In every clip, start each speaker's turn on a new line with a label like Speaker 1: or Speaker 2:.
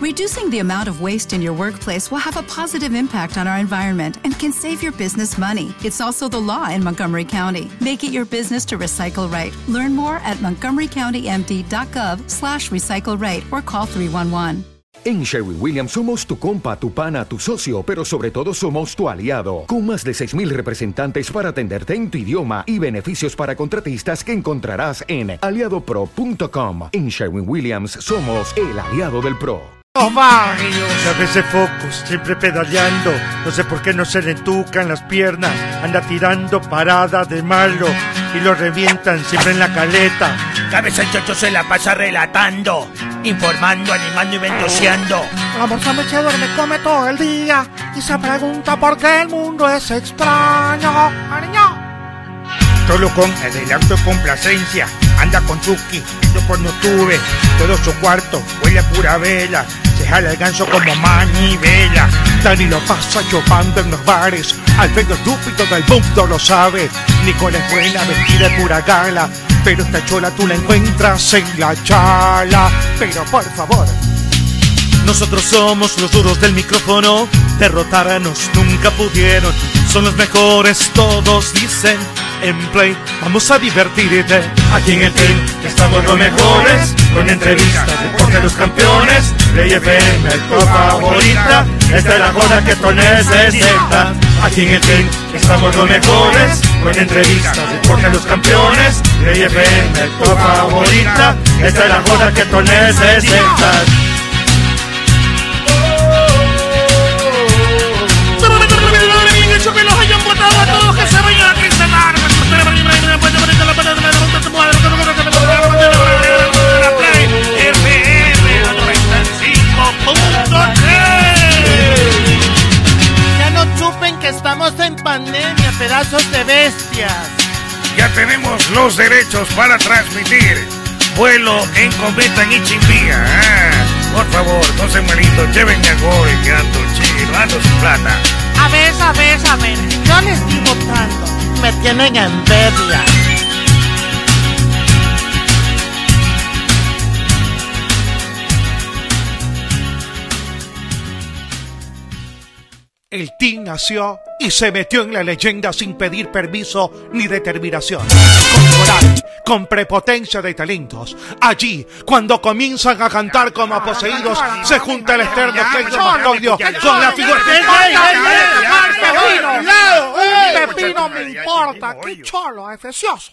Speaker 1: Reducing the amount of waste in your workplace will have a positive impact on our environment and can save your business money. It's also the law in Montgomery County. Make it your business to recycle right. Learn more at montgomerycountymd.gov slash recycle right or call 311.
Speaker 2: En Sherwin Williams somos tu compa, tu pana, tu socio, pero sobre todo somos tu aliado, con más de 6.000 representantes para atenderte en tu idioma y beneficios para contratistas que encontrarás en aliadopro.com. En Sherwin Williams somos el aliado del PRO.
Speaker 3: Los barrios. A veces focos, siempre pedaleando. No sé por qué no se le entucan las piernas. Anda tirando parada de malo y lo revientan siempre en la caleta.
Speaker 4: Cabeza el chocho se la pasa relatando, informando, animando y ventoseando.
Speaker 5: La morsa se duerme, come todo el día y se pregunta por qué el mundo es extraño.
Speaker 6: Solo con adelanto y complacencia, anda con Chucky, yo por no tuve, todo su cuarto huele a pura vela, se jala el ganso como manivela.
Speaker 7: Dani lo pasa chupando en los bares, Alfredo estúpido del mundo lo sabe. Nicole es buena, vestida de pura gala, pero esta chola tú la encuentras en la chala. Pero por favor,
Speaker 8: nosotros somos los duros del micrófono, derrotarnos nunca pudieron. Son los mejores, todos dicen. En Play, vamos a divertirte.
Speaker 9: Aquí en el team estamos los mejores, con entrevistas, deporte de los campeones. Play FM, tu favorita, esta es la joda que tú necesitas. Aquí en el team estamos los mejores, con entrevistas, deporte de los campeones. Play FM, tu favorita, esta es la joda que tú necesitas.
Speaker 10: que los hayan votado a todos que se vayan a quincenar.
Speaker 11: Ya no chupen que estamos en pandemia, pedazos de bestias.
Speaker 12: Ya tenemos los derechos para transmitir vuelo en cometa en Ichimbía. Ah, por favor, no se malito, llévenme a Gol, que ando chido, ando sin plata.
Speaker 5: A ver, a ver, a ver, yo les estoy votando. Me tienen envidia.
Speaker 3: El team nació y se metió en la leyenda sin pedir permiso ni determinación. Con moral, con prepotencia de talentos. Allí, cuando comienzan a cantar como poseídos, se junta el externo Keiko Macodio con la figura...
Speaker 5: Pepino me importa, qué cholo, efecioso.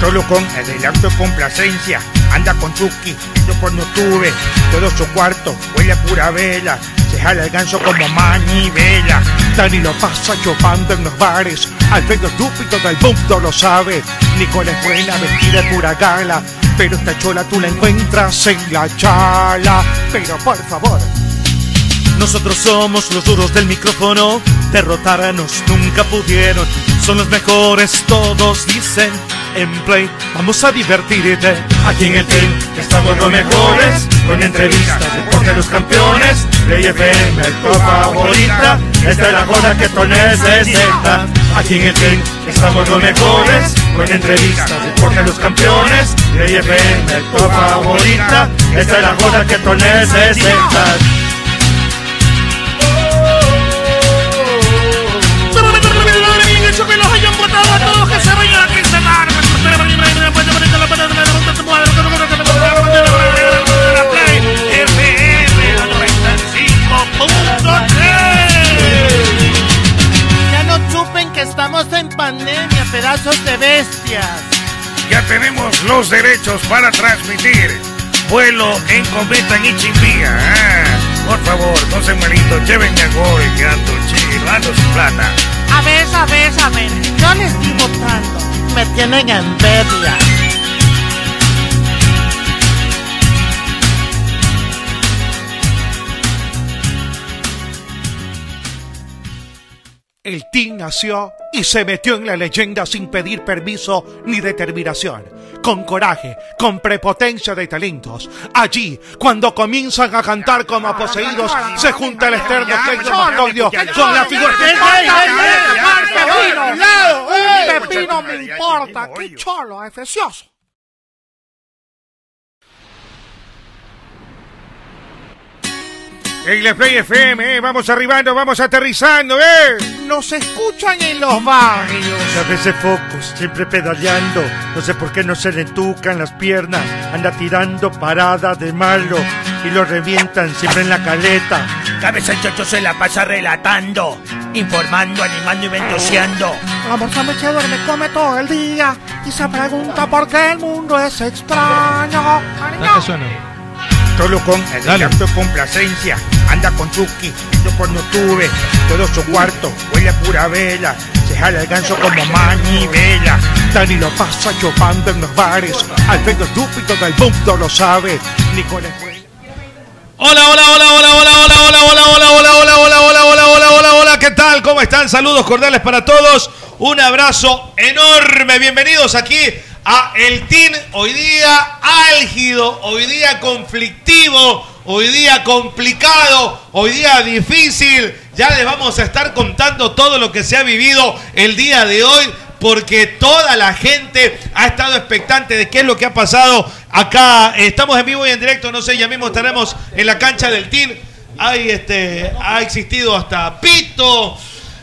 Speaker 6: Solo con adelanto y complacencia, anda con Chucky, yo por no tuve, todo su cuarto huele a pura vela,
Speaker 7: Este
Speaker 6: se jala el ganso como manivela.
Speaker 7: Dani lo pasa chupando en los bares, Alfredo estúpido del mundo lo sabe. Nicole es buena, vestida de pura gala, pero esta chola tú la encuentras en la chala. Pero por favor,
Speaker 8: nosotros somos los duros del micrófono, derrotarnos nunca pudieron. Son los mejores, todos dicen.
Speaker 13: en Play. Vamos a divertirte.
Speaker 9: Aquí en el team estamos los mejores. Con entrevistas, deporte los campeones. Play FM, tu favorita. Esta es la joda que tú necesitas. Aquí en el team estamos los mejores. Con entrevistas, deporte los campeones. Play FM, tu favorita. Esta es la joda que tú necesitas.
Speaker 11: Ya no chupen que estamos en pandemia, pedazos de bestias.
Speaker 6: Ya tenemos los derechos para transmitir vuelo en cometa en Ichimbía. Ah, por favor, no se malito, llévenme a gol, que ando chido, ando sin plata.
Speaker 11: A ver, a ver, a ver, yo les estoy votando. Me tienen envidia.
Speaker 4: El team nació y se metió en la leyenda sin pedir permiso ni determinación, con coraje, con prepotencia de talentos. Allí, cuando comienzan a cantar como poseídos, se junta el externo Kenzo Macodio con la figura
Speaker 10: Pepino me importa, qué cholo, efecioso.
Speaker 14: Hey, Let's Play FM, eh, vamos arribando, vamos aterrizando, eh.
Speaker 10: Nos escuchan en los barrios.
Speaker 9: A veces focos, siempre pedaleando. No sé por qué no se le entucan las piernas. Anda tirando parada de malo y lo revientan siempre en la caleta.
Speaker 15: Cabeza el chocho se la pasa relatando, informando, animando y ventoseando.
Speaker 10: La morsa se duerme, come todo el día y se pregunta por qué el mundo es extraño.
Speaker 16: Dale, suena.
Speaker 14: Solo con adelanto complacencia. Anda con Chucky, yo cuando tuve todo su cuarto, huele a pura vela. Se jala el ganso como manivela. Dani lo pasa chupando en los bares. Alfredo estúpido del mundo lo sabe. Nicolás
Speaker 7: Hola, hola, hola, hola, hola, hola, hola, hola, hola, hola, hola, hola, hola, hola, hola, hola, hola, ¿qué tal? ¿Cómo están? Saludos cordiales para todos. Un abrazo enorme. Bienvenidos aquí a El Team. Hoy día álgido, hoy día conflictivo, hoy día complicado, hoy día difícil. Ya les vamos a estar contando todo lo que se ha vivido el día de hoy porque toda la gente ha estado expectante de qué es lo que ha pasado acá. eh, Estamos en vivo y en directo, no sé, ya mismo estaremos en la cancha del team. Hay este, ha existido hasta pito.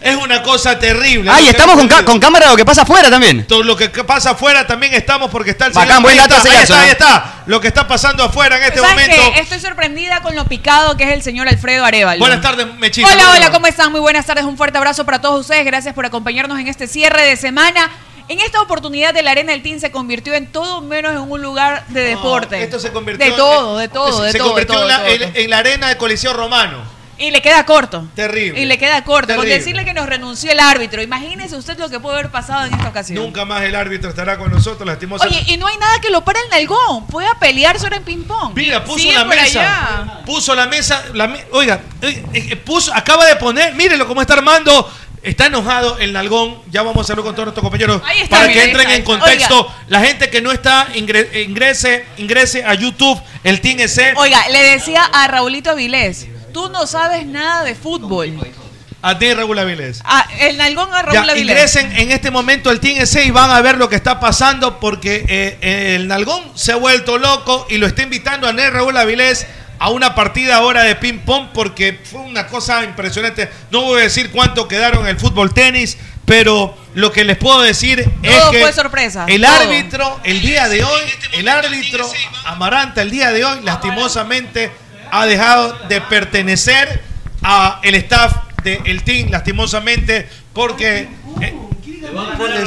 Speaker 7: Es una cosa terrible. Lo
Speaker 17: Ay,
Speaker 7: que
Speaker 17: estamos
Speaker 7: ha
Speaker 17: con, ca- con cámara lo que pasa afuera también.
Speaker 7: todo lo que ca- pasa afuera también estamos porque está el
Speaker 17: Bacán,
Speaker 7: señor-
Speaker 17: buen
Speaker 7: ahí
Speaker 17: dato
Speaker 7: está,
Speaker 17: ese
Speaker 7: ahí
Speaker 17: Jackson,
Speaker 7: está, ahí
Speaker 17: ¿eh?
Speaker 7: está. Lo que está pasando afuera en este
Speaker 18: ¿Sabes
Speaker 7: momento.
Speaker 18: qué? Estoy sorprendida con lo picado que es el señor Alfredo Arevalo.
Speaker 7: Buenas tardes, Mechita.
Speaker 18: Hola, hola, ¿cómo están? Muy buenas tardes, un fuerte abrazo para todos ustedes. Gracias por acompañarnos en este cierre de semana. En esta oportunidad, el Arena del Team se convirtió en todo menos en un lugar de deporte.
Speaker 7: Esto se convirtió
Speaker 18: De
Speaker 7: en-
Speaker 18: todo, de todo, de
Speaker 7: se
Speaker 18: todo,
Speaker 7: convirtió
Speaker 18: de todo,
Speaker 7: en, la,
Speaker 18: de todo.
Speaker 7: en- en la arena del Coliseo Romano.
Speaker 18: Y le queda corto.
Speaker 7: Terrible.
Speaker 18: Y le queda corto.
Speaker 7: Terrible.
Speaker 18: Con decirle que nos renunció el árbitro. Imagínese usted lo que puede haber pasado en esta ocasión.
Speaker 7: Nunca más el árbitro estará con nosotros, lastimosamente.
Speaker 18: Oye, y no hay nada que lo pare el nalgón. Puede pelear sobre en ping-pong.
Speaker 7: Mira, puso
Speaker 18: Sigue
Speaker 7: la
Speaker 18: por
Speaker 7: mesa.
Speaker 18: allá.
Speaker 7: Puso la mesa. la me- oiga, eh, eh, puso, acaba de poner. Mírenlo cómo está armando. Está enojado el nalgón. Ya vamos a hablar con todos nuestros compañeros
Speaker 18: Ahí está,
Speaker 7: para
Speaker 18: mira,
Speaker 7: que
Speaker 18: ahí
Speaker 7: entren
Speaker 18: está,
Speaker 7: en
Speaker 18: ahí está.
Speaker 7: contexto.
Speaker 18: Oiga.
Speaker 7: La gente que no está, ingre- ingrese, ingrese a YouTube, el Team E EC.
Speaker 18: Oiga, le decía a Raulito Avilés, tú no sabes nada de fútbol.
Speaker 7: A ti, Raúl Avilés.
Speaker 18: Ah, el nalgón a Raúl
Speaker 7: Ya,
Speaker 18: Avilés.
Speaker 7: ingresen en este momento al Team EC y van a ver lo que está pasando porque eh, eh, el Nalgón se ha vuelto loco y lo está invitando a Nel Raúl Avilés a una partida ahora de ping-pong porque fue una cosa impresionante. No voy a decir cuánto quedaron en el fútbol tenis, pero lo que les puedo decir es
Speaker 18: Todo
Speaker 7: que
Speaker 18: fue sorpresa,
Speaker 7: el
Speaker 18: todo.
Speaker 7: árbitro, el día de hoy, el árbitro Amaranta, el día de hoy, lastimosamente ha dejado de pertenecer a el staff del team, lastimosamente, porque eh, no, puede,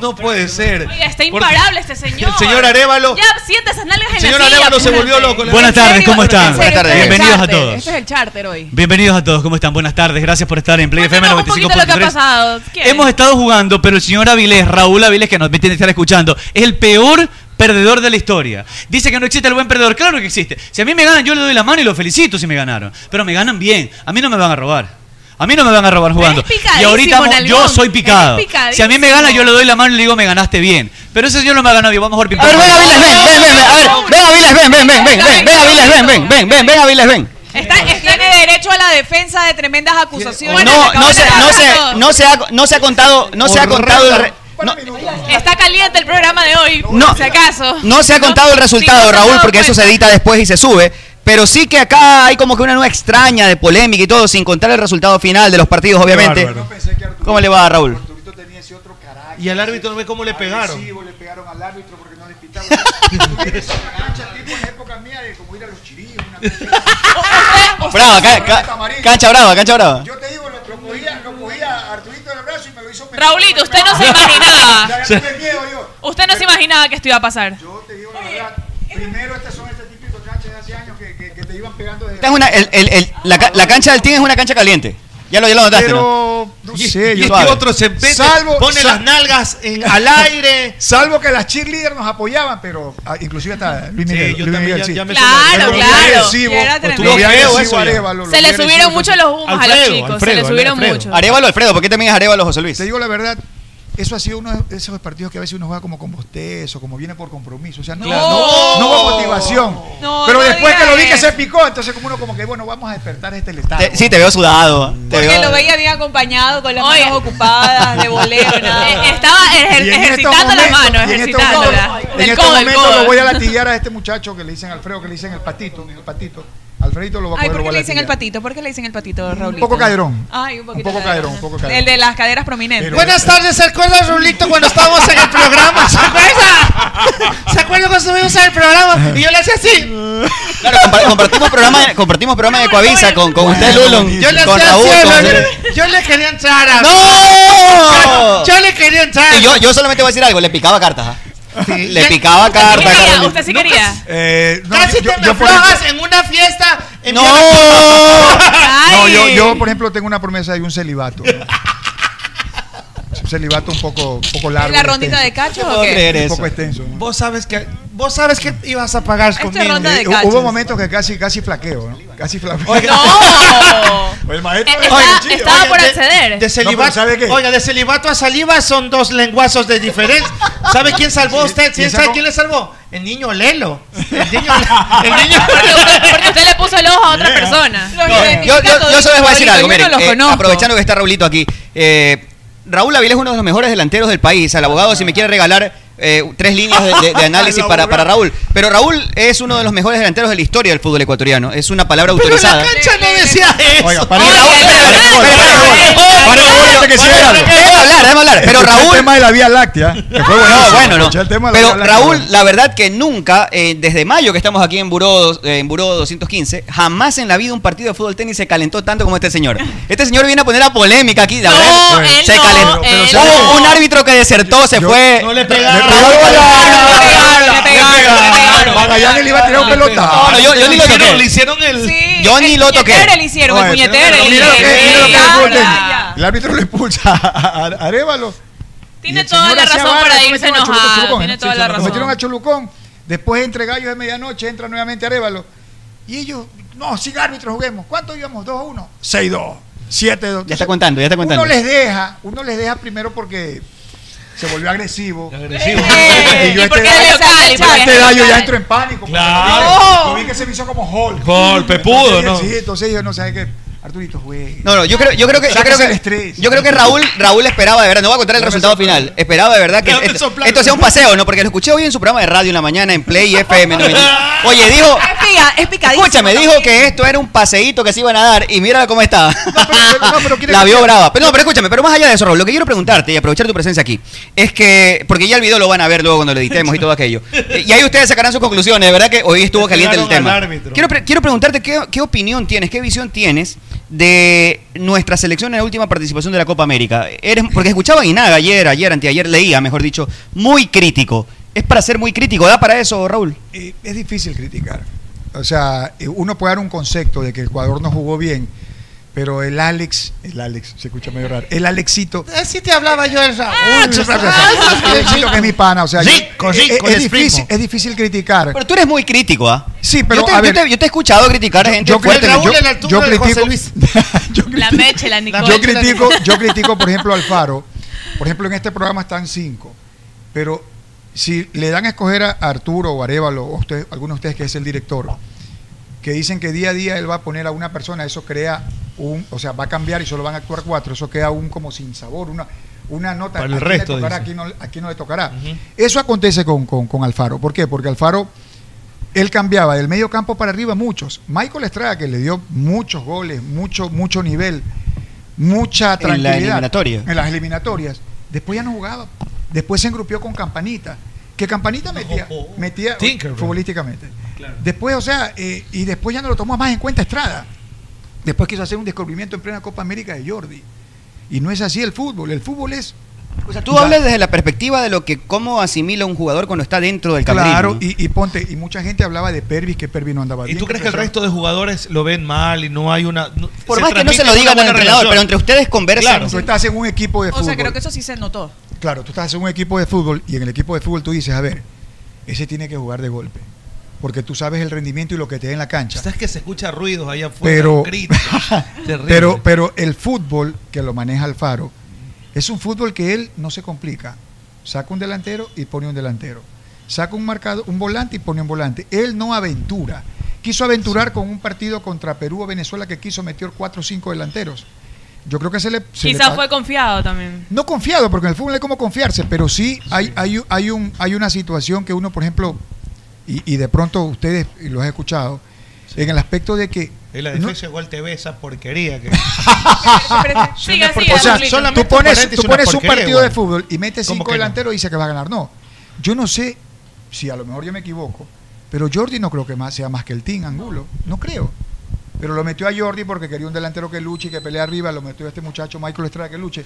Speaker 7: no puede ser.
Speaker 18: Oiga, está
Speaker 7: Porque
Speaker 18: imparable este señor.
Speaker 7: el señor Arevalo-
Speaker 18: Ya, sienta esas nalgas en
Speaker 7: El
Speaker 18: la
Speaker 7: señor
Speaker 18: silla,
Speaker 7: Arevalo se
Speaker 18: apúrate.
Speaker 7: volvió loco.
Speaker 16: Buenas tardes, ¿cómo están?
Speaker 18: Buenas tardes.
Speaker 16: Bienvenidos a
Speaker 18: Charter,
Speaker 16: todos.
Speaker 18: Este es el charter hoy.
Speaker 16: Bienvenidos a todos, ¿cómo están? Buenas tardes, gracias por estar en Play FM
Speaker 18: Un poquito lo que ha
Speaker 16: 95.3.
Speaker 7: Em,
Speaker 18: pasado. ¿Quién?
Speaker 16: Hemos estado jugando, pero el señor Avilés, Raúl Avilés, que nos tiene que estar escuchando, es el peor perdedor de la historia. Dice que no existe el buen perdedor, claro que existe. Si a mí me ganan, yo le doy la mano y lo felicito si me ganaron. Pero me ganan bien, a mí no me van a robar. A mí no me van a robar jugando.
Speaker 18: Eres picadísimo,
Speaker 16: Y ahorita mo-
Speaker 18: nalgón.
Speaker 16: yo soy picado.
Speaker 18: Eres picadísimo.
Speaker 16: Si a mí me gana, yo le doy la mano y le digo, me ganaste bien. Pero ese señor no me ha ganado bien. Vamos a jugar ping-pong.
Speaker 17: A ver, ven Avilés, ven, ven, ven, ven. A ver, ven Avilés, ven, ven, ven, ven, ven, ven Avilés, ven, ven, ven, ven, ven Avilés, ven.
Speaker 18: Está- es- tiene derecho a la defensa de tremendas acusaciones.
Speaker 17: No,
Speaker 18: Acaban
Speaker 17: no
Speaker 18: de
Speaker 17: se, no
Speaker 18: pasar
Speaker 17: se,
Speaker 18: todos.
Speaker 17: no se ha, no se ha contado, no se ha contado el, re-
Speaker 18: Está caliente el programa de hoy,
Speaker 17: No.
Speaker 18: por si acaso.
Speaker 17: No se ha contado el resultado, Raúl, porque eso se edita después y se sube. Pero sí que acá hay como que una nueva extraña de polémica y todo, sin contar el resultado final de los partidos, obviamente.
Speaker 7: bárbaro.
Speaker 17: ¿Cómo le va, Raúl?
Speaker 7: Y al árbitro no ve cómo le pegaron.
Speaker 19: le pegaron al árbitro porque no le pitaban. Tú vienes a la cancha, tipo, en época mía de como ir a los chirillos. una cosa así.
Speaker 17: Brava, ca- ca-
Speaker 19: Amarillo.
Speaker 17: cancha brava, cancha brava.
Speaker 19: Yo te digo, lo, lo cogía, lo cogía a Arturito del brazo y me lo hizo pegar.
Speaker 18: Raulito, usted no se
Speaker 19: Ya,
Speaker 18: imaginaba.
Speaker 19: ya tenía miedo yo.
Speaker 18: Usted no se imaginaba que esto iba a pasar.
Speaker 19: Primero, estas son este típico cancha de hace años que, que, que te iban pegando desde...
Speaker 17: Esta es una, el- el- el- la, ca- la cancha del team es una cancha caliente. Ya lo, ya lo notaste,
Speaker 19: Pero,
Speaker 17: ¿no?
Speaker 19: no sé,
Speaker 7: y
Speaker 19: yo-
Speaker 7: este
Speaker 17: Suave.
Speaker 7: otro se mete, pone las nalgas en- al aire.
Speaker 19: Salvo que las cheerleaders nos apoyaban, pero ah, inclusive hasta Luis Miguel.
Speaker 7: yo
Speaker 19: Luis
Speaker 7: también
Speaker 19: Miguel,
Speaker 7: ya-
Speaker 19: sí.
Speaker 7: ya me
Speaker 18: Claro,
Speaker 19: Lo vi
Speaker 18: claro,
Speaker 19: agresivo,
Speaker 18: ya era
Speaker 19: lo vi
Speaker 18: tremendo.
Speaker 19: agresivo
Speaker 17: Feo eso ya.
Speaker 19: Arevalo, lo
Speaker 18: Se
Speaker 19: vi
Speaker 18: le
Speaker 19: agresivo.
Speaker 18: subieron mucho los humos a los
Speaker 17: Alfredo,
Speaker 18: chicos. se
Speaker 17: Alfredo,
Speaker 18: le subieron
Speaker 17: Alfredo.
Speaker 18: mucho.
Speaker 17: Arevalo, Alfredo, porque también es Arevalo José Luis.
Speaker 19: Te digo la verdad, eso ha sido uno de esos partidos que a veces uno juega como con bostezo, como viene por compromiso. O sea, no,
Speaker 17: Claro.
Speaker 19: no,
Speaker 17: No.
Speaker 19: no hubo motivación.
Speaker 18: No,
Speaker 19: Pero
Speaker 18: no
Speaker 19: después
Speaker 18: diga
Speaker 19: que lo vi que
Speaker 18: eso.
Speaker 19: se picó, entonces como uno como que, bueno, vamos a despertar este letal.
Speaker 17: Te- sí, te veo sudado. te
Speaker 18: Porque
Speaker 17: veo-
Speaker 18: lo veía bien acompañado, con las manos ocupadas, de voleo, nada. Eh, Estaba
Speaker 19: Y en estos momentos- y en estos momentos- En estos momentos lo voy a latillar a este muchacho que le dicen Alfredo, que le dicen el patito, el patito. Alfredito lo va a
Speaker 18: Ay,
Speaker 19: coger,
Speaker 18: ¿por
Speaker 19: lo va
Speaker 18: qué
Speaker 19: a
Speaker 18: le dicen el
Speaker 19: latillar.
Speaker 18: patito? ¿Por qué le dicen el patito, Raúl?
Speaker 19: Un poco caderón.
Speaker 18: Ay, un poquito.
Speaker 19: Un poco caderón, un poco caderón.
Speaker 18: El de las caderas prominentes.
Speaker 11: Buenas tardes, ¿se acuerda, Rulito, cuando estábamos en el programa? ¿Se acuerda? ¿Se acuerda cuando estuvimos en el programa? Y yo le hacía así.
Speaker 17: Claro, compa- compartimos programa, compartimos programa de Coavisa con, con usted, Lulon,
Speaker 11: Yo le
Speaker 17: con
Speaker 11: hacía
Speaker 17: Raúl.
Speaker 11: así,
Speaker 17: con-
Speaker 11: yo, yo le quería entrar a...
Speaker 17: ¡No!
Speaker 11: Yo le quería entrar.
Speaker 17: Y yo, yo solamente voy a decir algo, le picaba cartas. ¿ah? Le picaba cartas. Carolina.
Speaker 11: sí quería.
Speaker 19: Eh, no,
Speaker 11: Casi
Speaker 19: yo-
Speaker 11: te me
Speaker 19: yo por ejemplo-
Speaker 11: aflojas en una fiesta. En
Speaker 19: No. No,
Speaker 11: Ay.
Speaker 19: yo, yo, por ejemplo, tengo una promesa de un celibato. Un celibato un poco, un poco largo.
Speaker 18: ¿La rondita de cacho o qué?
Speaker 19: Un poco extenso.
Speaker 11: Vos sabes que vos sabes que ibas a pagar conmigo.
Speaker 19: Eh, hu- Hubo momentos que casi, casi flaqueo, ¿no? Casi flaqueo. El maestro
Speaker 11: Eh, está- estaba por acceder. De celibato, Oiga, de celibato a saliva son dos lenguazos de diferencia. ¿Sabe quién salvó a usted? ¿Quién sabe quién le salvó? El niño Lelo. El niño, el niño
Speaker 18: Porque usted- porque usted le puso el ojo a otra
Speaker 11: Yeah.
Speaker 18: persona.
Speaker 11: No,
Speaker 17: Yo, yo, yo solo les voy a decir algo, miren,
Speaker 18: los
Speaker 17: eh,
Speaker 18: conozco.
Speaker 17: aprovechando que está Raulito aquí. eh, Raúl Avila es uno de los mejores delanteros del país. Al abogado, si me quiere regalar eh, tres líneas de, de- de análisis para, para Raúl. Pero Raúl es uno de los mejores delanteros de la historia del fútbol ecuatoriano. Es una palabra autorizada.
Speaker 11: no decía eso.
Speaker 17: Oiga, para Déjame hablar, déjame hablar. Pero
Speaker 19: Escuché
Speaker 17: Raúl. Ah,
Speaker 19: El tema de la Vía Láctea. Que fue
Speaker 17: No,
Speaker 19: buenísimo.
Speaker 17: bueno, no.
Speaker 19: Escuché el tema de la
Speaker 17: Pero
Speaker 19: Vía Láctea.
Speaker 17: Raúl, la verdad que nunca, eh, desde mayo que estamos aquí en Buró, eh, en Buró 215, jamás en la vida un partido de fútbol tenis se calentó tanto como este señor. Este señor viene a poner a polémica aquí, la verdad.
Speaker 10: él
Speaker 17: se
Speaker 10: no,
Speaker 17: calentó.
Speaker 10: él
Speaker 17: Hubo un árbitro que desertó, se fue. No le pegaron.
Speaker 19: Magallanes le iba a tirar un pelotazo.
Speaker 17: No, no, Ah, yo, yo ni lo
Speaker 19: Le hicieron-
Speaker 17: toqué.
Speaker 19: le
Speaker 7: hicieron el.
Speaker 17: yo ni lo toqué.
Speaker 18: puñetero le hicieron, el
Speaker 17: Oye,
Speaker 18: puñetero le
Speaker 19: Mira lo que-
Speaker 18: hicieron.
Speaker 19: mira lo que es el
Speaker 18: Ya,
Speaker 19: fútbol
Speaker 18: ya.
Speaker 19: tenis. El árbitro lo expulsa a a- a Arevalo.
Speaker 18: Tiene toda la razón para irse enojado. Tiene toda la
Speaker 19: Lo ¿eh? metieron
Speaker 18: razón.
Speaker 19: a Cholucón. Después entre Gallos de medianoche, entra nuevamente Arevalo. Y ellos, no, siga árbitro, juguemos. ¿Cuánto íbamos? 2 a 1. 6-2. 7-2.
Speaker 17: Ya está contando, ya está contando.
Speaker 19: Uno les deja, uno les deja primero porque se volvió agresivo.
Speaker 7: Agresivo.
Speaker 10: Eh,
Speaker 19: Y yo este a
Speaker 18: porque
Speaker 19: esta
Speaker 18: era
Speaker 19: edad-
Speaker 18: local, y
Speaker 19: a
Speaker 18: porque
Speaker 19: esta
Speaker 18: era
Speaker 19: edad yo ya
Speaker 18: local.
Speaker 19: entro en pánico. porque
Speaker 7: Claro.
Speaker 19: yo vi-
Speaker 7: No.
Speaker 19: Yo vi que se me hizo como Hulk.
Speaker 7: Hulk, pepudo,
Speaker 19: Entonces,
Speaker 7: ¿no?
Speaker 19: Ah, Sí, entonces yo no sé qué. Arturito, güey.
Speaker 17: No, no, yo creo, yo creo que, yo creo
Speaker 19: Sáquese el
Speaker 17: que,
Speaker 19: estrés.
Speaker 17: yo creo que Raúl, Raúl esperaba de verdad, no voy a contar el resultado final, esperaba de verdad que
Speaker 19: Déjame
Speaker 17: esto,
Speaker 19: soplar.
Speaker 17: esto sea un paseo, ¿no? Porque lo escuché hoy en su programa de radio en la mañana en Play FM. ¿no? Oye, dijo,
Speaker 18: Es pica- es picadísimo.
Speaker 17: escúchame, dijo que esto era un paseíto que se iban a dar y mira cómo está.
Speaker 20: Ah,
Speaker 17: La vio brava. Pero no, pero escúchame, pero más allá de eso, Raúl, lo que quiero preguntarte y aprovechar tu presencia aquí, es que, porque ya el video lo van a ver luego cuando lo editemos y todo aquello. Y ahí ustedes sacarán sus conclusiones, de verdad que hoy estuvo caliente el
Speaker 7: Pegaron al
Speaker 17: tema.
Speaker 7: árbitro.
Speaker 17: Quiero, pre- quiero preguntarte qué, qué opinión tienes, qué visión tienes de nuestra selección en la última participación de la Copa América. Eres, porque escuchaba a Guinaga ayer, ayer, anteayer, leía, mejor dicho, muy crítico. Es para ser muy crítico, ¿da para eso, Raúl?
Speaker 19: Eh, es difícil criticar. O sea, eh, uno puede dar un concepto de que Ecuador no jugó bien, Pero el Alex, el Alex, se escucha medio raro. El Alexito,
Speaker 11: Así Eh, te hablaba yo el Raúl.
Speaker 19: Ah, el Alexito que es mi pana, o sea, yo-
Speaker 17: Rico,
Speaker 19: es-
Speaker 17: rico,
Speaker 19: es,
Speaker 17: les
Speaker 19: difícil, es difícil criticar.
Speaker 17: Pero tú eres muy crítico, ¿ah?
Speaker 19: Sí, pero
Speaker 17: yo te,
Speaker 19: a ver,
Speaker 17: yo te- yo te he escuchado criticar a gente
Speaker 19: yo
Speaker 17: fuerte.
Speaker 19: critico-
Speaker 17: yo-
Speaker 19: yo- yo critico-
Speaker 21: La Meche, la Nicole.
Speaker 19: yo critico, yo critico, por ejemplo, a Alfaro. Por ejemplo, en este programa están cinco. Pero si le dan a escoger a Arturo o Arevalo, o usted, alguno de ustedes que es el director, que dicen que día a día él va a poner a una persona, eso crea un, o sea, va a cambiar y solo van a actuar cuatro, eso queda un como sin sabor, una, una nota
Speaker 7: Para el
Speaker 19: aquí
Speaker 7: resto,
Speaker 19: le tocará,
Speaker 7: dice.
Speaker 19: aquí no, aquí no le tocará. Eso acontece con, con, con Alfaro. ¿Por qué? Porque Alfaro, él cambiaba del medio campo para arriba muchos. Michael Estrada, que le dio muchos goles, mucho, mucho nivel, mucha
Speaker 17: En la
Speaker 19: tranquilidad.
Speaker 17: eliminatoria.
Speaker 19: En las eliminatorias. Después ya no jugaba. Después se engrupió con Campanita. Que Campanita metía, metía futbolísticamente. Después, o sea, eh, y después ya no lo tomó más en cuenta Estrada. Después quiso hacer un descubrimiento en plena Copa América de Jordi. Y no es así el fútbol. El fútbol es.
Speaker 17: O sea, tú hablas desde la perspectiva de lo que cómo asimila un jugador cuando está dentro del camerino.
Speaker 19: Claro,
Speaker 17: ¿no?
Speaker 19: y, y ponte, y mucha gente hablaba de Pervis, que Pervis no andaba
Speaker 7: ¿Y
Speaker 19: bien.
Speaker 7: tú crees que el
Speaker 19: resto
Speaker 7: resto de jugadores lo ven mal y no hay una. no-
Speaker 17: Por más que no
Speaker 7: transmite
Speaker 17: se lo
Speaker 7: una
Speaker 17: digan al
Speaker 7: buena
Speaker 17: entrenador,
Speaker 7: relación?
Speaker 17: pero entre ustedes conversan.
Speaker 7: Claro.
Speaker 19: Tú estás en un equipo de
Speaker 18: O
Speaker 19: fútbol.
Speaker 18: sea, creo que eso sí se notó.
Speaker 19: Claro, tú estás en un equipo de fútbol y en el equipo de fútbol tú dices, a ver, ese tiene que jugar de golpe. Porque tú sabes el rendimiento y lo que te da en la cancha.
Speaker 7: ¿Sabes que se escucha ruidos allá afuera?
Speaker 19: Pero,
Speaker 7: gritos, terrible.
Speaker 19: pero, pero el fútbol que lo maneja Alfaro es un fútbol que él no se complica. Saca un delantero y pone un delantero. Saca un marcado, un volante y pone un volante. Él no aventura. Quiso aventurar con un partido contra Perú o Venezuela que quiso meter cuatro o cinco delanteros. Yo creo que se le. se le
Speaker 21: Quizás
Speaker 19: pa-
Speaker 21: fue confiado también.
Speaker 19: no confiado, porque en el fútbol hay como confiarse, pero sí hay, hay, hay, un, hay una situación que uno, por ejemplo, y, y de pronto ustedes y los he escuchado, en el aspecto de que...
Speaker 7: En la
Speaker 19: no-
Speaker 7: defensa igual te ve esa porquería que.
Speaker 19: o sea, tú pones, tú pones un partido de
Speaker 7: fútbol.
Speaker 19: fútbol y metes
Speaker 7: ¿Cómo
Speaker 19: cinco
Speaker 7: que no?
Speaker 19: delanteros y dice que va a ganar. No, yo no sé si a lo mejor yo me equivoco, pero Jordi no creo que más, sea más que el Team Angulo, no creo. Pero lo metió a Jordi porque quería un delantero que luche y que pelea arriba, lo metió a este muchacho Michael Estrada que luche.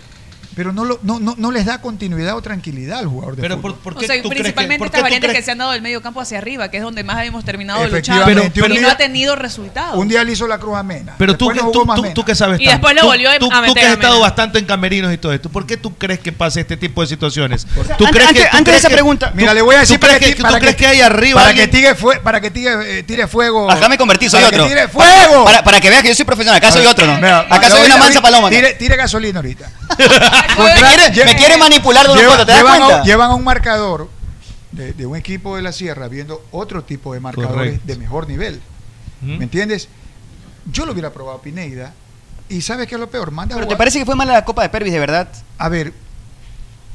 Speaker 19: Pero no, lo, no, no, no les da continuidad o tranquilidad al jugador de
Speaker 7: Pero
Speaker 19: fútbol.
Speaker 7: por, por
Speaker 18: o
Speaker 7: qué
Speaker 18: sea,
Speaker 7: tú crees que,
Speaker 18: principalmente
Speaker 7: por qué
Speaker 18: estas
Speaker 7: tú
Speaker 18: variantes
Speaker 7: crees
Speaker 18: que se han dado del medio campo hacia arriba, que es donde más hemos terminado luchando.
Speaker 19: Efectivamente,
Speaker 18: y
Speaker 19: un
Speaker 18: no
Speaker 19: día-
Speaker 18: ha tenido resultados.
Speaker 19: Un día le hizo la cruz a Mena.
Speaker 7: Pero tú,
Speaker 19: Después no
Speaker 7: que-
Speaker 19: jugó
Speaker 7: tú,
Speaker 19: más
Speaker 7: tú,
Speaker 19: Mena.
Speaker 7: tú que sabes
Speaker 18: Y
Speaker 7: tanto,
Speaker 18: después lo
Speaker 7: tú-
Speaker 18: volvió a
Speaker 7: tú, tú
Speaker 18: meter
Speaker 7: que has
Speaker 18: a
Speaker 7: estado
Speaker 18: Mena.
Speaker 7: bastante en camerinos y todo esto, ¿por qué tú crees que pasa este tipo de situaciones? ¿Tú
Speaker 19: Antes-
Speaker 7: crees
Speaker 19: antes-
Speaker 7: que- tú
Speaker 19: antes de
Speaker 7: crees
Speaker 19: esa
Speaker 7: que-
Speaker 19: pregunta,
Speaker 7: tú-
Speaker 19: mira, le voy a
Speaker 7: tú
Speaker 19: decir
Speaker 7: crees
Speaker 19: para
Speaker 7: que-
Speaker 19: que-
Speaker 7: ¿Tú
Speaker 19: para
Speaker 7: crees
Speaker 19: que-
Speaker 7: que hay arriba
Speaker 19: para
Speaker 7: alguien-
Speaker 19: que tire fue, para que tire, eh, tire fuego.
Speaker 17: Acá me convertí, soy
Speaker 19: para
Speaker 17: otro.
Speaker 19: Que tire
Speaker 17: Acá-
Speaker 19: fuego.
Speaker 17: Para, para que veas que yo soy profesional, acá soy otro, ¿no?
Speaker 19: Mira,
Speaker 17: acá soy
Speaker 19: ahorita-
Speaker 17: una mansa paloma. ¿no?
Speaker 19: Tire, tire gasolina ahorita.
Speaker 17: Me quiere, me quiere manipular Don
Speaker 19: Lleva-
Speaker 17: Osvaldo, ¿te das
Speaker 19: llevan,
Speaker 17: cuenta?
Speaker 19: A, llevan a un marcador de, de un equipo de la sierra viendo otro tipo de marcadores
Speaker 7: Correcto.
Speaker 19: de mejor nivel. ¿Me entiendes? Yo lo hubiera probado a Pineda y ¿sabes qué es lo peor? Manda a
Speaker 17: Pero te
Speaker 19: jugar-
Speaker 17: parece que fue mala la Copa de Pervis, de verdad.
Speaker 19: A ver.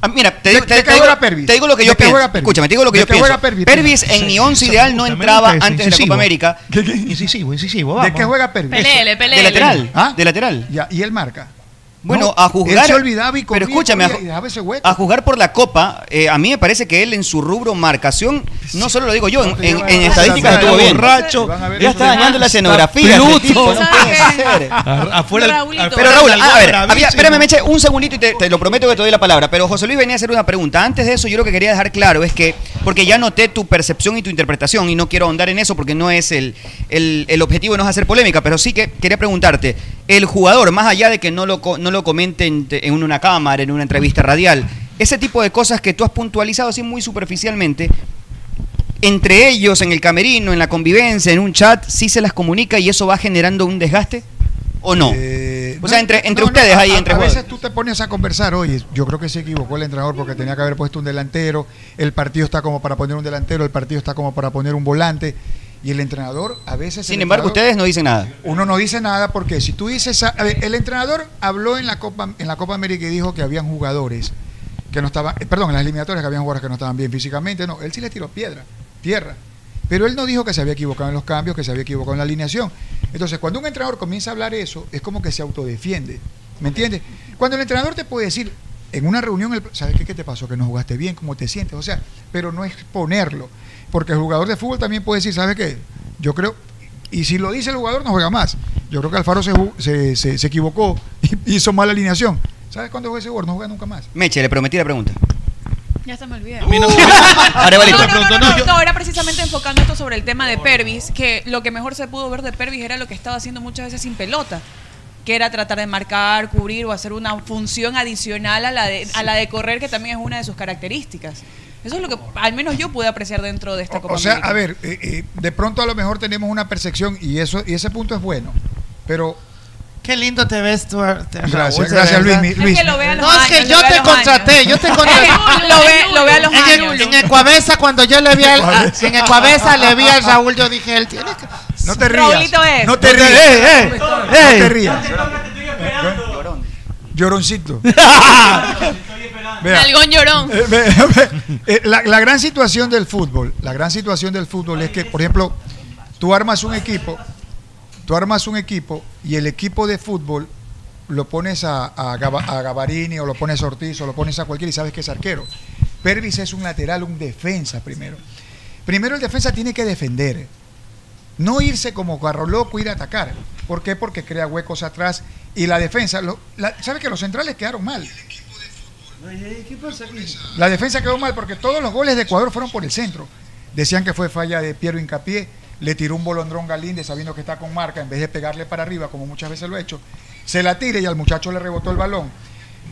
Speaker 17: Ah, mira, te,
Speaker 19: ¿De-
Speaker 17: digo- te-
Speaker 19: de qué
Speaker 17: te digo,
Speaker 19: juega Pervis?
Speaker 17: te digo lo que
Speaker 19: ¿De
Speaker 17: yo
Speaker 19: qué
Speaker 17: pienso.
Speaker 19: juega Pervis?
Speaker 17: Escúchame, te digo lo que
Speaker 19: ¿De
Speaker 17: yo
Speaker 19: qué
Speaker 17: pienso.
Speaker 19: juega Pervis?
Speaker 17: Pervis en
Speaker 19: Sí,
Speaker 17: mi
Speaker 19: sí,
Speaker 17: 11
Speaker 19: sí,
Speaker 17: ideal no
Speaker 19: justamente
Speaker 17: entraba
Speaker 19: eso,
Speaker 17: antes de la
Speaker 19: incisivo.
Speaker 17: Copa América.
Speaker 7: Incisivo, incisivo,
Speaker 19: ¿De qué juega Pervis?
Speaker 21: Pelele, pelele.
Speaker 17: De lateral.
Speaker 19: ¿Ah?
Speaker 17: De lateral.
Speaker 19: Ya, y él marca.
Speaker 17: Bueno,
Speaker 19: No,
Speaker 17: a juzgar.
Speaker 19: Él se olvidaba y
Speaker 17: pero
Speaker 19: corría,
Speaker 17: escúchame, a,
Speaker 19: corría y dejaba ese hueco.
Speaker 17: a juzgar por la Copa, eh, a mí me parece que él en su rubro marcación, no solo lo digo yo, en, en- en estadísticas estuvo bien.
Speaker 7: Borracho,
Speaker 17: Ya está dañando la escenografía. este tipo, no puede ser.
Speaker 7: A- Afuera, el- afuera
Speaker 17: Ah, Pero Raúl,
Speaker 7: el
Speaker 17: a ver,
Speaker 7: bravísimo.
Speaker 17: había- espérame, Meche, un segundito y te, te lo prometo que te doy la palabra. Pero José Luis venía a hacer una pregunta. Antes de eso, yo lo que quería dejar claro es que, porque ya noté tu percepción y tu interpretación, y no quiero ahondar en eso porque no es el, el, el objetivo, no es hacer polémica, pero sí que quería preguntarte: el jugador, más allá de que no lo, co- no lo comenten te- en una cámara, en una entrevista radial, ese tipo de cosas que tú has puntualizado así muy superficialmente, entre ellos, en el camerino, en la convivencia, en un chat, sí se las comunica y eso va generando un desgaste o no?
Speaker 19: Eh,
Speaker 17: o sea,
Speaker 19: no,
Speaker 17: entre, entre
Speaker 19: no, no,
Speaker 17: ustedes
Speaker 19: a-
Speaker 17: ahí,
Speaker 19: a-
Speaker 17: entre
Speaker 19: A
Speaker 17: jugadores.
Speaker 19: veces tú te pones a conversar, oye, yo creo que se equivocó el entrenador porque tenía que haber puesto un delantero, el partido está como para poner un delantero, el partido está como para poner un volante, y el entrenador a veces... el
Speaker 17: Sin embargo,
Speaker 19: entrenador-
Speaker 17: ustedes no dicen nada.
Speaker 19: Uno no dice nada porque si tú dices, a- a ver, el entrenador habló en la Copa en la Copa América y dijo que habían jugadores que no estaban, eh, perdón, en las eliminatorias que habían jugadores que no estaban bien físicamente, no, él sí le tiró piedra, tierra. Pero él no dijo que se había equivocado en los cambios, que se había equivocado en la alineación. Entonces, cuando un entrenador comienza a hablar eso, es como que se autodefiende. ¿Me entiendes? Cuando el entrenador te puede decir en una reunión, el- ¿sabes qué, qué te pasó? Que no jugaste bien, cómo te sientes, o sea, pero no exponerlo. Porque el jugador de fútbol también puede decir, ¿sabes qué? Yo creo, y si lo dice el jugador, no juega más. Yo creo que Alfaro se, ju- se, se- se equivocó, hizo mala alineación. ¿Sabes cuándo juega ese jugador? No juega nunca más.
Speaker 17: Meche, le prometí la pregunta.
Speaker 18: Ya se me olvidé.
Speaker 17: Arevalito.
Speaker 18: No, no, no, no,
Speaker 17: No,
Speaker 18: no,
Speaker 17: yo-
Speaker 18: no, era precisamente enfocando esto sobre el tema de Pervis, que lo que mejor se pudo ver de Pervis era lo que estaba haciendo muchas veces sin pelota. quiera tratar de marcar, cubrir o hacer una función adicional a la de, a la de correr, que también es una de sus características. Eso es lo que al menos yo pude apreciar dentro de esta Copa
Speaker 19: O sea,
Speaker 18: América.
Speaker 19: a ver, eh, eh, de pronto a lo mejor tenemos una percepción y eso y ese punto es bueno, pero
Speaker 11: Qué lindo te ves tú. te-
Speaker 19: Gracias,
Speaker 11: Raúl, de
Speaker 19: gracias,
Speaker 11: verdad.
Speaker 19: Luis, mi- Luis. Es que lo ve a los
Speaker 11: No, es que
Speaker 19: años,
Speaker 11: yo
Speaker 19: lo ve a
Speaker 11: te
Speaker 19: los
Speaker 11: contraté,
Speaker 19: años.
Speaker 11: yo te contraté.
Speaker 18: Lo ve- lo ve a los
Speaker 11: En el-
Speaker 18: años.
Speaker 11: En Ecuavesa, cuando yo le vi al, a- en Ecuavesa le vi al Raúl, yo dije, él tiene que.
Speaker 19: no te rías.
Speaker 11: Raulito es.
Speaker 19: No te
Speaker 11: No te-
Speaker 19: rías.
Speaker 11: eh, eh,
Speaker 19: no
Speaker 11: eh.
Speaker 19: te rías. Lloroncito. Vea.
Speaker 21: Nalgón llorón.
Speaker 19: Eh, ve- ve- eh, la, la gran situación del fútbol, la gran situación del fútbol es que, por ejemplo, tú armas un equipo, tú armas un equipo y el equipo de fútbol lo pones a, a, Gaba- a Gabarini o lo pones a Ortiz o lo pones a cualquiera y sabes que es arquero. Pervis es un lateral, un defensa primero. Primero el defensa tiene que defender. No irse como carro loco, ir a atacar. ¿Por qué? Porque crea huecos atrás y la defensa... lo- la- ¿Sabes que los centrales quedaron mal? La defensa quedó mal porque todos los goles de Ecuador fueron por el centro. Decían que fue falla de Piero Hincapié, le tiró un bolondrón Galíndez sabiendo que está con marca, en vez de pegarle para arriba, como muchas veces lo he hecho, se la tira y al muchacho le rebotó el balón.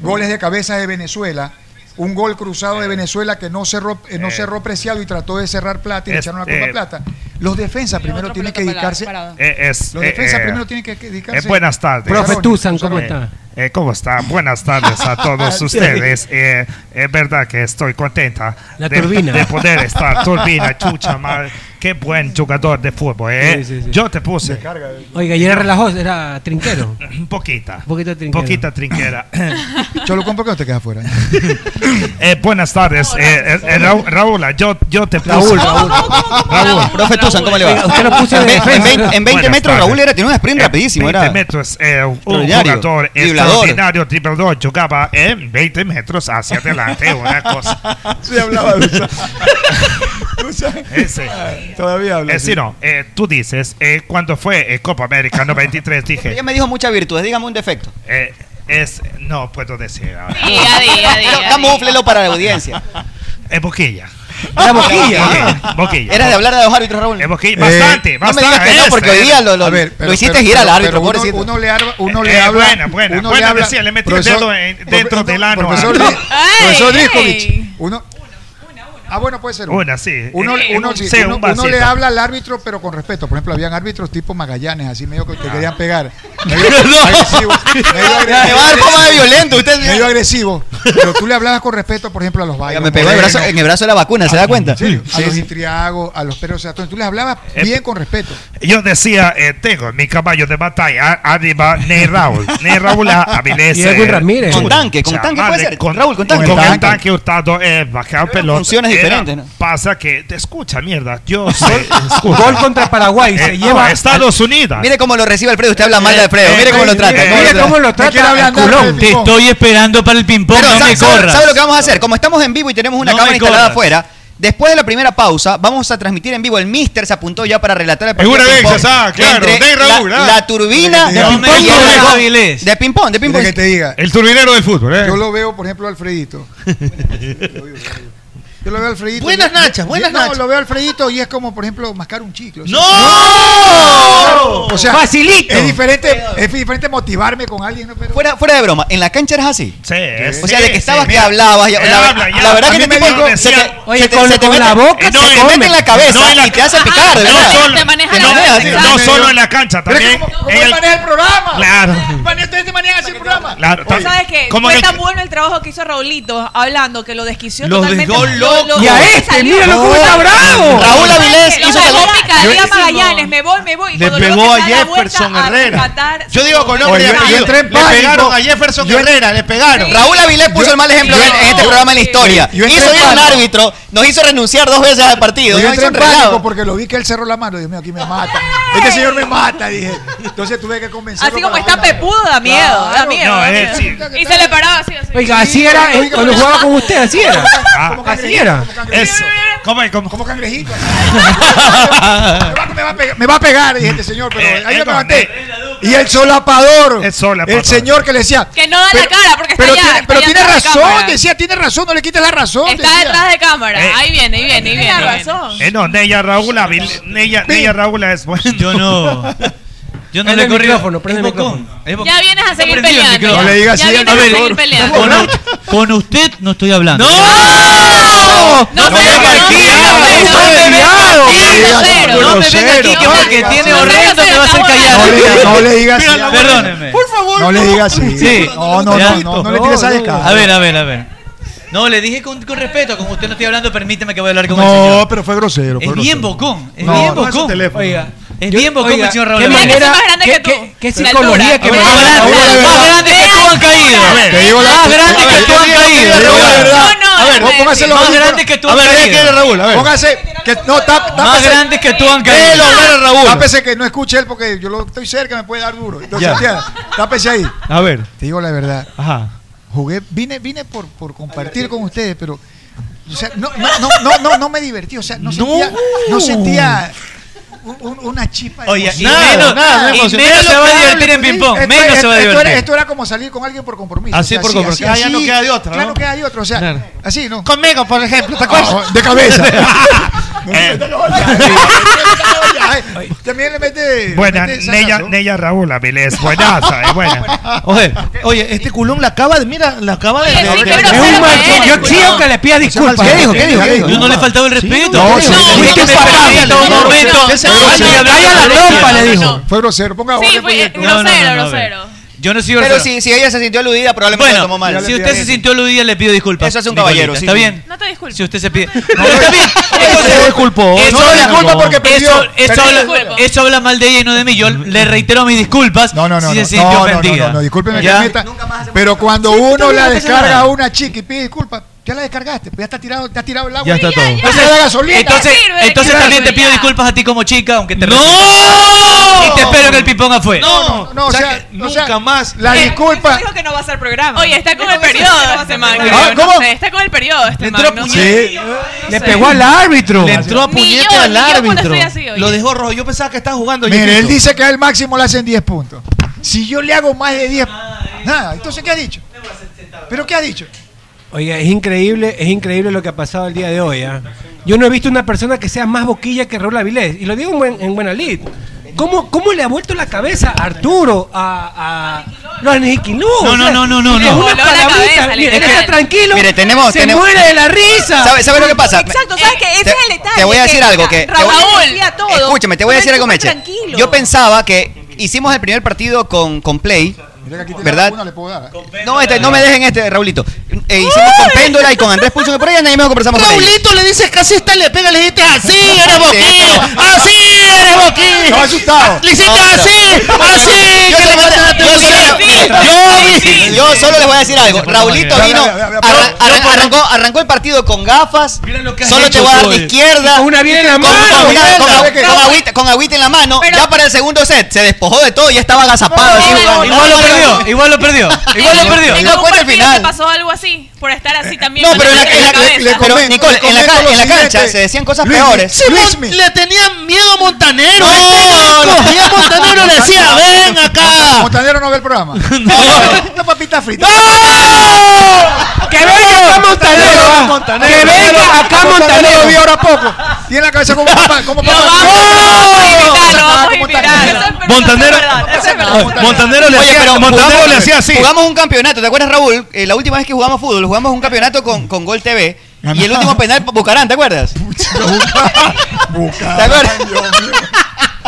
Speaker 19: Goles de cabeza de Venezuela, un gol cruzado de Venezuela que no cerró, eh, no
Speaker 6: Eh.
Speaker 19: cerró preciado y trató de cerrar plata y le
Speaker 6: Es-
Speaker 19: echaron la culpa a
Speaker 6: eh.
Speaker 19: plata. Los defensas primero tienen que dedicarse.
Speaker 6: Eh, es,
Speaker 19: Los
Speaker 6: eh,
Speaker 19: defensas
Speaker 6: eh,
Speaker 19: primero tienen que dedicarse.
Speaker 6: eh, buenas tardes.
Speaker 22: Profe Tuzan, ¿cómo está?
Speaker 6: Eh, ¿Cómo está? Buenas tardes a todos
Speaker 22: Sí.
Speaker 6: ustedes. Eh, es verdad que estoy contenta
Speaker 22: La
Speaker 6: de,
Speaker 22: turbina.
Speaker 6: de poder estar. Turbina, chucha, madre. Qué buen jugador de fútbol. eh. Yo te puse.
Speaker 22: Oiga, y era relajoso, era trinquero.
Speaker 6: Un poquita.
Speaker 22: Un poquito de trinquero.
Speaker 6: Poquita trinquera.
Speaker 19: Cholo, ¿por qué no te quedas fuera?
Speaker 6: Eh, buenas tardes. Eh, eh, eh, Raúl, Raúl, yo, yo te puse.
Speaker 17: Raúl, Raúl.
Speaker 6: Raúl.
Speaker 17: Profe Tuzan, ¿cómo le va?
Speaker 6: Oiga, usted lo puso de
Speaker 17: En ve-
Speaker 6: defensa.
Speaker 17: en veinte- en 20
Speaker 6: Buenas
Speaker 17: metros
Speaker 6: tardes.
Speaker 17: Raúl era, tenía un sprint
Speaker 6: Eh,
Speaker 17: rapidísimo.
Speaker 6: 20
Speaker 17: Era.
Speaker 6: metros, eh, un
Speaker 17: Extraordinario.
Speaker 6: jugador
Speaker 17: Driblador.
Speaker 6: extraordinario, driblador, jugaba en 20 metros hacia adelante, una cosa.
Speaker 19: Se hablaba de eso.
Speaker 6: Ese.
Speaker 19: Todavía
Speaker 6: Eh, sí, no, eh, tú dices, eh, cuando fue eh, Copa América 93, dije,
Speaker 17: Ella me dijo muchas virtudes, dígame un defecto.
Speaker 6: eh, es, no puedo decir ahora.
Speaker 17: Diga, diga, diga, No, camuflelo diga. para la audiencia.
Speaker 6: Es boquilla.
Speaker 17: Era boquilla.
Speaker 6: Boquilla, boquilla.
Speaker 17: Era de hablar de los árbitros, Raúl.
Speaker 6: Es boquilla,
Speaker 17: Eh,
Speaker 6: bastante,
Speaker 17: no me
Speaker 6: bastante.
Speaker 17: digas que no,
Speaker 6: ese,
Speaker 17: porque hoy día lo- lo-
Speaker 6: A ver,
Speaker 17: lo hiciste girar al árbitro,
Speaker 19: uno-
Speaker 17: pobrecito.
Speaker 19: Uno, le habla, uno
Speaker 6: Eh,
Speaker 19: le habla.
Speaker 6: buena, buena,
Speaker 19: uno
Speaker 6: buena, decía, le mete el dedo en- dentro del ano
Speaker 19: Profesor,
Speaker 6: al-
Speaker 19: Dri-
Speaker 6: ¡Ay,
Speaker 19: profesor
Speaker 6: ey!
Speaker 19: Driskovic, Uno, Ah, bueno, puede ser.
Speaker 6: Una, sí.
Speaker 19: Uno,
Speaker 6: Eh,
Speaker 19: uno-
Speaker 6: un-
Speaker 19: sí,
Speaker 6: sí,
Speaker 19: uno-
Speaker 6: un vasito.
Speaker 19: uno le habla al árbitro, pero con respeto. Por ejemplo, habían árbitros tipo Magallanes, así medio que
Speaker 6: Ah.
Speaker 19: te querían pegar. Medio
Speaker 17: No.
Speaker 19: agresivo. medio
Speaker 17: Ya,
Speaker 19: agresivo.
Speaker 17: le va a dar como de violento, usted-
Speaker 19: Medio agresivo. Pero tú le hablabas con respeto, por ejemplo, a los
Speaker 17: Oiga,
Speaker 19: bailes.
Speaker 17: me pegó el brazo- en el brazo de la vacuna,
Speaker 22: Ah,
Speaker 17: ¿se da cuenta?
Speaker 19: a los Itriago, a los perros Seatón. Tú les hablabas
Speaker 6: Eh,
Speaker 19: bien con respeto.
Speaker 6: Yo decía, eh, tengo mi caballo de batalla a- arriba, Ney Raúl. Ney Raúl a- Avilés. eh,
Speaker 22: Y Edwin Ramírez. Con
Speaker 17: tanque, con tanque puede ser. Raúl, con tanque.
Speaker 6: Con
Speaker 17: Con
Speaker 6: el tanque hurtado, eh, bajar pelota.
Speaker 17: funciones
Speaker 6: Era-
Speaker 17: diferentes, ¿no?
Speaker 6: Pasa que, te escucha, mierda, yo sé. escucha.
Speaker 22: Gol contra Paraguay, se
Speaker 6: Eh, no,
Speaker 22: lleva.
Speaker 6: Estados Unidos. Eh,
Speaker 17: Mire cómo lo recibe Alfredo, usted habla mal de Alfredo, mire cómo lo trata.
Speaker 22: Mire cómo lo trata. el culón.
Speaker 16: Te estoy esperando para el ping-pong,
Speaker 17: Pero
Speaker 16: no
Speaker 17: ¿sabe,
Speaker 16: me
Speaker 17: sabe-
Speaker 16: corras.
Speaker 17: sabe lo que vamos a hacer? Como estamos en vivo y tenemos una
Speaker 16: No
Speaker 17: cámara
Speaker 16: me
Speaker 17: instalada
Speaker 16: corras.
Speaker 17: afuera, después de la primera pausa vamos a transmitir en vivo. El Mister se apuntó ya para relatar el
Speaker 7: Es una
Speaker 17: de
Speaker 7: vez,
Speaker 17: ping-pong.
Speaker 7: ah, claro,
Speaker 17: Entre
Speaker 7: de Raúl,
Speaker 17: la,
Speaker 7: ah.
Speaker 17: la turbina
Speaker 19: De ping-pong con
Speaker 17: y el-
Speaker 19: Raúl
Speaker 17: De ping-pong, de ping-pong.
Speaker 19: Mira eh. que te diga.
Speaker 7: El turbinero del fútbol, ¿eh?
Speaker 19: Yo lo veo, por ejemplo, a Alfredito. Yo lo veo a Alfredito.
Speaker 11: Buenas
Speaker 19: Yo-
Speaker 11: nachas,
Speaker 19: yo-
Speaker 11: buenas
Speaker 19: no,
Speaker 11: nachas.
Speaker 19: lo veo a Alfredito y es como, por ejemplo, mascar un chicle. O sea,
Speaker 17: ¡No!
Speaker 19: O sea,
Speaker 17: Facilito.
Speaker 19: Es diferente, es diferente motivarme con alguien, ¿no? Pero-
Speaker 17: Fuera, fuera de broma, en la cancha eras así.
Speaker 6: Sí,
Speaker 17: O sea, de que
Speaker 6: sí,
Speaker 17: estabas
Speaker 6: sí.
Speaker 17: que hablabas. ya-
Speaker 6: Él
Speaker 17: la,
Speaker 6: habla, ya.
Speaker 17: la verdad
Speaker 6: A
Speaker 17: que
Speaker 6: mí
Speaker 17: este
Speaker 6: me
Speaker 17: tipo
Speaker 6: dijo,
Speaker 17: se te,
Speaker 6: decía,
Speaker 17: oye,
Speaker 6: oye,
Speaker 17: se te,
Speaker 6: con-
Speaker 17: se te
Speaker 6: con
Speaker 17: mete,
Speaker 6: la boca,
Speaker 17: se
Speaker 6: no,
Speaker 17: te
Speaker 6: en-
Speaker 17: mete en la cabeza
Speaker 6: no en la-
Speaker 17: y te hace picar, de
Speaker 6: no
Speaker 17: verdad.
Speaker 6: solo-
Speaker 17: Te maneja la
Speaker 6: no,
Speaker 17: cabeza,
Speaker 6: no
Speaker 17: exacto.
Speaker 6: solo en la cancha,
Speaker 17: Pero es
Speaker 6: también.
Speaker 17: como-
Speaker 19: ¿Cómo
Speaker 6: en el-
Speaker 19: maneja el programa?
Speaker 6: Claro.
Speaker 19: Maneja- Ustedes manejan así el programa.
Speaker 6: Claro,
Speaker 18: ¿Tú ¿Sabes qué?
Speaker 6: Como
Speaker 18: Fue
Speaker 6: en el-
Speaker 18: tan bueno el trabajo que hizo Raulito hablando que lo desquició
Speaker 6: Lo
Speaker 18: totalmente.
Speaker 6: dejó loco.
Speaker 22: Y a este, míralo cómo está bravo.
Speaker 17: Raúl Avilés
Speaker 18: Lo
Speaker 17: hizo
Speaker 18: dejó
Speaker 17: calor.
Speaker 18: picadía
Speaker 17: Yo-
Speaker 18: Magallanes, me voy, me voy. Y
Speaker 11: Le
Speaker 18: cuando luego
Speaker 11: pegó
Speaker 18: se
Speaker 11: a
Speaker 18: da la
Speaker 11: Jefferson
Speaker 18: vuelta a
Speaker 11: Herrera.
Speaker 18: rescatar,
Speaker 11: Yo digo con nombre
Speaker 19: Oye,
Speaker 11: y
Speaker 19: yo
Speaker 11: apellido.
Speaker 19: entré en
Speaker 11: Le pegaron
Speaker 19: pánico.
Speaker 11: a Jefferson
Speaker 19: Yo-
Speaker 11: Herrera, le pegaron.
Speaker 17: Raúl Avilés puso
Speaker 19: Yo-
Speaker 17: el mal ejemplo
Speaker 19: yo-
Speaker 17: en, en este
Speaker 19: no.
Speaker 17: programa en la historia.
Speaker 19: Yo- yo entré
Speaker 17: hizo
Speaker 19: en
Speaker 17: ir un
Speaker 19: pánico.
Speaker 17: árbitro, nos hizo renunciar dos veces al partido.
Speaker 19: yo
Speaker 17: nos hizo
Speaker 19: entré
Speaker 17: un
Speaker 19: en
Speaker 17: regalo.
Speaker 19: pánico porque lo vi que él cerró la mano. Dios mío, aquí me mata. Este señor me mata, dije. Entonces tuve que convencerlo.
Speaker 18: Así como
Speaker 19: para
Speaker 18: está
Speaker 19: que-
Speaker 18: pepudo, da miedo, da
Speaker 19: Claro.
Speaker 18: miedo.
Speaker 19: No,
Speaker 18: da
Speaker 19: es-
Speaker 18: miedo. Y se le paraba así, así.
Speaker 22: Oiga, así era eh, cuando jugaba con usted, así era.
Speaker 6: Ah,
Speaker 22: Así era.
Speaker 6: es- ¿Cómo es? ¿Cómo?
Speaker 19: Como cangrejito. así. me, va a pegar, me va a pegar, dije este señor, pero
Speaker 6: Eh,
Speaker 19: ahí
Speaker 6: eh,
Speaker 19: yo me
Speaker 6: con-
Speaker 19: levanté. Y el solapador. El
Speaker 6: solapador.
Speaker 19: señor que le decía.
Speaker 18: Que no da la cara porque está
Speaker 19: pero
Speaker 18: allá,
Speaker 19: tiene,
Speaker 18: está
Speaker 19: pero
Speaker 18: allá
Speaker 19: tiene
Speaker 18: atrás de
Speaker 19: razón,
Speaker 18: cámara.
Speaker 19: decía, tiene razón, no le quites la razón.
Speaker 18: Está
Speaker 19: decía.
Speaker 18: detrás de cámara.
Speaker 6: Eh.
Speaker 18: Ahí viene, ahí viene, ahí viene.
Speaker 6: Tiene
Speaker 18: razón.
Speaker 6: Eh, no, Neya Raúl, Avil- Neya, Neya Raúl es bueno.
Speaker 16: Yo no. Yo no
Speaker 22: Prende
Speaker 16: le he
Speaker 22: el
Speaker 16: corrido.
Speaker 22: micrófono, prende el
Speaker 16: Es bocón, es bocón.
Speaker 21: Ya vienes a seguir
Speaker 16: Prendido el
Speaker 21: peleando.
Speaker 16: micrófono.
Speaker 21: ya vienes a seguir peleando.
Speaker 16: Con, con usted no estoy hablando. ¡No!
Speaker 21: No me venga aquí.
Speaker 16: No me venga aquí.
Speaker 21: grosero.
Speaker 16: No me venga aquí que porque tiene horrendo me va a hacer callar.
Speaker 19: No le digas así.
Speaker 16: Perdóneme.
Speaker 19: Por favor. No le digas así.
Speaker 16: Sí.
Speaker 19: No, no,
Speaker 16: Ya.
Speaker 19: no, no, no le tires a descarga.
Speaker 16: A ver, a ver, a ver. No, le dije con, con respeto, como usted no estoy hablando, permíteme que voy a hablar con el señor.
Speaker 19: No, pero fue grosero.
Speaker 16: Es
Speaker 19: fue
Speaker 16: bien
Speaker 19: grosero.
Speaker 16: bocón, es
Speaker 19: No,
Speaker 16: bien
Speaker 19: no es su
Speaker 16: bocón.
Speaker 19: teléfono.
Speaker 16: Oiga, es bien bocón
Speaker 22: oiga,
Speaker 16: el señor Raúl.
Speaker 22: qué
Speaker 16: Amaya.
Speaker 22: manera-
Speaker 16: Más
Speaker 22: Más
Speaker 16: grande que tú.
Speaker 22: ¿Qué
Speaker 16: La
Speaker 22: psicología
Speaker 16: altura.
Speaker 22: que
Speaker 16: Más
Speaker 22: me
Speaker 16: grande- Más grande que tú han caído.
Speaker 22: Te digo la-
Speaker 16: Más grande
Speaker 22: A
Speaker 16: que
Speaker 22: ver,
Speaker 16: tú
Speaker 22: yo
Speaker 16: han
Speaker 22: digo-
Speaker 16: caído.
Speaker 22: yo digo la
Speaker 16: Raúl.
Speaker 22: verdad.
Speaker 19: A ver, vos póngase los
Speaker 16: Más
Speaker 19: audífonos.
Speaker 16: grande que tú
Speaker 19: A
Speaker 16: han
Speaker 19: ver,
Speaker 16: caído.
Speaker 19: déjele, Raúl, a ver. Póngase. Que, no, tap, tápese.
Speaker 16: Más grande que tú han caído.
Speaker 19: Déjelo hablar a Raúl. Tápese que no escuche él porque yo lo estoy cerca, me puede dar duro. Entonces,
Speaker 23: Ya.
Speaker 19: ¿entiendes? Tápese ahí.
Speaker 23: A ver.
Speaker 19: Te digo la verdad.
Speaker 23: Ajá.
Speaker 19: Jugué, vine, vine por, por compartir con ustedes, pero. O sea, no, no, no, no, no, no me divertí. O sea, no, sentía. No sentía un- un- una chispa de
Speaker 16: Oye, y
Speaker 19: emoción.
Speaker 16: menos- y
Speaker 19: de emoción.
Speaker 16: menos
Speaker 19: Era
Speaker 16: se va a
Speaker 19: notable,
Speaker 16: divertir en
Speaker 19: pues,
Speaker 16: ping-pong,
Speaker 19: esto
Speaker 16: menos
Speaker 19: era-
Speaker 16: se va a
Speaker 19: esto era-
Speaker 16: divertir.
Speaker 19: Esto era como salir con alguien por compromiso.
Speaker 11: Así por compromiso. Ah, ya no queda de otra,
Speaker 19: Claro,
Speaker 11: ¿no?
Speaker 19: queda de otra. O sea,
Speaker 11: Claro.
Speaker 19: así, ¿no?
Speaker 11: Conmigo, por ejemplo, ¿te acuerdas?
Speaker 19: Ah, de cabeza. Ay, También le mete.
Speaker 14: Buena,
Speaker 19: le mete
Speaker 14: Neya,
Speaker 19: sanazo.
Speaker 14: Neya Raúl, Avilés, buenaza,
Speaker 6: eh,
Speaker 14: es buena.
Speaker 11: Oye, Ah, oye, este culón la acaba de, mira, la acaba de.
Speaker 21: Oye,
Speaker 11: de-
Speaker 21: sí,
Speaker 11: de-
Speaker 21: qué
Speaker 11: de-
Speaker 21: grosero que eres,
Speaker 22: Yo exijo
Speaker 11: culón.
Speaker 22: que le pida disculpas.
Speaker 11: ¿Qué dijo? ¿Qué dijo? ¿Qué dijo?
Speaker 16: Yo no le faltaba el respeto.
Speaker 19: No, sí, sí,
Speaker 16: es que me permita
Speaker 19: sí, sí, sí,
Speaker 16: un
Speaker 19: sí,
Speaker 16: momento.
Speaker 19: sí, sí,
Speaker 16: Yo
Speaker 19: sí,
Speaker 16: estoy
Speaker 19: sí,
Speaker 16: hablando
Speaker 19: sí,
Speaker 16: de
Speaker 19: sí,
Speaker 16: la ropa,
Speaker 19: sí,
Speaker 16: le
Speaker 19: sí,
Speaker 16: dijo.
Speaker 19: Fue grosero. Ponga
Speaker 21: Sí,
Speaker 19: orden, pues,
Speaker 21: fue eh,
Speaker 19: proyecto.
Speaker 16: No, no,
Speaker 21: grosero,
Speaker 16: no, no, a ver.
Speaker 21: grosero.
Speaker 16: Yo no soy
Speaker 17: Pero
Speaker 16: grosero.
Speaker 17: si, si ella se sintió aludida, probablemente lo tomó
Speaker 16: Bueno,
Speaker 17: mal.
Speaker 16: si usted se sintió aludida, le pido disculpas.
Speaker 17: Eso es un
Speaker 16: Nicolita,
Speaker 17: caballero, sí.
Speaker 16: ¿Está bien?
Speaker 21: No te disculpo.
Speaker 16: Si usted se pide. No, está bien.
Speaker 11: se disculpó.
Speaker 16: Eso
Speaker 11: No se
Speaker 16: habla-
Speaker 11: disculpa porque perdió.
Speaker 16: Eso, eso
Speaker 11: Perdió.
Speaker 16: habla, eso habla mal de ella y no de mí. Yo le reitero mis disculpas.
Speaker 19: No, no, no.
Speaker 16: Si
Speaker 19: no,
Speaker 16: se sintió
Speaker 19: no, no,
Speaker 16: ofendida.
Speaker 19: no, no, no, discúlpeme que
Speaker 16: ¿Ya?
Speaker 19: meta, Pero cuando uno
Speaker 16: también
Speaker 19: la
Speaker 16: no pasa
Speaker 19: descarga
Speaker 16: nada.
Speaker 19: a una chica y pide disculpas, ya la descargaste, pues ya está tirado, te ha tirado el agua.
Speaker 11: Ya está todo.
Speaker 19: No se la gasolina.
Speaker 16: Entonces,
Speaker 21: ¿Qué sirve?
Speaker 16: entonces
Speaker 21: ¿Qué
Speaker 16: también te
Speaker 21: sirve?
Speaker 16: pido
Speaker 21: Ya.
Speaker 16: disculpas a ti como chica, aunque te
Speaker 11: ¡No!
Speaker 16: respete. Y te espero que el pipón afuera.
Speaker 11: No,
Speaker 19: no, o sea, o sea,
Speaker 11: nunca más.
Speaker 19: la disculpa.
Speaker 18: Dijo que no va a ser programa.
Speaker 21: Oye, está con
Speaker 18: Dijo
Speaker 21: el
Speaker 18: que
Speaker 21: periodo
Speaker 18: sí, no va a
Speaker 21: este
Speaker 18: ser
Speaker 21: man.
Speaker 18: programa.
Speaker 21: creo,
Speaker 19: Ah,
Speaker 21: no
Speaker 19: ¿cómo?
Speaker 21: sé, Está con el periodo este man. ¿no?
Speaker 19: Sí.
Speaker 22: Le pegó al árbitro.
Speaker 11: Le entró a
Speaker 21: Ni
Speaker 11: puñete
Speaker 21: yo,
Speaker 11: al
Speaker 21: ni yo cuando
Speaker 11: árbitro.
Speaker 21: estoy así, oye.
Speaker 11: Lo dejó rojo. Yo pensaba que estaba jugando.
Speaker 19: Mire, él
Speaker 11: Yepito.
Speaker 19: dice que al máximo le hacen 10 puntos. Si yo le hago más de 10. Nada, entonces, ¿qué ha dicho? ¿Pero qué ha dicho?
Speaker 22: Oiga, es increíble, es increíble lo que ha pasado el día de hoy. ¿ah? Yo no he visto una persona que sea más boquilla que Raúl Avilés. Y lo digo en, buen- en buena lid. ¿Cómo, ¿Cómo le ha vuelto la cabeza a Arturo, a, a los Niquilú?
Speaker 16: No, no, no, no, no,
Speaker 22: Es
Speaker 16: no.
Speaker 22: una
Speaker 21: Voló la
Speaker 22: palabrita,
Speaker 21: cabeza,
Speaker 22: mire,
Speaker 21: literal.
Speaker 22: está tranquilo.
Speaker 17: Mire, tenemos-
Speaker 22: se
Speaker 17: tenemos-
Speaker 22: muere de la risa.
Speaker 17: ¿Sabe, sabe lo que pasa?
Speaker 18: Exacto, ¿sabes qué? Ese
Speaker 17: Eh, Te-
Speaker 18: es el detalle.
Speaker 17: te voy a
Speaker 18: que
Speaker 17: decir algo que-
Speaker 18: Raúl
Speaker 17: te voy-
Speaker 18: decía todo.
Speaker 17: Escúchame, te voy a decir algo,
Speaker 18: Súper
Speaker 17: Meche.
Speaker 18: tranquilo.
Speaker 17: Yo pensaba que hicimos el primer partido con, con Play.
Speaker 19: Mira que aquí tiene
Speaker 17: ¿Verdad?
Speaker 19: alguna, le puedo dar. ¿eh?
Speaker 17: No, este, no me dejen este, Raulito. Eh, hicimos con Péndola y con Andrés Pulso, que por ahí nadie mejor conversamos con ellos.
Speaker 11: Raulito le dices que así está, le pega, le dijiste así, eres boquilla, así eres
Speaker 19: Estaba
Speaker 11: boquilla.
Speaker 19: asustado.
Speaker 11: Le hiciste
Speaker 17: No,
Speaker 11: así, así,
Speaker 17: Yo
Speaker 11: que le
Speaker 17: solo-
Speaker 11: mataste la
Speaker 17: yo solo-
Speaker 11: atención.
Speaker 17: yo
Speaker 11: Sí,
Speaker 17: vi- Yo solo les voy a decir algo. Raulito vino, arran- arran- arrancó, arrancó el partido con gafas.
Speaker 11: lo que has
Speaker 17: Solo
Speaker 11: hecho
Speaker 17: te voy a dar
Speaker 11: tú,
Speaker 17: de
Speaker 11: oye.
Speaker 17: izquierda.
Speaker 22: Con una bien en la
Speaker 17: con-
Speaker 22: mano.
Speaker 17: con-
Speaker 22: mira,
Speaker 17: con-
Speaker 22: ¿sabe
Speaker 17: con agüita- Con agüita en la mano. Ya para el segundo set se despojó de todo y ya estaba agazapado. así, jugando.
Speaker 16: Igual lo perdió, igual lo perdió. Igual lo perdió.
Speaker 21: En
Speaker 17: No
Speaker 21: algún
Speaker 17: cuenta el
Speaker 21: partido
Speaker 17: final.
Speaker 21: te pasó algo así, por estar así también.
Speaker 17: No,
Speaker 21: con
Speaker 17: pero en la,
Speaker 21: golpe
Speaker 17: en la-
Speaker 21: cabeza.
Speaker 19: le- le-
Speaker 17: pero,
Speaker 19: comento-
Speaker 17: Nicole,
Speaker 19: le
Speaker 17: en, la, ca-
Speaker 19: comento
Speaker 17: en la
Speaker 19: lo
Speaker 17: cancha
Speaker 19: siguiente.
Speaker 17: se decían cosas
Speaker 19: Luismi,
Speaker 17: peores.
Speaker 11: Simón,
Speaker 19: Luismi.
Speaker 11: le tenían miedo a Montanero.
Speaker 17: No,
Speaker 11: este loco.
Speaker 17: no.
Speaker 11: Y a Montanero le decía, ven acá.
Speaker 19: Montanero no ve el programa. Una papita frita.
Speaker 22: Que venga acá Montanero. ah. Que venga acá
Speaker 19: Lo vi
Speaker 22: Montanero.
Speaker 19: ahora poco. Tiene la cabeza como papá. Como
Speaker 21: Lo
Speaker 19: papá.
Speaker 21: vamos
Speaker 17: ¡Oh!
Speaker 21: a
Speaker 19: Como
Speaker 21: invitar, lo
Speaker 19: tal.
Speaker 21: vamos a invitar. Eso
Speaker 7: Montanero-
Speaker 21: es verdad, eso es verdad.
Speaker 7: Montanero le
Speaker 17: Oye,
Speaker 7: hacía,
Speaker 17: pero
Speaker 7: Montanero
Speaker 17: jugamos,
Speaker 7: le hacía así.
Speaker 17: jugamos un campeonato. ¿Te acuerdas, Raúl? Eh, la última vez que jugamos fútbol, jugamos un campeonato con, con Gol TV.
Speaker 11: Ah,
Speaker 17: Y el último penal, Bucarán, ¿te acuerdas? ¿Te acuerdas?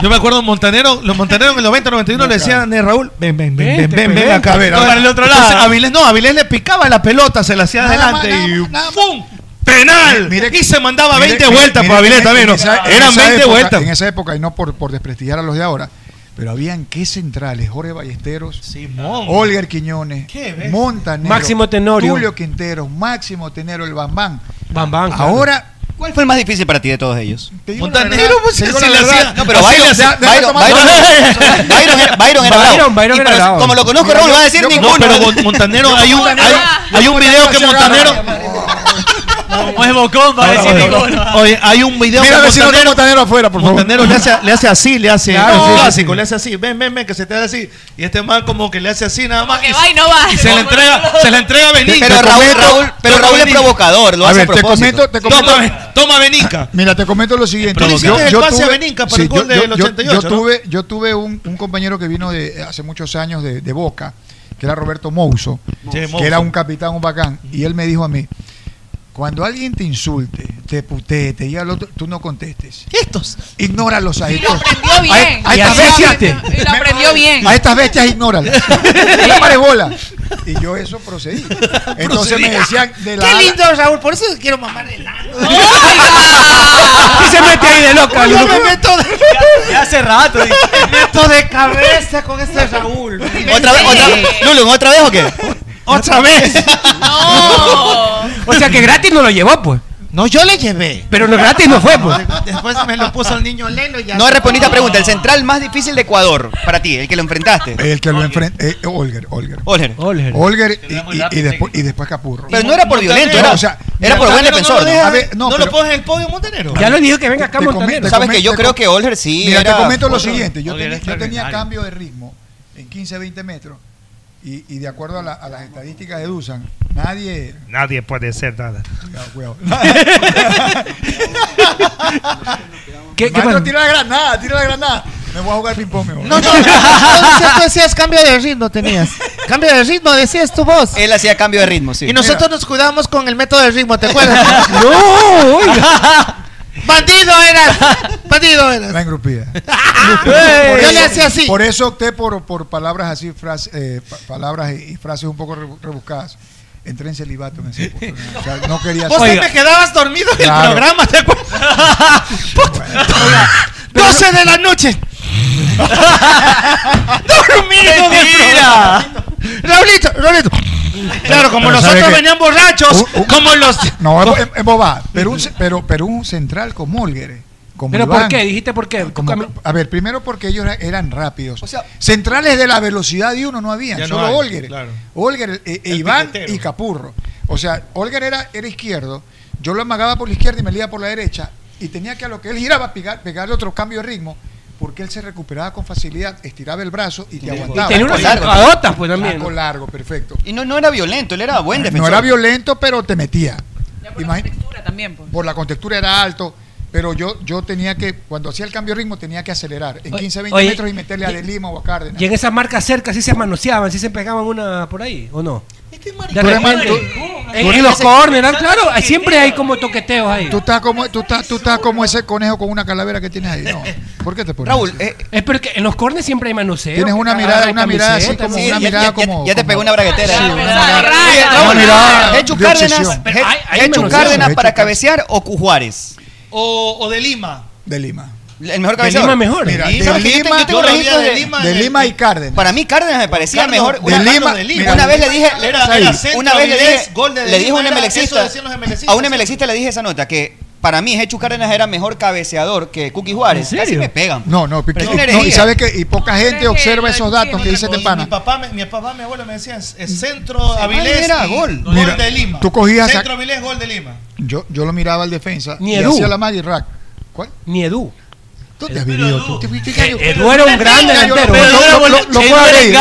Speaker 11: Yo me acuerdo Montanero, los Montaneros en el 90, 91 le decían, eh, Raúl, ven, ven, ven, ven,
Speaker 22: Vente,
Speaker 11: ven,
Speaker 22: pues,
Speaker 11: ven acá.
Speaker 22: vente.
Speaker 11: No,
Speaker 7: Para el otro lado.
Speaker 11: Entonces, Avilés, no, Avilés le picaba la pelota, se la hacía
Speaker 19: Nada más,
Speaker 11: adelante
Speaker 19: nada
Speaker 11: y
Speaker 19: más, nada más.
Speaker 11: ¡pum! ¡Penal!
Speaker 19: Mire-
Speaker 11: y se mandaba
Speaker 19: Mire,
Speaker 11: 20
Speaker 19: mire,
Speaker 11: vueltas
Speaker 19: mire,
Speaker 11: para Avilés
Speaker 19: mire,
Speaker 11: también, ¿no?
Speaker 19: en esa- en
Speaker 11: Eran
Speaker 19: esa
Speaker 11: 20
Speaker 19: época-
Speaker 11: vueltas.
Speaker 19: En esa época, y no por, por desprestigiar a los de ahora, pero habían qué centrales, Jorge Ballesteros,
Speaker 11: Simón.
Speaker 19: Olger Quiñones,
Speaker 11: ¿Qué ves?
Speaker 19: Montanero,
Speaker 22: Máximo Tenorio.
Speaker 19: Tulio Quintero, Máximo Tenero, el Bambán.
Speaker 22: Bam, bam, claro.
Speaker 19: Ahora,
Speaker 17: ¿Cuál fue el más difícil para ti de todos ellos?
Speaker 19: te digo la
Speaker 11: Montanero,
Speaker 19: verdad,
Speaker 11: pues
Speaker 19: te
Speaker 11: si
Speaker 19: digo la
Speaker 11: le
Speaker 19: verdad,
Speaker 11: hacía.
Speaker 17: No, pero
Speaker 11: así le
Speaker 17: Byron,
Speaker 11: hacía-
Speaker 19: deja
Speaker 17: Byron,
Speaker 19: tomar-
Speaker 17: Byron, Byron era, Byron
Speaker 22: Byron-
Speaker 17: era bravo.
Speaker 22: Byron
Speaker 17: Y
Speaker 22: era
Speaker 17: para-
Speaker 22: bravo.
Speaker 17: Como lo conozco,
Speaker 19: Mira,
Speaker 17: Raúl,
Speaker 19: yo-
Speaker 17: va a decir
Speaker 19: yo-
Speaker 11: No,
Speaker 17: ninguno.
Speaker 11: pero Mon- Montanero, hay un, hay, hay un video que Montanero.
Speaker 16: Como es bocón, va a decir ninguno.
Speaker 11: Oye, hay un video
Speaker 16: Mira
Speaker 11: con
Speaker 16: a ver si no está
Speaker 11: Montanero
Speaker 19: afuera, por favor.
Speaker 11: Montanero le hace, le hace así, le hace
Speaker 7: Claro,
Speaker 11: un
Speaker 7: sí, sí,
Speaker 11: clásico,
Speaker 7: sí.
Speaker 11: le hace así, ven, ven, ven, que se te hace así. Y este man como que le hace así nada más.
Speaker 21: que
Speaker 11: y,
Speaker 21: va y no va.
Speaker 11: y se le entrega, se le entrega a Benica.
Speaker 17: Pero Raúl- Raúl- pero Raúl es provocador, lo
Speaker 19: a
Speaker 17: hace a
Speaker 19: ver, te
Speaker 17: propósito.
Speaker 19: comento, te comento.
Speaker 11: Toma, toma Benica.
Speaker 19: Mira, te comento lo siguiente.
Speaker 11: Tú le hiciste el pase a Benica para el
Speaker 19: yo-
Speaker 11: gol
Speaker 19: yo-
Speaker 11: del
Speaker 19: yo-
Speaker 11: 88,
Speaker 19: Yo
Speaker 11: ¿no?
Speaker 19: tuve, yo tuve un, un compañero que vino de hace muchos años de, de Boca, que era Roberto Mouso,
Speaker 11: Sí, Mouso.
Speaker 19: que era un capitán, un bacán, y él me dijo a mí, cuando alguien te insulte, te putee, te diga al otro, tú no contestes.
Speaker 11: Estos.
Speaker 19: Ignóralos a estos.
Speaker 18: aprendió bien.
Speaker 19: A, a
Speaker 18: Y
Speaker 19: estas
Speaker 18: así
Speaker 19: bestias.
Speaker 18: aprendió- y lo aprendió bien.
Speaker 19: A estas bestias ignóralas. No le pares bola. Y yo eso procedí. Entonces me
Speaker 11: Procedí.
Speaker 19: decían de la
Speaker 11: Qué
Speaker 19: ala-
Speaker 11: lindo, Raúl, por eso quiero mamar el
Speaker 19: Y se mete ahí de loca,
Speaker 11: Yo
Speaker 19: loco.
Speaker 11: me meto de,
Speaker 16: Ya hace rato. dice.
Speaker 11: me meto de cabeza con este Raúl.
Speaker 17: ¿Otra vez? ¿Otra Lulun, ¿otra vez o qué?
Speaker 11: ¿Otra vez?
Speaker 22: O sea que gratis no lo llevó, pues.
Speaker 11: No, yo le llevé.
Speaker 22: Pero no gratis no fue, pues.
Speaker 11: Después me lo puso el niño Lelo y ya.
Speaker 17: No respondí esta pregunta. El central más difícil de Ecuador, para ti, el que lo enfrentaste.
Speaker 19: El que lo enfrenta. eh, Olger, Olger.
Speaker 17: Olger.
Speaker 22: Olger.
Speaker 19: y, y- y después, y después Capurro.
Speaker 17: Pero no era por violento, era- era por buen defensor, ¿no?
Speaker 19: A ver,
Speaker 11: No,
Speaker 19: no,
Speaker 11: lo
Speaker 19: pero-
Speaker 11: pones en el podio, Montanero.
Speaker 19: Ya
Speaker 22: lo dijo que venga
Speaker 19: acá, Montanero. Te
Speaker 17: Sabes que
Speaker 19: comento-
Speaker 17: yo
Speaker 19: te
Speaker 17: creo
Speaker 19: com-
Speaker 17: que Olger sí.
Speaker 19: Mira, te
Speaker 17: era-
Speaker 19: comento lo
Speaker 17: Olger.
Speaker 19: siguiente. Yo,
Speaker 17: Olger
Speaker 19: tenía-
Speaker 17: es
Speaker 19: yo tenía
Speaker 17: extraordinario.
Speaker 19: cambio de ritmo en 15, 20 metros. Y, y de acuerdo a, la- a las estadísticas de Dusan, nadie.
Speaker 6: Nadie puede ser nada.
Speaker 19: Cuidado, cuidado. Maestro, tira la granada, tira la granada. Me voy a jugar ping-pong mejor.
Speaker 11: No, no, no, decías- tú decías cambio de ritmo, tenías. Cambio de ritmo, decías tu voz.
Speaker 17: Él hacía cambio de ritmo, sí.
Speaker 11: Y nosotros nos cuidábamos con el método de ritmo, ¿te acuerdas?
Speaker 22: ¡No!
Speaker 11: ¡Bandido eras! ¡Bandido eras!
Speaker 19: La engrupida.
Speaker 11: Yo le hacía así.
Speaker 19: Por eso opté por, por palabras así, frase- eh, pa- palabras y, y frases un poco rebu- rebuscadas. Entré en celibato en ese punto. O sea, no quería
Speaker 11: Vos
Speaker 19: ser-
Speaker 11: ahí me quedabas dormido en el
Speaker 19: Claro.
Speaker 11: programa, ¿te acuerdas? Puta. 12 de la noche. Dormido en el programa. Raulito, Raulito. Claro, como
Speaker 19: Pero ¿sabe
Speaker 11: nosotros
Speaker 19: qué? Uh,
Speaker 11: venían borrachos, como los.
Speaker 19: No, es, es- es bobada. Pero un, ce- pero, pero un central como Olguere. como
Speaker 22: ¿Pero
Speaker 19: Iván,
Speaker 22: por qué? ¿Dijiste por qué?
Speaker 19: como- a ver, primero porque ellos era- eran rápidos. Centrales de la velocidad de uno no había,
Speaker 11: Ya no
Speaker 19: solo
Speaker 11: hay,
Speaker 19: Olguer.
Speaker 11: claro.
Speaker 19: Olguer, eh, eh, Iván y Capurro. O sea, Olguer era, era izquierdo, yo lo amagaba por la izquierda y me leía por la derecha. Y tenía que a lo que él giraba pegar, pegarle otro cambio de ritmo, porque él se recuperaba con facilidad, estiraba el brazo y te aguantaba.
Speaker 17: tenía unas zancadota, pues, también.
Speaker 19: Taco largo, perfecto.
Speaker 17: Y no, no era violento, él era buen defensor.
Speaker 19: No era violento, pero te metía. Por la
Speaker 18: contextura también. pues.
Speaker 19: Por la contextura era alto, pero yo, yo tenía que, cuando hacía el cambio de ritmo, tenía que acelerar en
Speaker 22: Oye,
Speaker 19: 15, 20
Speaker 22: oye,
Speaker 19: metros y meterle a
Speaker 22: y-
Speaker 19: De Lima o a Cárdenas.
Speaker 22: Y en esas marcas cerca sí se manoseaban, sí se pegaban una por ahí, ¿o no? De
Speaker 19: Tú eres
Speaker 22: repente.
Speaker 19: mal- tú-
Speaker 22: en,
Speaker 19: tú
Speaker 22: en
Speaker 19: eres-
Speaker 22: los corners, ¿no? claro, hay- siempre hay como toqueteos ahí.
Speaker 19: Tú estás como, tú estás, tú estás como ese conejo con una calavera que tienes ahí. No. ¿Por qué te pones?
Speaker 22: Raúl,
Speaker 19: así?
Speaker 22: es porque en los corners siempre hay manoseo.
Speaker 19: eh,
Speaker 22: Ah,
Speaker 19: Tienes una mirada, una mirada así como
Speaker 22: Sí,
Speaker 19: una
Speaker 22: ya-
Speaker 19: mirada
Speaker 22: ya-
Speaker 19: como.
Speaker 17: Ya te pegó una braguetera.
Speaker 19: Sí,
Speaker 17: ¿no?
Speaker 19: una
Speaker 17: Oye,
Speaker 19: mirada-
Speaker 17: Raúl,
Speaker 19: una mirada
Speaker 17: Hechu
Speaker 19: de
Speaker 17: Cárdenas,
Speaker 19: obsesión.
Speaker 17: He-
Speaker 19: Ahí- ahí
Speaker 17: Hechu
Speaker 19: me lo
Speaker 17: Cárdenas
Speaker 19: siento,
Speaker 17: para
Speaker 19: Hechu
Speaker 17: cabecear o Cu- Juárez.
Speaker 11: O, o de Lima.
Speaker 19: De Lima.
Speaker 17: El mejor cabeceador.
Speaker 19: Lima mejor. Mira, de
Speaker 17: ¿Sabes que yo
Speaker 19: Lima-
Speaker 17: te- yo tengo
Speaker 19: yo lo
Speaker 17: registros
Speaker 19: veía de Lima en el- y Cárdenas.
Speaker 17: Para mí Cárdenas me parecía
Speaker 19: Cárdenas,
Speaker 17: mejor.
Speaker 19: de
Speaker 17: Una,
Speaker 19: Lima- mira,
Speaker 17: una
Speaker 19: de
Speaker 17: vez le
Speaker 19: Lima
Speaker 17: dije,
Speaker 19: era-
Speaker 17: era-
Speaker 19: era
Speaker 17: era-
Speaker 19: centro,
Speaker 17: una vez le
Speaker 19: Vilés,
Speaker 17: dije,
Speaker 11: gol de
Speaker 17: le dije a
Speaker 11: Lima era-
Speaker 17: un
Speaker 11: eso
Speaker 17: MLXista,
Speaker 11: decían los MLXistas.
Speaker 17: a un MLXista le dije esa nota que para mí Hechu Cárdenas era mejor cabeceador que Cookie Juárez. Casi me pegan.
Speaker 19: No, no, porque-
Speaker 17: Pero es una
Speaker 19: no, y
Speaker 17: herejía.
Speaker 19: sabes que y poca gente observa esos datos que dice
Speaker 11: Oye,
Speaker 19: este
Speaker 11: Mi
Speaker 19: pana.
Speaker 11: papá, me- mi papá, mi abuelo me decían, es centro
Speaker 17: Se
Speaker 11: Avilés.
Speaker 17: era
Speaker 11: y
Speaker 17: gol.
Speaker 11: Gol
Speaker 19: Mira,
Speaker 11: de Lima.
Speaker 19: tú cogías a-
Speaker 11: Centro Avilés, gol de Lima.
Speaker 19: Yo, yo lo miraba al defensa
Speaker 22: Ni
Speaker 19: y
Speaker 22: Edu.
Speaker 19: hacía la Magic Rack. ¿Cuál?
Speaker 22: Ni Edu. Eh,
Speaker 19: Tú te has vivido tú. Te fuiste gallo.
Speaker 22: Edu era un gran delantero.
Speaker 19: Lo- lo- lo- Lo puedo abrir.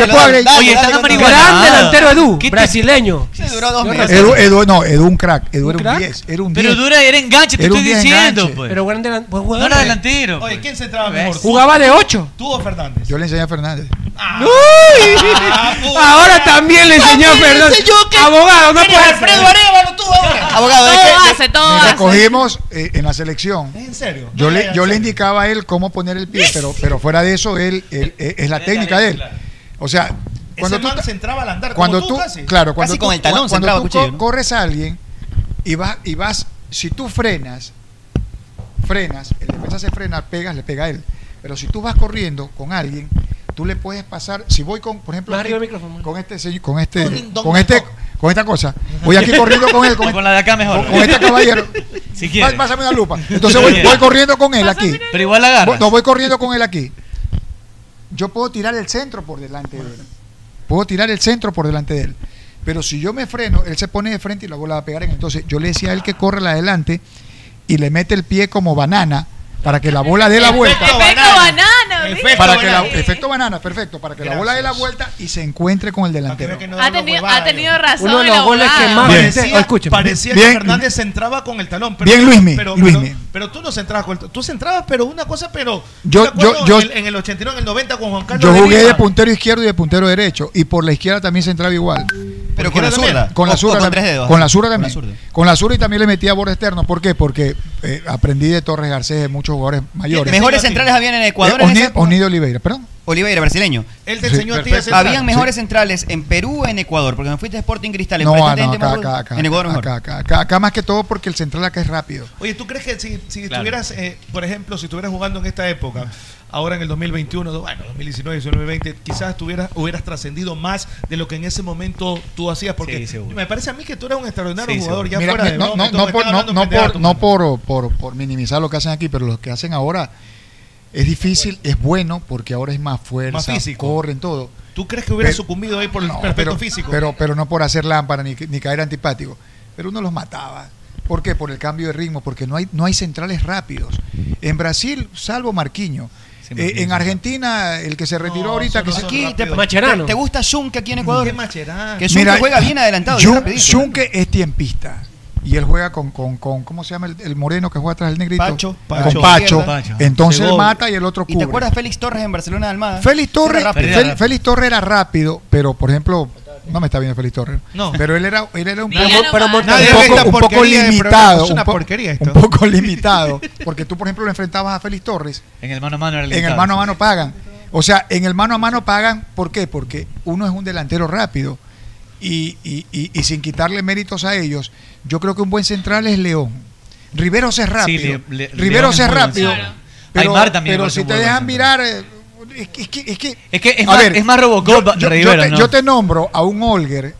Speaker 19: Lo puedo abrir.
Speaker 22: Oye, está Gran delantero Edu, brasileño.
Speaker 17: duró dos meses.
Speaker 19: Edu, Edu, no, Edu un crack. Edu
Speaker 22: ¿Un
Speaker 19: era
Speaker 22: crack?
Speaker 19: un 10. Era un 10.
Speaker 16: Pero dura era enganche, te
Speaker 19: Era un
Speaker 16: estoy
Speaker 19: 10
Speaker 16: diciendo.
Speaker 19: enganche.
Speaker 16: Pues.
Speaker 22: Pero gran delan- pues,
Speaker 16: no
Speaker 22: jugador.
Speaker 16: era delantero.
Speaker 11: Oye, ¿quién centraba
Speaker 16: ¿Ves?
Speaker 11: mejor?
Speaker 22: Jugaba de 8.
Speaker 11: ¿Tú o Fernández?
Speaker 19: Yo le enseñé a Fernández.
Speaker 11: Ah. puta.
Speaker 22: Ahora también le enseñó
Speaker 11: Ah, También le
Speaker 22: Fernández.
Speaker 11: enseñó que-
Speaker 22: Abogado, no
Speaker 11: Eres
Speaker 22: puede ser.
Speaker 11: Alfredo Ah, Arevalo, tú ahora.
Speaker 17: Abogado,
Speaker 19: es
Speaker 17: Todo
Speaker 19: que-
Speaker 17: hace,
Speaker 19: me
Speaker 17: todo hace.
Speaker 19: recogimos eh, en la selección.
Speaker 11: ¿En serio?
Speaker 19: Yo
Speaker 11: No,
Speaker 19: le,
Speaker 11: ya,
Speaker 19: yo
Speaker 11: en
Speaker 19: le
Speaker 11: serio.
Speaker 19: indicaba a él cómo poner el pie, pero, pero fuera de eso, él, él- él- es la técnica de él. O sea, cuando
Speaker 11: Ese
Speaker 19: tú,
Speaker 11: man
Speaker 19: ta-
Speaker 11: se entraba al andar,
Speaker 19: cuando
Speaker 11: como tú,
Speaker 19: tú,
Speaker 11: casi.
Speaker 19: claro, cuando
Speaker 17: Casi
Speaker 19: tú,
Speaker 17: con el talón
Speaker 19: cua-
Speaker 17: se
Speaker 19: cuando
Speaker 17: entraba
Speaker 19: tú
Speaker 17: cuchillo,
Speaker 19: co-
Speaker 17: ¿no?
Speaker 19: corres a alguien y vas, y vas, si tú frenas, frenas, el defensa se frena, pegas, le pega a él. Pero si tú vas corriendo con alguien, tú le puedes pasar, si voy con, por ejemplo,
Speaker 22: Más
Speaker 19: aquí,
Speaker 22: arriba el micrófono.
Speaker 19: con este señor- con este,
Speaker 22: Don- don-
Speaker 19: con este, con esta cosa, voy aquí corriendo con él, con,
Speaker 16: Con la de acá mejor.
Speaker 19: con- con este caballero.
Speaker 16: Si quieres.
Speaker 19: Pá- Pásame una lupa. Entonces voy, voy corriendo con él aquí.
Speaker 16: Pero igual la
Speaker 19: Voy-
Speaker 16: agarras.
Speaker 19: No, voy corriendo con él aquí. Yo puedo tirar el centro por delante de él. Puedo tirar el centro por delante de él. Pero si yo me freno, él se pone de frente y la bola va a pegar en él. Entonces yo le decía a él que corre la adelante y le mete el pie como banana para que la bola dé la vuelta.
Speaker 21: banana. ¿viste?
Speaker 19: Para que la, efecto banana, perfecto, para que la bola dé la vuelta y se encuentre con el delantero.
Speaker 21: Ha tenido, ha tenido razón.
Speaker 19: Uno de los
Speaker 21: el
Speaker 19: goles
Speaker 21: abogado.
Speaker 19: que más- Bien.
Speaker 7: Parecía,
Speaker 19: Oh, escúchame.
Speaker 7: parecía
Speaker 19: Bien.
Speaker 7: que Fernández entraba con el talón. Pero,
Speaker 19: Bien, Luismi,
Speaker 7: Pero,
Speaker 19: Luismi.
Speaker 7: pero- pero tú no centrabas con el talón. Tú centrabas, pero una cosa, pero.
Speaker 19: Yo-
Speaker 7: me acuerdo
Speaker 19: yo- yo-
Speaker 7: en, el, en el 89, en el 90 con Juan Carlos.
Speaker 19: Yo jugué de
Speaker 7: Delima.
Speaker 19: puntero izquierdo y de puntero derecho. Y por la izquierda también se entraba igual.
Speaker 17: Pero con la zurda.
Speaker 19: Con la
Speaker 17: O-
Speaker 19: zurda
Speaker 17: o con
Speaker 19: también.
Speaker 17: tres dedos.
Speaker 19: Con la zurda
Speaker 17: Con la
Speaker 19: también. Con la zurda, y también le metía a borde externo. ¿Por qué? Porque eh, aprendí de Torres Garcés de muchos jugadores mayores.
Speaker 17: Mejores centrales habían en Ecuador.
Speaker 19: Eh,
Speaker 17: en
Speaker 19: Oni-
Speaker 17: esa época.
Speaker 19: Onido Oliveira, perdón.
Speaker 17: Oliveira, brasileño.
Speaker 19: Él te Sí, enseñó a ti a perfecto. centrar.
Speaker 17: Habían mejores
Speaker 19: Sí.
Speaker 17: centrales en Perú o en Ecuador, porque me fuiste a Sporting Cristal.
Speaker 19: No, ah,
Speaker 17: enfrentaste
Speaker 19: no, acá,
Speaker 17: gente más
Speaker 19: acá,
Speaker 17: bruta.
Speaker 19: acá,
Speaker 17: pues, En Ecuador mejor.
Speaker 19: acá, acá, acá, acá más que todo porque el central acá es rápido.
Speaker 7: Oye, ¿tú crees que si, si
Speaker 19: Claro.
Speaker 7: estuvieras, eh, por ejemplo, si estuvieras jugando en esta época, ahora en el 2021, do- bueno, 2019, 19, 20, quizás estuvieras, hubieras trascendido más de lo que en ese momento tú hacías? Porque me parece a mí que tú eras un extraordinario
Speaker 19: Sí,
Speaker 7: jugador, ya
Speaker 19: Mira,
Speaker 7: fuera de
Speaker 19: no,
Speaker 7: broma,
Speaker 19: no,
Speaker 7: tú
Speaker 19: no
Speaker 7: me
Speaker 19: por,
Speaker 7: estás
Speaker 19: no,
Speaker 7: hablando
Speaker 19: no por,
Speaker 7: pendejadas, tú.
Speaker 19: no por, por, por minimizar lo que hacen aquí, pero lo que hacen ahora es difícil, es bueno porque ahora es más fuerza,
Speaker 7: físico.
Speaker 19: corren todo.
Speaker 7: ¿Tú crees que hubieras
Speaker 19: Pero-
Speaker 7: sucumbido ahí por el
Speaker 19: No,
Speaker 7: perfecto
Speaker 19: pero,
Speaker 7: físico?
Speaker 19: Pero, pero no por hacer lámpara ni, ni caer antipático. Pero uno los mataba. ¿Por qué? Por el cambio de ritmo, porque no hay, no hay centrales rápidos. En Brasil, salvo Marquiño. Eh,
Speaker 17: Marquinhos.
Speaker 19: en Argentina, el que se retiró ahorita, que se pues,
Speaker 17: Aquí te, pues, te- te gusta Shunke aquí en Ecuador?
Speaker 19: Ecuador.
Speaker 17: Que Shunke
Speaker 19: eh,
Speaker 17: juega bien adelantado. bien
Speaker 19: Jun-
Speaker 17: rapidito.
Speaker 19: Junque es tiempista. Y él juega con, con, con ¿cómo se llama el, el moreno que juega atrás del negrito?
Speaker 17: Pacho.
Speaker 19: Con Pacho. Entonces
Speaker 17: Segovia.
Speaker 19: mata y el otro
Speaker 17: ¿Y te
Speaker 19: cubre.
Speaker 17: acuerdas Félix Torres en Barcelona de Almada?
Speaker 19: Félix Torres,
Speaker 17: Era rápido.
Speaker 19: Fel- Félix Torres era rápido, pero por ejemplo, no me está viendo Félix Torres.
Speaker 7: No.
Speaker 19: Pero él era, él era un
Speaker 7: Pero-
Speaker 19: poco,
Speaker 7: pero
Speaker 19: un
Speaker 7: Nadie ve
Speaker 19: poco, un
Speaker 7: esta
Speaker 19: poco
Speaker 7: porquería de programa,
Speaker 19: limitado.
Speaker 7: es una
Speaker 19: un po-
Speaker 7: porquería esto.
Speaker 19: un poco limitado. Porque tú, por ejemplo, lo enfrentabas a Félix Torres
Speaker 16: En el mano a mano era
Speaker 19: en el
Speaker 16: limitado.
Speaker 19: mano a mano pagan. O sea, en el mano a mano pagan, ¿por qué? Porque uno es un delantero rápido y, y- y- y sin quitarle méritos a ellos, yo creo que un buen central es León. Riveros es rápido.
Speaker 16: Sí, le- le- León
Speaker 19: Riveros
Speaker 16: es
Speaker 19: es
Speaker 16: muy buen
Speaker 19: rápido.
Speaker 16: central.
Speaker 19: Pero,
Speaker 16: Aymar también me
Speaker 19: pero
Speaker 16: parece
Speaker 19: si
Speaker 16: un
Speaker 19: te
Speaker 16: muy buen
Speaker 19: dejan mirar, eh, es que es, que, es que- a ver,
Speaker 16: Robocop
Speaker 19: yo- yo,
Speaker 16: Rivero,
Speaker 19: te,
Speaker 16: ¿no?
Speaker 19: yo te nombro a un Olger.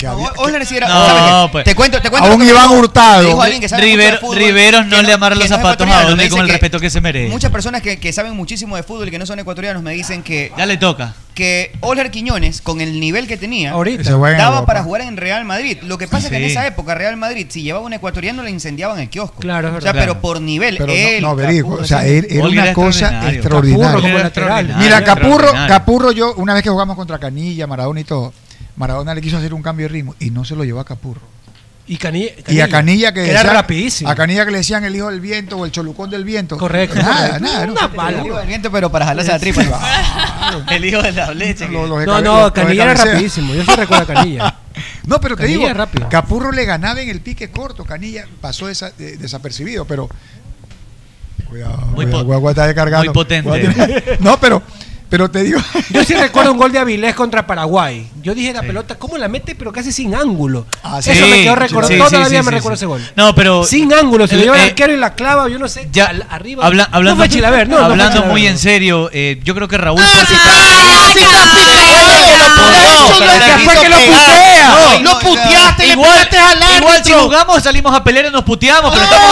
Speaker 19: Que había-
Speaker 17: Hola, si era-
Speaker 16: No,
Speaker 17: ¿sabes qué?
Speaker 16: pues.
Speaker 17: Te cuento, te cuento.
Speaker 19: A
Speaker 17: lo
Speaker 19: un
Speaker 17: que me
Speaker 19: Iván
Speaker 17: dijo-
Speaker 19: Hurtado.
Speaker 17: me dijo alguien que sabe mucho de
Speaker 16: Rivero-
Speaker 17: fútbol,
Speaker 16: Riveros no
Speaker 17: que
Speaker 16: le amarra
Speaker 17: que
Speaker 16: los
Speaker 17: no es
Speaker 16: zapatos
Speaker 17: ecuatoriano,
Speaker 16: a Olmedo
Speaker 17: me dice
Speaker 16: con el
Speaker 17: que
Speaker 16: respeto que se merece.
Speaker 17: Muchas personas que, que saben muchísimo de fútbol y que no son ecuatorianos me dicen que
Speaker 16: Ya le toca.
Speaker 17: que Oler Quiñones, con el nivel que tenía,
Speaker 16: Ahorita. Se juega en
Speaker 17: daba
Speaker 16: Europa.
Speaker 17: para jugar en Real Madrid. Lo que pasa es que en
Speaker 16: Sí.
Speaker 17: esa época Real Madrid, si llevaba un ecuatoriano, le incendiaban el kiosco.
Speaker 16: Claro, es
Speaker 17: O sea,
Speaker 16: verdad.
Speaker 17: pero por nivel,
Speaker 19: Pero no-
Speaker 17: él,
Speaker 19: no, averiguo,
Speaker 17: Capurro,
Speaker 19: o sea,
Speaker 17: ese-
Speaker 19: él era una cosa
Speaker 16: Capurro como
Speaker 19: extraordinaria.
Speaker 16: lateral.
Speaker 19: Mira, Capurro,
Speaker 16: Extraordinario.
Speaker 19: Capurro, yo una vez que jugamos contra Canilla, Maradona y todo, Maradona le quiso hacer un cambio de ritmo y no se lo llevó a Capurro.
Speaker 22: Y Canilla,
Speaker 19: Y a Canilla que,
Speaker 22: era
Speaker 19: decían-
Speaker 22: rapidísimo.
Speaker 19: A Canilla que le decían el hijo del viento o el cholucón del viento.
Speaker 22: Correcto.
Speaker 19: Nada,
Speaker 22: Correcto.
Speaker 19: nada.
Speaker 22: Una pala.
Speaker 17: El hijo del viento, pero para jalarse la tripa. el hijo de la leche.
Speaker 22: No, no, Canilla era rapidísimo. Yo sí recuerdo a Canilla.
Speaker 19: No, pero te
Speaker 22: Canilla
Speaker 19: digo,
Speaker 22: es rápido.
Speaker 19: Capurro le ganaba en el pique corto. Canilla pasó desa- de- desapercibido, pero. Cuidado,
Speaker 16: Muy
Speaker 19: cuidado,
Speaker 16: po-
Speaker 19: guagua está descargando.
Speaker 16: muy potente.
Speaker 19: Guagua tiene- No, pero, pero te digo.
Speaker 22: Yo sí recuerdo un gol de Avilés contra Paraguay. Yo dije la pelota, ¿cómo la mete? Pero casi sin ángulo.
Speaker 16: Ah, sí.
Speaker 22: Eso me quedó
Speaker 16: Sí,
Speaker 22: recordado.
Speaker 16: sí,
Speaker 22: Todavía
Speaker 16: sí,
Speaker 22: me
Speaker 16: sí,
Speaker 22: recuerdo
Speaker 16: sí.
Speaker 22: ese gol.
Speaker 16: No, pero-
Speaker 22: Sin ángulo. Se lo
Speaker 16: Eh,
Speaker 22: lleva el
Speaker 16: eh,
Speaker 22: arquero y la clava, yo no sé. Ya, arriba.
Speaker 16: Habla-
Speaker 22: no
Speaker 16: hablando
Speaker 22: fue Chilaver, no, no fue
Speaker 16: hablando
Speaker 22: Chilaver.
Speaker 16: muy en serio, eh, yo creo que
Speaker 11: Ah,
Speaker 16: Raúl
Speaker 11: Lo puteaste, le puteaste al
Speaker 16: Igual si
Speaker 11: árbitro.
Speaker 16: jugamos salimos a pelear y nos puteamos, pero estamos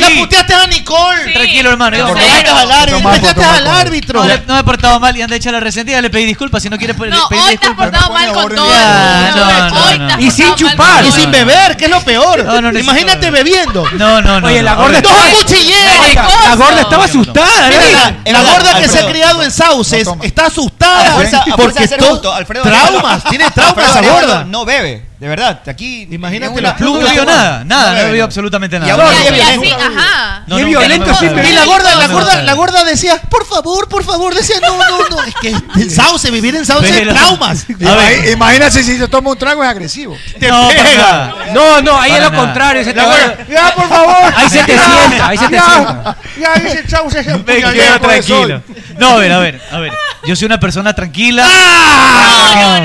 Speaker 11: La
Speaker 16: aquí.
Speaker 11: puteaste a Nicole.
Speaker 16: Tranquilo, hermano. yo-
Speaker 11: Le puteaste al árbitro. Le puteaste al árbitro.
Speaker 16: No, le- no me he portado mal y anda hecha la resentida, le pedí disculpas. Si no quiere pe-
Speaker 11: No,
Speaker 16: pedir
Speaker 11: hoy te has
Speaker 16: disculpas.
Speaker 11: portado mal con
Speaker 16: Ya, no, no,
Speaker 11: todo. Hoy
Speaker 16: no,
Speaker 11: te has
Speaker 16: no.
Speaker 11: Y sin portado mal chupar.
Speaker 16: No,
Speaker 11: con todo.
Speaker 16: no,
Speaker 11: Y sin
Speaker 16: no.
Speaker 11: beber, que es lo peor.
Speaker 16: No, no, necesito-
Speaker 11: Imagínate bebiendo.
Speaker 16: No, no, no.
Speaker 11: Oye,
Speaker 16: no,
Speaker 11: la
Speaker 16: no.
Speaker 11: gorda
Speaker 16: Ahorita-
Speaker 11: estaba cuchillera.
Speaker 16: Oiga, La gorda estaba asustada.
Speaker 11: Mira,
Speaker 16: ¿eh?
Speaker 11: la- la gorda que se ha criado en sauces está asustada
Speaker 17: A fuerza- a fuerza
Speaker 11: porque
Speaker 17: de ser
Speaker 11: to-
Speaker 17: pues, justo, Alfredo
Speaker 11: traumas,
Speaker 17: Arevalo-
Speaker 11: tiene traumas esa
Speaker 17: Alfredo
Speaker 11: gorda.
Speaker 17: Arevalo No bebe, de verdad. Aquí
Speaker 11: Imagínate
Speaker 17: es
Speaker 11: la
Speaker 17: una-
Speaker 11: pluma.
Speaker 16: No vio nada,
Speaker 17: No
Speaker 16: nada, no
Speaker 17: bebe,
Speaker 16: vio absolutamente
Speaker 17: Y
Speaker 16: nada.
Speaker 17: ahora
Speaker 16: No,
Speaker 17: ya
Speaker 16: no,
Speaker 17: viene-
Speaker 16: no,
Speaker 11: Sí, ajá.
Speaker 16: no, nunca, no, no, no,
Speaker 11: Y la gorda,
Speaker 16: no,
Speaker 11: la
Speaker 16: no,
Speaker 11: gorda,
Speaker 16: no,
Speaker 11: la gorda decía, por favor, por favor, decía, no, no, no, es que en sauce, vivir en sauce es
Speaker 19: Pero-
Speaker 11: traumas.
Speaker 19: Ima- Imagínate si se toma un trago es agresivo.
Speaker 16: No, para
Speaker 11: pega.
Speaker 16: nada.
Speaker 22: No, no, ahí
Speaker 16: Para
Speaker 22: es lo
Speaker 16: nada.
Speaker 22: contrario. se te
Speaker 16: La
Speaker 22: va-
Speaker 16: gorda-
Speaker 19: Ya, por favor.
Speaker 16: Ahí se te
Speaker 19: Ya,
Speaker 16: sienta, ahí se te
Speaker 19: ya,
Speaker 16: sienta.
Speaker 7: Ah,
Speaker 19: Ya, dice sauce es
Speaker 16: Me
Speaker 19: puñalero,
Speaker 16: quedo
Speaker 19: pues, soy.
Speaker 16: tranquilo. No, a ver, a ver, a ver. Yo soy una persona tranquila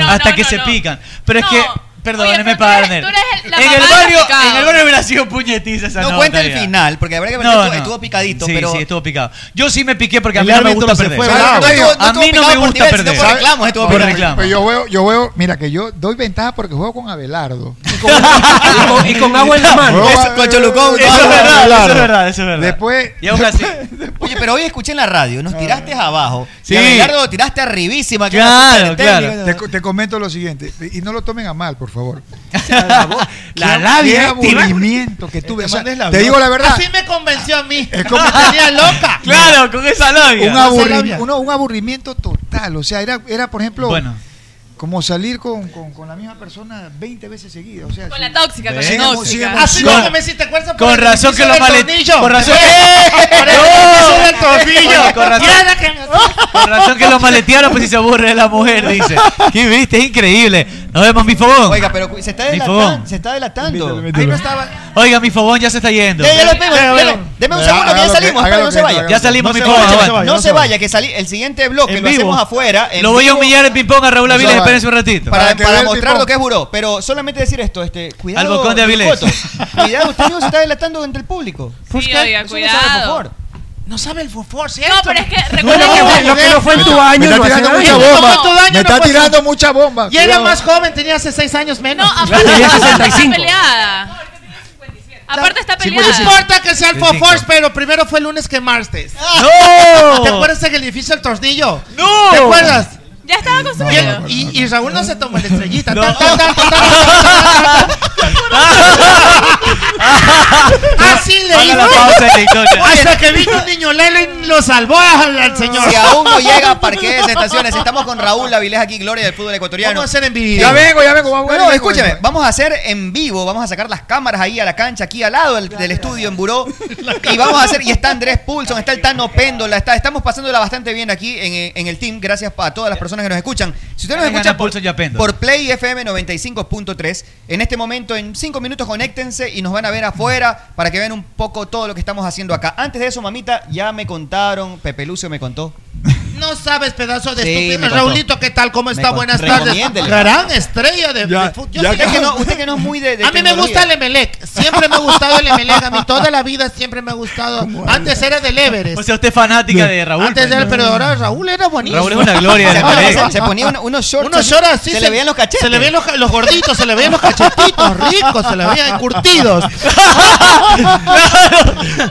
Speaker 16: hasta que se pican. Pero es que, perdóneme, partner.
Speaker 21: Tú eres el, la
Speaker 16: En el
Speaker 21: mamá de
Speaker 16: barrio,
Speaker 21: los picados.
Speaker 16: en el barrio hubiera sido puñetiza esa
Speaker 17: No
Speaker 16: nota
Speaker 17: cuenta el
Speaker 16: ya.
Speaker 17: final, porque la verdad que
Speaker 16: No,
Speaker 17: estuvo-
Speaker 16: no.
Speaker 17: estuvo picadito,
Speaker 16: Sí,
Speaker 17: pero. eh,
Speaker 16: sí, estuvo picado. Yo sí me piqué porque a
Speaker 17: El
Speaker 16: mí no me
Speaker 17: árbitro
Speaker 16: gusta
Speaker 17: se
Speaker 16: perder.
Speaker 17: fue
Speaker 19: bravo.
Speaker 16: No,
Speaker 19: estuvo-
Speaker 17: no
Speaker 16: a
Speaker 17: estuvo
Speaker 16: mí no
Speaker 17: picado
Speaker 16: me
Speaker 17: por
Speaker 16: gusta
Speaker 17: nivel, sino
Speaker 16: perder.
Speaker 17: por reclamos, estuvo
Speaker 16: Por
Speaker 17: picado.
Speaker 16: reclamos.
Speaker 19: Pero yo veo, yo veo, mira que yo doy ventaja porque juego con Abelardo.
Speaker 22: con, y con- y con agua en la mano.
Speaker 17: Eso- con Cholucón, con agua. Claro. Después-
Speaker 11: Y aún así.
Speaker 17: Oye, pero hoy escuché en la radio, nos tiraste abajo.
Speaker 19: Sí.
Speaker 17: Sí. Y a Abelardo tiraste arribísima. que era súper técnico.
Speaker 19: Te, co- te comento lo siguiente, y no lo tomen a mal, por favor.
Speaker 11: La
Speaker 19: Qué
Speaker 11: labia, ¿eh?
Speaker 19: aburrimiento que tuve.
Speaker 11: Te
Speaker 19: O sea,
Speaker 11: mandé Ah, la
Speaker 19: te
Speaker 11: voz.
Speaker 19: digo la verdad.
Speaker 11: Así me convenció a mí. Es
Speaker 19: como-
Speaker 11: tenía loca.
Speaker 16: Claro, con esa labia.
Speaker 19: un, aburri- uno- un aburrimiento total. O sea, era, era por ejemplo,
Speaker 16: Bueno.
Speaker 19: como salir con, con- con la misma persona 20 veces seguida. O sea,
Speaker 18: Con la tóxica, con la tóxica.
Speaker 11: Así
Speaker 19: no
Speaker 11: no me hiciste acuerdas por
Speaker 16: Con
Speaker 11: el
Speaker 16: razón que los
Speaker 11: beneficio del
Speaker 16: maletillos.
Speaker 11: tornillo. Eh,
Speaker 16: Con razón. ¡Eh!
Speaker 11: Por el beneficio del tornillo.
Speaker 16: Oye, Con razón.
Speaker 11: Mierda que me-
Speaker 16: Con razón que lo maletearon, pues si se aburre de la mujer, dice. ¿Qué viste? Es increíble. Nos vemos, mi fogón.
Speaker 17: Oiga, pero cu- se está
Speaker 16: Mi
Speaker 17: delatando.
Speaker 16: fogón.
Speaker 17: Se está delatando.
Speaker 16: invítalo. Oiga, mi fogón ya se está yendo.
Speaker 17: Ya, ya lo vemos, ya, Deme un
Speaker 16: Ya,
Speaker 17: segundo que
Speaker 16: haga
Speaker 17: ya
Speaker 16: lo
Speaker 17: salimos.
Speaker 16: que-
Speaker 17: espera,
Speaker 16: haga
Speaker 17: no
Speaker 16: lo
Speaker 17: se
Speaker 16: que-
Speaker 17: vaya.
Speaker 16: ya salimos, mi
Speaker 17: No se
Speaker 16: cojo,
Speaker 17: vaya,
Speaker 16: aguanta.
Speaker 17: No, se vaya, que sali- el siguiente bloque
Speaker 16: En
Speaker 17: lo
Speaker 16: vivo.
Speaker 17: hacemos afuera. en
Speaker 16: Lo voy a
Speaker 17: vivo,
Speaker 16: humillar en ping-pong a Raúl
Speaker 17: No se
Speaker 16: Aviles.
Speaker 17: vaya.
Speaker 16: Espérense un ratito.
Speaker 17: Para, para mostrar lo que es buró. Pero solamente decir esto, este, cuidado.
Speaker 16: Al Bocón de Avilés.
Speaker 17: Coto. Cuidado, usted mismo se está delatando entre el público.
Speaker 18: Sí,
Speaker 17: Busca-
Speaker 18: oiga,
Speaker 17: eso no sabe, por favor.
Speaker 18: cuidado.
Speaker 11: No sabe el fútbol, ¿cierto?
Speaker 18: No, pero es que
Speaker 11: No,
Speaker 18: recuerda
Speaker 11: no,
Speaker 18: que
Speaker 11: no, no, no,
Speaker 19: fue en tu
Speaker 11: Me
Speaker 19: año.
Speaker 11: está
Speaker 19: no hace
Speaker 11: tirando
Speaker 19: nada.
Speaker 11: mucha bomba. No, tu daño
Speaker 19: Me
Speaker 11: no
Speaker 19: está
Speaker 11: fue
Speaker 19: tirando mucha bomba.
Speaker 11: Y era
Speaker 19: Ah, Cuidado.
Speaker 11: más joven, tenía hace 6 años menos.
Speaker 18: No, aparte,
Speaker 19: Tenía
Speaker 18: aparte está
Speaker 19: 65.
Speaker 18: peleada. Aparte está
Speaker 11: No
Speaker 18: peleada.
Speaker 11: importa que sea el Fofors, pero primero fue el lunes que martes.
Speaker 16: ¡No!
Speaker 11: ¿Te acuerdas del edificio El Tornillo?
Speaker 16: ¡No!
Speaker 11: ¿Te acuerdas?
Speaker 18: Ya estaba
Speaker 11: Y,
Speaker 18: construido.
Speaker 11: y- y Raúl no se tomó la estrellita.
Speaker 16: No.
Speaker 11: Tan, tan, tan, tan, tan, tan. Así le
Speaker 16: Haga
Speaker 11: hizo.
Speaker 16: la pausa, Leitonia.
Speaker 11: Hasta que vino un niño Lelo y lo salvó al, al señor.
Speaker 17: Si aún no llega, parquees, estaciones. Estamos con Raúl Avilés aquí, gloria del fútbol ecuatoriano.
Speaker 11: Vamos a hacer en vivo.
Speaker 19: Ya vengo, ya vengo, vamos,
Speaker 17: No,
Speaker 19: vengo,
Speaker 17: no, escúchame,
Speaker 19: vengo.
Speaker 17: vamos a hacer en vivo, vamos a sacar las cámaras ahí a la cancha, aquí al lado del, del estudio en Buró. Y vamos a hacer, y está Andrés Pulson, está el Tano Péndola, está, estamos pasándola bastante bien aquí en, eh, en el team, gracias a todas las personas que nos escuchan. Si usted nos
Speaker 16: Vengan
Speaker 17: escucha
Speaker 16: a Pulson y a
Speaker 17: por,
Speaker 16: Péndola.
Speaker 17: por Play FM 95.3, en este momento, en cinco minutos, conéctense y nos van a ver afuera para que vean un poco todo lo que estamos haciendo acá. Antes de eso, mamita, ya me contaron, Pepe Lucio me contó.
Speaker 11: No sabes, pedazo de
Speaker 17: Sí, me
Speaker 11: estúpido.
Speaker 17: contó.
Speaker 11: Raulito, ¿qué tal? ¿Cómo
Speaker 17: Me
Speaker 11: está?
Speaker 17: contó.
Speaker 11: Buenas tardes.
Speaker 17: Recomiéndele.
Speaker 11: Gran estrella de,
Speaker 17: Ya,
Speaker 11: de fútbol. Yo
Speaker 17: ya
Speaker 11: sé que
Speaker 17: acabó.
Speaker 11: no-
Speaker 17: usted que no es muy de.
Speaker 11: a mí me gusta el Emelec. Siempre me ha gustado el Emelec. A mí toda la vida siempre me ha gustado. Antes era del Everest.
Speaker 17: Pues
Speaker 16: O sea, usted es fanática de Raúl. pues,
Speaker 11: Antes era el perdedor. Raúl era bonito.
Speaker 16: Raúl es una gloria del Emelec.
Speaker 17: Se ponía un- unos shorts.
Speaker 11: Unos
Speaker 17: así,
Speaker 11: shorts así.
Speaker 17: Se le veían los cachetes.
Speaker 11: Se le veían los, ca- los gorditos, se le veían los cachetitos ricos, se le veían curtidos.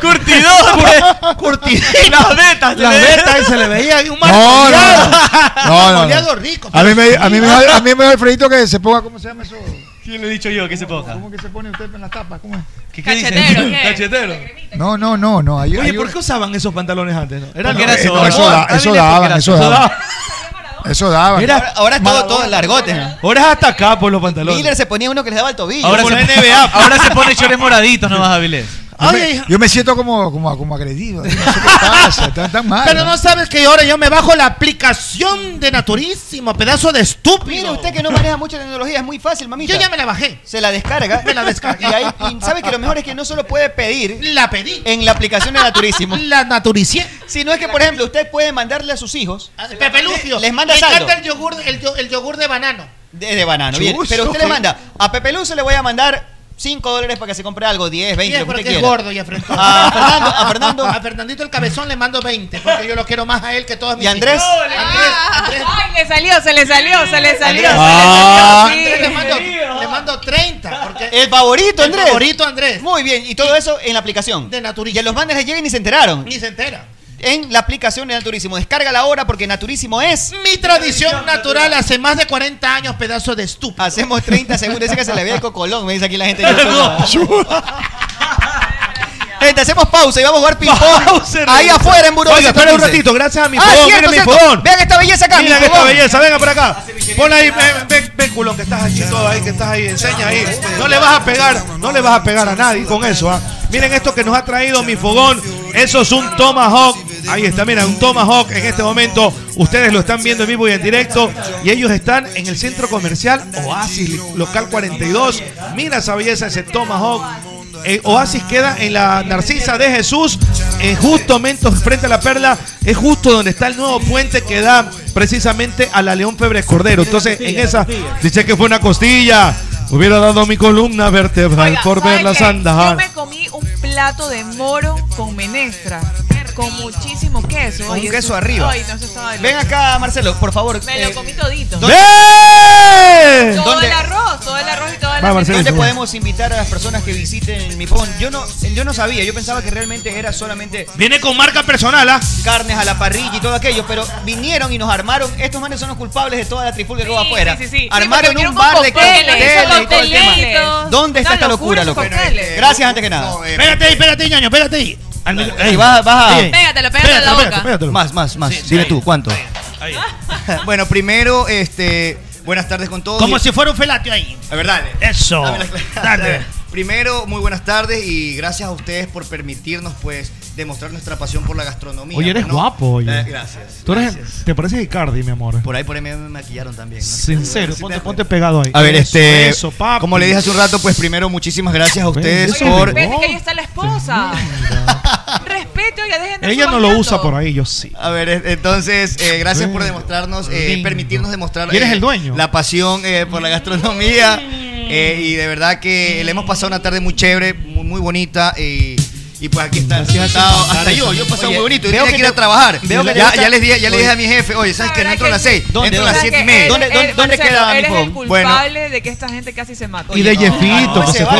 Speaker 16: Curtidor.
Speaker 11: Curtiditos.
Speaker 16: Las vetas. se
Speaker 11: Las
Speaker 16: le-
Speaker 11: vetas y se le veía ahí un mal
Speaker 19: No, no,
Speaker 11: boleado.
Speaker 19: No, no,
Speaker 11: Boleado
Speaker 19: no.
Speaker 11: rico.
Speaker 19: A mí me a mí me a mí me da el Fredito que se ponga como se llama eso.
Speaker 16: ¿Quién le he dicho yo que se ponga?
Speaker 19: ¿Cómo que se pone usted en las tapas? ¿Cómo es?
Speaker 16: ¿Qué, qué dice?
Speaker 18: Cachetero, ¿qué?
Speaker 16: Cachetero.
Speaker 19: No, no, no, no. hay-
Speaker 7: Oye,
Speaker 19: hay
Speaker 7: ¿por
Speaker 19: un-
Speaker 7: qué usaban esos pantalones antes? no?
Speaker 19: No,
Speaker 7: era
Speaker 19: eh,
Speaker 7: solo.
Speaker 19: no, eso, da- eso daban, eso daban. Eso daban.
Speaker 7: Mira,
Speaker 17: Ahora, ahora es todo, todo en largote. ¿no?
Speaker 7: Ahora es hasta acá por los pantalones.
Speaker 17: Miller se ponía uno que les daba el tobillo.
Speaker 16: Ahora
Speaker 17: Por
Speaker 16: se,
Speaker 17: la
Speaker 16: pone,
Speaker 17: NBA.
Speaker 16: ahora se pone chores moraditos nomás, Avilés.
Speaker 19: Yo me-
Speaker 11: Oye,
Speaker 19: Yo me siento como, como, como agredido. No sé qué pasa, están tan
Speaker 17: Ah,
Speaker 19: mal.
Speaker 11: Pero no sabes que ahora yo me bajo la aplicación de Naturísimo, pedazo de
Speaker 17: Mire
Speaker 11: estúpido.
Speaker 17: usted que no maneja mucha tecnología, es muy fácil, mamita.
Speaker 11: Yo ya me la bajé.
Speaker 17: Se la descarga.
Speaker 11: Me la descargué.
Speaker 17: Y ahí y sabe que lo mejor es que no solo puede pedir
Speaker 11: La pedí.
Speaker 17: en la aplicación de Naturísimo,
Speaker 11: La naturicé.
Speaker 17: sino es que, por ejemplo, usted puede mandarle a sus hijos
Speaker 11: Pepe Lucio.
Speaker 17: Les manda
Speaker 11: me
Speaker 17: saldo.
Speaker 11: encanta el yogur, el, yo- el yogur de banano.
Speaker 17: de, de banano. bien.
Speaker 11: Chuzo,
Speaker 17: Pero usted le
Speaker 11: ¿qué?
Speaker 17: manda a Pepe Luz se le voy a mandar 5 dólares para que se compre algo, 10, 20,
Speaker 11: Bien,
Speaker 17: lo que
Speaker 11: porque
Speaker 17: usted
Speaker 11: es
Speaker 17: quiera.
Speaker 11: gordo y afrentado.
Speaker 17: A Ah, Fernando, a Fernando.
Speaker 11: A Fernandito el Cabezón le mando 20, porque yo lo quiero más a él que todos mis
Speaker 17: ¿Y Andrés?
Speaker 11: hijos. Andrés, Andrés,
Speaker 18: Ah. Ay, le salió, se le salió, se le salió.
Speaker 17: Ah.
Speaker 18: se le
Speaker 11: Andrés, le,
Speaker 18: salió. sí.
Speaker 11: mando, le mando 30, porque
Speaker 17: El favorito,
Speaker 11: el
Speaker 17: Andrés.
Speaker 11: favorito Andrés.
Speaker 17: Muy bien, y todo eso en la aplicación.
Speaker 11: De Naturísimo.
Speaker 17: Y a los managers llegan y se enteraron.
Speaker 11: Ni se entera.
Speaker 17: En la aplicación de Naturísimo. Descárgala ahora porque Naturísimo es.
Speaker 11: Mi tradición natural hace más de 40 años, pedazo de estúpido.
Speaker 17: Hacemos 30 segundos. Dice que se le ve el cocolón, me dice aquí la gente. que no toca. gente, hacemos pausa y vamos a jugar ping-pong.
Speaker 7: Pausa,
Speaker 17: Ahí
Speaker 7: regresamos.
Speaker 17: afuera en Buró.
Speaker 7: Oiga, espera un
Speaker 17: 15.
Speaker 7: ratito, gracias a mi
Speaker 17: Ah,
Speaker 7: fogón,
Speaker 17: cierto,
Speaker 7: miren mi
Speaker 17: cierto.
Speaker 7: fogón.
Speaker 17: Vean esta belleza acá,
Speaker 7: Miren
Speaker 17: mi
Speaker 7: esta
Speaker 17: fogón.
Speaker 7: belleza, venga por acá. Pon ahí, ven, ven, ven, culón, que estás aquí todo ahí, que estás ahí, enseña ahí. No le vas a pegar, no le vas a pegar a nadie con eso, ¿ah? Miren esto que nos ha traído mi fogón. Eso es un Tomahawk. Ahí está, mira, un Tomahawk en este momento. Ustedes lo están viendo en vivo y en directo. Y ellos están en el centro comercial Oasis, local 42. Mira esa belleza, ese Tomahawk. Eh, Oasis queda en la Narcisa de Jesús, eh, justamente frente a la Perla, es justo donde está el nuevo puente que da precisamente a la León Febre Cordero. Entonces, en esa, dice que fue una costilla, hubiera dado mi columna vertebral
Speaker 18: Oiga,
Speaker 7: Pues por
Speaker 18: ¿sabe
Speaker 7: ver las
Speaker 18: qué? Yo
Speaker 7: andas.
Speaker 18: me comí un plato de moro con menestra, con muchísimo queso.
Speaker 17: Con
Speaker 18: Oye,
Speaker 17: queso
Speaker 18: eso-
Speaker 17: arriba.
Speaker 18: Ay, no, eso estaba de
Speaker 17: Ven
Speaker 18: loco.
Speaker 17: acá, Marcelo, por favor.
Speaker 18: Me lo
Speaker 17: Eh,
Speaker 18: comí todito.
Speaker 17: ¿dónde-
Speaker 18: Todo
Speaker 17: ¿Dónde?
Speaker 18: el arroz.
Speaker 17: todo el arroz y toda la
Speaker 20: ¿Dónde
Speaker 17: aceituna.
Speaker 20: podemos invitar a las personas que visiten el Mipón? Yo no, yo no sabía, yo pensaba que realmente era solamente
Speaker 24: Viene con marca personal, ¿ah?
Speaker 20: carnes a la parrilla y todo aquello, pero vinieron y nos armaron. Estos manes son los culpables de toda la trifulga que hubo afuera.
Speaker 17: sí, sí, sí.
Speaker 20: Armaron
Speaker 17: Sí, porque
Speaker 20: un
Speaker 17: vinieron
Speaker 20: bar
Speaker 17: con
Speaker 20: de
Speaker 17: cócteles,
Speaker 20: cócteles y todo el tema.
Speaker 17: coctelitos.
Speaker 20: ¿Dónde está
Speaker 17: Una
Speaker 20: esta locura,
Speaker 17: locura,
Speaker 20: loco?
Speaker 17: esos cócteles.
Speaker 20: Gracias antes que nada.
Speaker 24: eh,
Speaker 11: Espérate ahí, espérate ahí, ñaño, espérate ahí. Al micro-
Speaker 20: Ey,
Speaker 11: ahí.
Speaker 20: baja, baja.
Speaker 11: Sí.
Speaker 17: Pégatelo, pégatelo a la boca.
Speaker 20: Más, más, más. Dime tú, ¿cuánto? bueno, primero, este. Buenas tardes con todos.
Speaker 11: Como si
Speaker 20: fuera un felatio ahí. La verdad.
Speaker 11: Eso.
Speaker 20: Dame las claves.
Speaker 11: Dale.
Speaker 20: Primero, muy buenas tardes y gracias a ustedes por permitirnos, pues, demostrar nuestra pasión por la gastronomía.
Speaker 7: Oye, eres
Speaker 20: ¿no?
Speaker 7: guapo, oye.
Speaker 20: Eh, gracias.
Speaker 7: Tú eres- te pareces Icardi, mi amor.
Speaker 20: Por ahí, por ahí me me maquillaron también. ¿no?
Speaker 7: Sincero,
Speaker 20: Sí,
Speaker 7: ponte,
Speaker 20: te-
Speaker 7: ponte pegado ahí.
Speaker 20: A ver,
Speaker 7: Eso,
Speaker 20: este,
Speaker 7: eso, papi.
Speaker 20: como le dije hace un rato, pues primero muchísimas gracias a ustedes
Speaker 17: Oye,
Speaker 20: por...
Speaker 17: respete que ahí está la esposa. Respeto, ya dejen de
Speaker 7: Ella
Speaker 17: estar
Speaker 7: no lo
Speaker 17: bañando.
Speaker 7: usa por ahí, yo sí.
Speaker 20: A ver, eh, entonces, eh, gracias por demostrarnos, eh, permitirnos demostrar...
Speaker 7: ¿Y eres
Speaker 20: eh,
Speaker 7: el dueño?
Speaker 20: La pasión eh, por la gastronomía. eh, y de verdad que le hemos pasado una tarde muy chévere, muy, muy bonita. Y, y pues aquí está.
Speaker 7: Gracias a tus
Speaker 20: sentado. hasta
Speaker 7: pantalones.
Speaker 20: yo, yo he pasado
Speaker 7: Oye,
Speaker 20: muy bonito. Yo
Speaker 7: veo
Speaker 20: tenía que
Speaker 7: que
Speaker 20: ir a
Speaker 7: te-
Speaker 20: trabajar.
Speaker 7: veo que te
Speaker 20: ya,
Speaker 7: gusta-
Speaker 20: ya les dije, ya le dije
Speaker 7: Oye.
Speaker 20: a mi jefe, oye, ¿sabes que no entro a las seis?
Speaker 7: ¿Dónde,
Speaker 20: Entro a las
Speaker 17: ¿Sabes
Speaker 20: siete y
Speaker 17: que
Speaker 20: media.
Speaker 17: él-
Speaker 20: ¿Dónde,
Speaker 17: él,
Speaker 20: dónde, dónde
Speaker 17: Marcelo,
Speaker 20: queda,
Speaker 17: Él es el
Speaker 20: mijo? Bueno,
Speaker 17: culpable de que esta gente casi se mata.
Speaker 7: Y de Jeffito, que se fue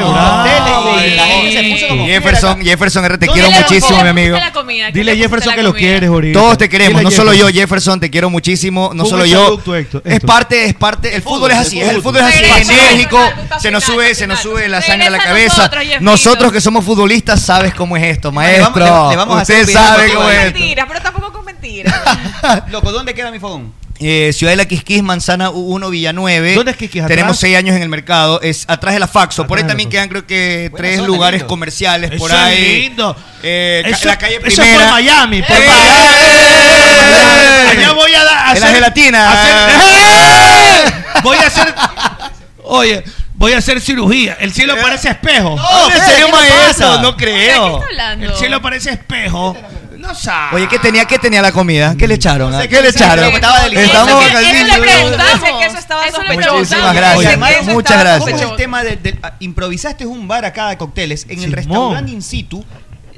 Speaker 20: Jefferson, Jefferson R, te quiero
Speaker 17: le gusta
Speaker 20: muchísimo,
Speaker 17: la
Speaker 20: mi amigo.
Speaker 17: comida?
Speaker 7: Dile a Jefferson que lo quieres, ahorita.
Speaker 20: Todos te queremos,
Speaker 7: Dile
Speaker 20: no
Speaker 7: a
Speaker 20: solo yo,
Speaker 7: Jefferson.
Speaker 20: Jefferson, te quiero muchísimo, no
Speaker 7: Tú
Speaker 20: solo
Speaker 7: buen
Speaker 20: yo.
Speaker 7: producto, Héctor,
Speaker 20: Es
Speaker 7: Héctor.
Speaker 20: parte, es parte, el fútbol es así, es el fútbol es así,
Speaker 7: Regresa,
Speaker 20: es
Speaker 7: Jefferson,
Speaker 20: enérgico, se nos sube, se nos sube la sangre a la
Speaker 17: Regresa
Speaker 20: cabeza.
Speaker 17: a nosotros, Jeffito.
Speaker 20: Nosotros que somos futbolistas sabes cómo es esto,
Speaker 7: le vamos-
Speaker 20: maestro.
Speaker 7: le vamos a hacer
Speaker 20: Usted
Speaker 7: un video
Speaker 20: sabe
Speaker 7: contigo,
Speaker 20: cómo
Speaker 17: Con
Speaker 20: es esto.
Speaker 17: mentiras, pero tampoco con mentiras.
Speaker 20: Loco, ¿dónde queda mi fogón? Eh, Ciudad de la Quisquis, Manzana 1, Villanueve.
Speaker 7: ¿Dónde es Quisquis? ¿Atrás?
Speaker 20: Tenemos seis años en el mercado. Es atrás de la Faxo. por ahí
Speaker 7: de la
Speaker 20: también
Speaker 7: Faxo.
Speaker 20: quedan, creo que,
Speaker 7: Buena
Speaker 20: tres
Speaker 7: zona,
Speaker 20: lugares
Speaker 7: lindo.
Speaker 20: comerciales. por
Speaker 7: Eso es
Speaker 20: ahí.
Speaker 7: lindo.
Speaker 20: Eh, ca-
Speaker 7: Eso-
Speaker 20: la calle
Speaker 7: eso
Speaker 20: primera.
Speaker 7: es por Miami, por
Speaker 20: Eh,
Speaker 7: Miami.
Speaker 20: eh,
Speaker 7: Allá voy a da-
Speaker 20: en la
Speaker 7: hacer- ¡Eh!
Speaker 20: gelatina. Eh,
Speaker 7: Voy a hacer. Oye, voy a hacer cirugía. El cielo parece espejo.
Speaker 20: ¿Eh? No, ¿en serio, maestro? No creo.
Speaker 7: creo.
Speaker 17: hablando?
Speaker 7: El cielo parece espejo. No sabe.
Speaker 20: Oye, ¿qué tenía, qué tenía la comida? ¿Qué le echaron? ah?
Speaker 7: sé,
Speaker 20: ¿Qué le echaron? Estamos
Speaker 17: Eso le
Speaker 20: acá.
Speaker 17: preguntamos. Que eso estaba sospechoso.
Speaker 20: Muchísimas gracias.
Speaker 17: Oye, eso
Speaker 20: Muchas
Speaker 17: estaba
Speaker 20: gracias.
Speaker 17: sospechoso.
Speaker 20: tema de, ah, improvisaste un bar acá de cócteles en
Speaker 7: el restaurante
Speaker 20: in situ?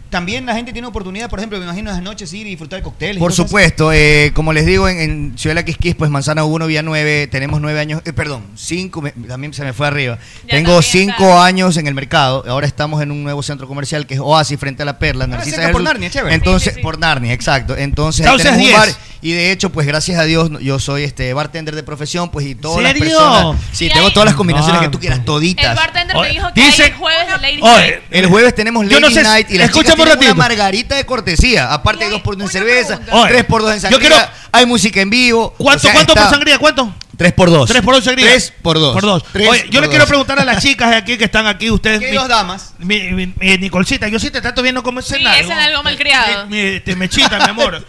Speaker 20: También la gente tiene oportunidad, por ejemplo, me imagino las noches ir y disfrutar cócteles.
Speaker 7: y
Speaker 20: Por
Speaker 7: cosas así.
Speaker 20: supuesto, eh, como les digo, en, en Ciudad de la Quisquis, pues Manzana 1, Vía 9, tenemos 9 años, eh, perdón, 5, también se me fue arriba. Tengo 5 años en el mercado, ahora estamos en un nuevo centro comercial que es Oasis frente a la Perla. Narcisa
Speaker 7: cerca por
Speaker 20: Jesús.
Speaker 7: Narnia, chévere.
Speaker 20: Entonces, por Narnia, exacto. Entonces, ahí
Speaker 7: Sauces
Speaker 20: tenemos un
Speaker 7: 10.
Speaker 20: bar y de hecho, pues gracias a Dios, no- yo soy este bartender de profesión, pues y todas las
Speaker 7: serio?
Speaker 20: personas. Sí,
Speaker 18: Y
Speaker 20: tengo
Speaker 18: ahí-
Speaker 20: todas las combinaciones que tú
Speaker 7: Manco.
Speaker 20: quieras,
Speaker 18: El
Speaker 20: toditas.
Speaker 18: bartender me
Speaker 20: Oye,
Speaker 18: dijo que
Speaker 20: dice-
Speaker 18: hay jueves de Lady
Speaker 20: Oye,
Speaker 18: Night.
Speaker 20: el jueves tenemos
Speaker 7: Yo
Speaker 20: Lady
Speaker 7: no sé si-
Speaker 20: Night y las
Speaker 7: escucha
Speaker 20: chicas
Speaker 7: por
Speaker 20: tienen una
Speaker 7: ratito.
Speaker 20: margarita de cortesía. Aparte de 2 por 1 en cerveza,
Speaker 7: Oye,
Speaker 20: 3 por 2 en
Speaker 7: yo
Speaker 20: sangría.
Speaker 7: quiero-
Speaker 20: Hay música en vivo.
Speaker 7: ¿Cuánto, cuánto por sangría? ¿Cuánto?
Speaker 20: 3 por 2.
Speaker 7: 3 por 2 sangría.
Speaker 20: 3 por 2.
Speaker 7: Por dos. Oye, yo le quiero preguntar a las chicas aquí que están aquí, ustedes.
Speaker 20: ¿Qué
Speaker 7: mi-
Speaker 20: dos damas?
Speaker 7: Mi, mi, mi Nicolcita, yo sí te trato bien, no como ese
Speaker 18: Sí,
Speaker 7: nada.
Speaker 18: ese es algo malcriado.
Speaker 7: Mi, mi- te mechita, mi amor.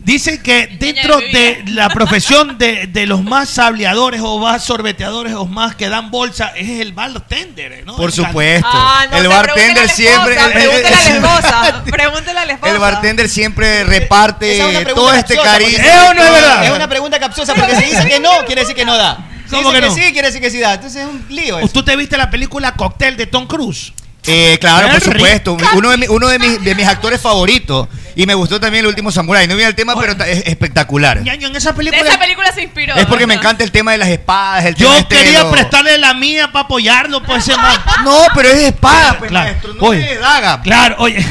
Speaker 7: Dicen que dentro de la profesión de, de los más sableadores o más sorbeteadores o más que dan bolsa es el bartender, ¿no?
Speaker 20: Por
Speaker 7: El can-
Speaker 20: supuesto.
Speaker 17: Ah, no,
Speaker 20: el
Speaker 17: te pregúntale a
Speaker 20: bartender
Speaker 17: la
Speaker 20: siempre.
Speaker 17: esposa, Pregúntale a la esposa. Pregúntale a la esposa.
Speaker 20: El bartender siempre reparte todo este cariño.
Speaker 7: ¿Es o no es verdad?
Speaker 20: Es una pregunta capciosa porque si dice que no, quiere decir que no da. Si
Speaker 7: ¿Cómo
Speaker 20: dice
Speaker 7: que no?
Speaker 20: sí, quiere decir que sí da. Entonces es un lío.
Speaker 7: ¿Tú te viste la película Cóctel de Tom Cruise?
Speaker 20: Eh, claro, por
Speaker 7: Henry
Speaker 20: supuesto. Uno, de, mi- uno de, mis, de mis actores favoritos. Y me gustó también el último Samurai. No vi el tema, pero ta- es espectacular.
Speaker 7: Ñaño, en esa
Speaker 18: De
Speaker 7: película.
Speaker 18: esa película se inspiró.
Speaker 20: Es porque me encanta el tema de las espadas. El
Speaker 7: Yo
Speaker 20: tema este de
Speaker 7: quería
Speaker 20: los-
Speaker 7: prestarle la mía para apoyarlo, pues ese man.
Speaker 20: No, pero es espada, pues,
Speaker 7: Claro.
Speaker 20: maestro. No
Speaker 7: Oye.
Speaker 20: es daga.
Speaker 7: Claro, oye.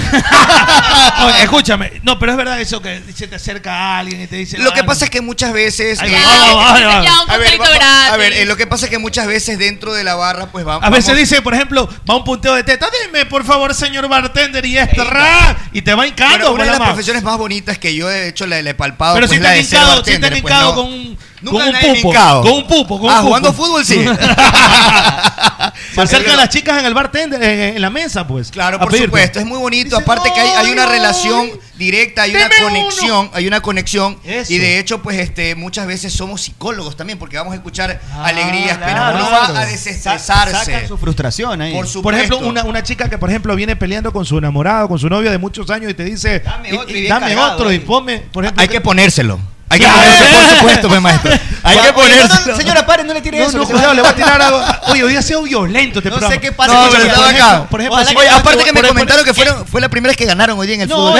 Speaker 7: Oye, escúchame. No, pero es verdad eso que se te acerca alguien y te dice.
Speaker 20: Lo que pasa es que muchas veces.
Speaker 7: Ahí
Speaker 20: eh,
Speaker 7: va, Ya, va, va, va, ya, un
Speaker 20: A ver,
Speaker 7: conflicto
Speaker 20: va- a
Speaker 7: gratis.
Speaker 20: ver, eh, lo que pasa es que muchas veces dentro de la barra, pues vamos.
Speaker 7: A veces dice, por ejemplo, va un punteo de teta, dime por favor, señor bartender, y es tra, y te va
Speaker 20: Bueno,
Speaker 7: hincando.
Speaker 20: una de
Speaker 7: bola
Speaker 20: las
Speaker 7: pues, más.
Speaker 20: profesiones más bonitas que yo de hecho le, le he palpado.
Speaker 7: Pero
Speaker 20: pues,
Speaker 7: si
Speaker 20: la
Speaker 7: te han
Speaker 20: de ser
Speaker 7: hincado, si te han
Speaker 20: bartender, pues,
Speaker 7: hincado
Speaker 20: no.
Speaker 7: con un con
Speaker 20: Nunca
Speaker 7: un
Speaker 20: nadie me
Speaker 7: pupo.
Speaker 20: hincado.
Speaker 7: Con un pupo, con un
Speaker 20: Ah,
Speaker 7: pupo.
Speaker 20: jugando fútbol, sí.
Speaker 7: Se acercan
Speaker 20: Pero-
Speaker 7: las chicas en el bartender, en, en la mesa, pues.
Speaker 20: Claro,
Speaker 7: a
Speaker 20: por
Speaker 7: pedirte.
Speaker 20: supuesto, es muy bonito. Aparte que hay, hay una relación directa, hay una conexión, hay una conexión.
Speaker 7: Eso.
Speaker 20: Y de hecho, pues este, muchas veces somos psicólogos también, porque vamos a escuchar alegrías,
Speaker 7: Ah, claro.
Speaker 20: penas. Uno va a desestresarse.
Speaker 7: Saca su
Speaker 20: frustración ahí. Por supuesto.
Speaker 7: Por ejemplo, una, una chica que, por ejemplo, viene peleando con su enamorado, con su novio de muchos años y te dice, y- y dame
Speaker 20: otro y
Speaker 7: otro, y,
Speaker 20: bien cargado, eh". ahí.
Speaker 7: ponme, por ejemplo, eh.
Speaker 20: Hay que ponérselo. Hay que
Speaker 7: Claro.
Speaker 20: ponérselo, por supuesto, pues, maestro. Hay que
Speaker 7: poner.
Speaker 20: ponerse. señora, pare, no le tire
Speaker 7: No,
Speaker 20: eso.
Speaker 7: no,
Speaker 20: que se
Speaker 7: cuidado,
Speaker 20: va-
Speaker 7: le voy a tirar algo. Oye, hoy día ha sido violento este programa.
Speaker 20: No sé qué pasa
Speaker 7: No,
Speaker 20: con
Speaker 7: pero
Speaker 20: Chile,
Speaker 7: por ejemplo,
Speaker 20: acá.
Speaker 7: Por ejemplo, así-
Speaker 20: Oye, aparte que me
Speaker 7: por- por-
Speaker 20: comentaron que fueron, fue la primera vez que ganaron hoy día en el fútbol.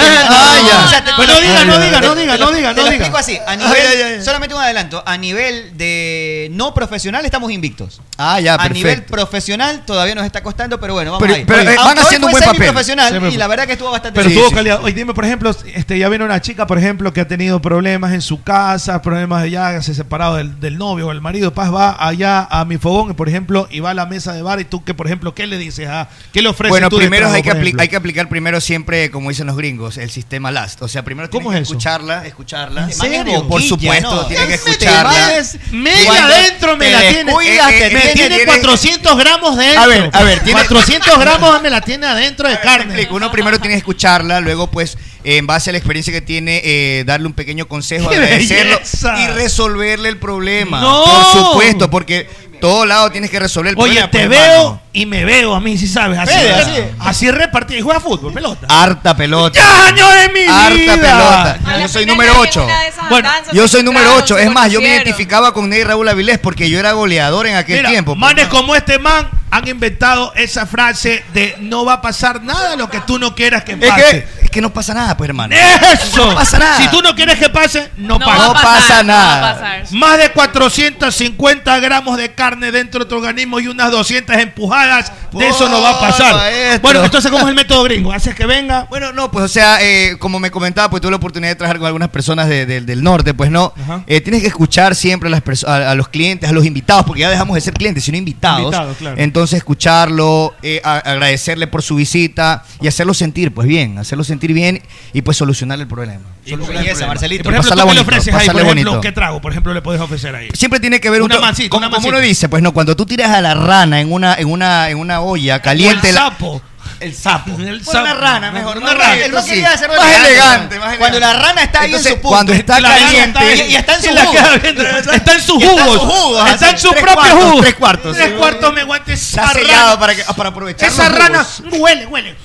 Speaker 7: no,
Speaker 20: Ah,
Speaker 7: no,
Speaker 20: ya.
Speaker 7: no,
Speaker 20: O sea, te-
Speaker 7: no, no diga, no diga, no
Speaker 20: te-
Speaker 7: diga,
Speaker 20: te lo-
Speaker 7: no diga,
Speaker 20: Te
Speaker 7: no
Speaker 20: lo
Speaker 7: diga.
Speaker 20: explico así. A
Speaker 7: Ay, ay,
Speaker 20: nivel, solamente un adelanto. A nivel de no profesional estamos invictos. Ah, ya, A
Speaker 7: perfecto.
Speaker 20: nivel profesional todavía nos está costando, pero bueno, vamos
Speaker 7: Pero-
Speaker 20: ahí.
Speaker 7: pero, eh,
Speaker 20: Aunque
Speaker 7: van
Speaker 20: hoy
Speaker 7: haciendo un
Speaker 20: fue
Speaker 7: buen papel.
Speaker 20: semiprofesional
Speaker 7: Sí, me-
Speaker 20: y la verdad que estuvo bastante
Speaker 7: Pero
Speaker 20: Sí,
Speaker 7: tuvo
Speaker 20: sí,
Speaker 7: calidad. Oye, dime, por ejemplo, este, ya viene una chica, por ejemplo, que ha tenido problemas en su casa, problemas de ya se ha separado del, del novio o el marido. Paz va allá a mi fogón, por ejemplo, y va a la mesa de bar. Y tú, que por ejemplo, ¿qué le dices? Ah, ¿Qué le ofreces
Speaker 20: Bueno,
Speaker 7: tú de
Speaker 20: primero
Speaker 7: trago,
Speaker 20: hay que,
Speaker 7: por
Speaker 20: apli-
Speaker 7: ejemplo?
Speaker 20: hay que aplicar primero siempre, como dicen los gringos, el sistema last. O sea, primero tienes que escucharla, escucharla.
Speaker 7: ¿En
Speaker 20: El man es
Speaker 7: serio?
Speaker 20: boquilla, Por supuesto,
Speaker 7: no.
Speaker 20: tienes que
Speaker 7: Ese
Speaker 20: escucharla.
Speaker 7: man es media
Speaker 20: Cuando
Speaker 7: adentro me
Speaker 20: te
Speaker 7: la tiene.
Speaker 20: descuidas,
Speaker 7: Eh,
Speaker 20: te
Speaker 7: me tiene 400 gramos dentro.
Speaker 20: A ver, a ver. tiene-
Speaker 7: 400 gramos me la tiene adentro de
Speaker 20: Te
Speaker 7: carne.
Speaker 20: explico, Uno primero tiene que escucharla, luego pues en base a la experiencia que tiene, eh, darle un pequeño consejo,
Speaker 7: ¡Qué
Speaker 20: agradecerlo
Speaker 7: belleza!
Speaker 20: y resolverle el problema.
Speaker 7: ¡No!
Speaker 20: Por supuesto, porque todo lado tienes que resolver el
Speaker 7: Oye,
Speaker 20: problema.
Speaker 7: te
Speaker 20: pues,
Speaker 7: veo
Speaker 20: hermano.
Speaker 7: y me veo a mí, si sabes. Así,
Speaker 20: Fede, así
Speaker 7: así, repartir. Y juega fútbol, pelota.
Speaker 20: Harta pelota.
Speaker 7: ¡Año de mi
Speaker 20: Harta
Speaker 7: vida!
Speaker 20: pelota. Yo soy número 8.
Speaker 7: Bueno,
Speaker 20: Yo soy número 8. Es más, yo me identificaba con Ney Raúl Avilés porque yo era goleador en aquel
Speaker 7: Mira,
Speaker 20: tiempo. pues,
Speaker 7: manes como este man han inventado esa frase de no va a pasar nada lo que tú no quieras que
Speaker 20: Es
Speaker 7: pase.
Speaker 20: que, es que no pasa nada, pues, hermano.
Speaker 7: Eso.
Speaker 20: No pasa nada.
Speaker 7: Si tú no quieres que pase, no,
Speaker 20: No
Speaker 7: pasa.
Speaker 20: va a pasar, No pasa no va a nada.
Speaker 7: Más de 450 gramos de carne dentro de tu organismo y unas 200 empujadas, de eso no va a pasar.
Speaker 20: maestro.
Speaker 7: Bueno, entonces, ¿cómo es el método gringo? Haces que venga.
Speaker 20: Bueno, no, pues, o sea, eh, como me comentaba, pues tuve la oportunidad de trabajar con algunas personas de- de- del norte, pues no. Eh, tienes que escuchar siempre a, las perso- a, a los clientes, a los invitados, porque ya dejamos de ser clientes, sino invitados.
Speaker 7: Invitados, claro.
Speaker 20: Entonces, escucharlo, eh, a- agradecerle por su visita y hacerlo sentir, pues bien, hacerlo sentir bien y pues solucionar el problema. Solucionar el
Speaker 7: belleza,
Speaker 20: problema.
Speaker 7: Marcelito.
Speaker 20: Y
Speaker 7: Por ejemplo,
Speaker 20: pasarla
Speaker 7: ¿tú qué le
Speaker 20: bonito,
Speaker 7: ofreces ahí? Por
Speaker 20: pasarla
Speaker 7: ejemplo,
Speaker 20: bonito.
Speaker 7: ¿qué trago, por ejemplo, le puedes ofrecer ahí?
Speaker 20: Siempre tiene que ver un
Speaker 7: Una
Speaker 20: to-
Speaker 7: mancita,
Speaker 20: como,
Speaker 7: una
Speaker 20: como uno
Speaker 7: mancita.
Speaker 20: dice, pues no, cuando tú tiras a la rana en una, en una, en una olla caliente.
Speaker 7: el
Speaker 20: la-
Speaker 7: sapo.
Speaker 20: El sapo.
Speaker 7: El
Speaker 20: Pon una
Speaker 7: sapo.
Speaker 20: rana mejor.
Speaker 7: Una
Speaker 20: más
Speaker 7: rana,
Speaker 20: elegante,
Speaker 7: eso
Speaker 20: no
Speaker 7: sí.
Speaker 20: quería hacerlo
Speaker 7: Más
Speaker 20: elegante.
Speaker 7: elegante, más
Speaker 20: Cuando la
Speaker 7: elegante.
Speaker 20: rana está ahí en
Speaker 7: Entonces,
Speaker 20: su punto.
Speaker 7: cuando está
Speaker 20: La rana
Speaker 7: caliente,
Speaker 20: ahí, y, está en su
Speaker 7: y la
Speaker 20: jugo.
Speaker 7: queda viendo, está en sus
Speaker 20: Y está en
Speaker 7: jugos,
Speaker 20: sus jugos,
Speaker 7: está en
Speaker 20: así,
Speaker 7: sus
Speaker 20: tres
Speaker 7: propios
Speaker 20: cuartos,
Speaker 7: jugos.
Speaker 20: Tres cuartos.
Speaker 7: Tres
Speaker 20: sí.
Speaker 7: cuartos me guante esa
Speaker 20: Está sellado
Speaker 7: rana.
Speaker 20: para, que, para aprovechar
Speaker 7: Esa
Speaker 20: los
Speaker 7: rana
Speaker 20: jugos.
Speaker 7: huele, huele.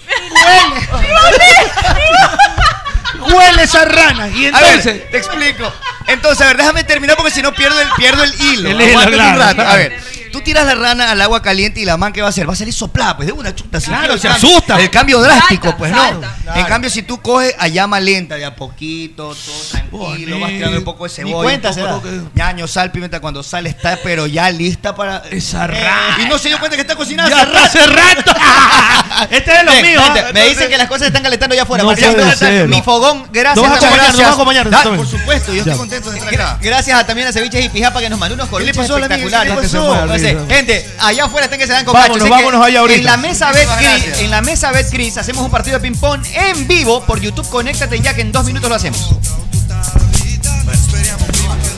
Speaker 7: Huele. huele esa rana. Y
Speaker 20: A ver,
Speaker 7: entonces,
Speaker 20: te explico. Entonces, a ver, déjame terminar porque si no pierdo el, pierdo el hilo.
Speaker 7: El hilo,
Speaker 20: Aguántame
Speaker 7: claro,
Speaker 20: un rato.
Speaker 7: claro.
Speaker 20: A ver, tú tiras la rana al agua caliente y la man, ¿qué va a hacer? Va a salir soplada, pues de una chuta. si
Speaker 7: Claro,
Speaker 20: quiero el
Speaker 7: se
Speaker 20: cambio.
Speaker 7: asusta.
Speaker 20: El cambio drástico,
Speaker 7: Salta,
Speaker 20: pues
Speaker 7: salta.
Speaker 20: no. En cambio, si tú coges a llama lenta, de a poquito, todo tranquilo, vas tirando un poco de
Speaker 7: Ni
Speaker 20: cebolla.
Speaker 7: cuenta
Speaker 20: un
Speaker 7: se
Speaker 20: poco
Speaker 7: da.
Speaker 20: de ñaño, sal, pimienta, cuando sale está, pero ya lista para... Esa
Speaker 7: rana.
Speaker 20: Y no se dio cuenta que está cocinada
Speaker 7: Ya está hace rato. Este es de los
Speaker 20: Ven,
Speaker 7: míos.
Speaker 20: vente,
Speaker 7: ¿ah?
Speaker 20: Me dicen que las cosas están calentando allá afuera.
Speaker 7: No
Speaker 20: Marcelo,
Speaker 7: puede ser.
Speaker 20: Mi fogón, gracias.
Speaker 7: Nos vas a acompañar, nos
Speaker 20: muchas
Speaker 7: vas a
Speaker 20: gracias.
Speaker 7: acompañar,
Speaker 20: Da,
Speaker 7: también.
Speaker 20: por supuesto, yo
Speaker 7: Ya.
Speaker 20: estoy contento de estar acá. Gracias a, también a Ceviches y Pijapa que nos mandó unos
Speaker 7: le
Speaker 20: coluches
Speaker 7: pasó a la amiga?
Speaker 20: espectaculares.
Speaker 7: ¿Qué le
Speaker 20: Entonces,
Speaker 7: pasó?
Speaker 20: entonces, gente, allá afuera están que se dan con
Speaker 7: Vámonos,
Speaker 20: gacho, así que
Speaker 7: vámonos allá ahorita.
Speaker 20: En la mesa
Speaker 7: Muchísimas
Speaker 20: Betcris,
Speaker 7: gracias.
Speaker 20: en la mesa Betcris hacemos un partido de ping pong en vivo por YouTube. Conéctate ya que en dos minutos lo hacemos.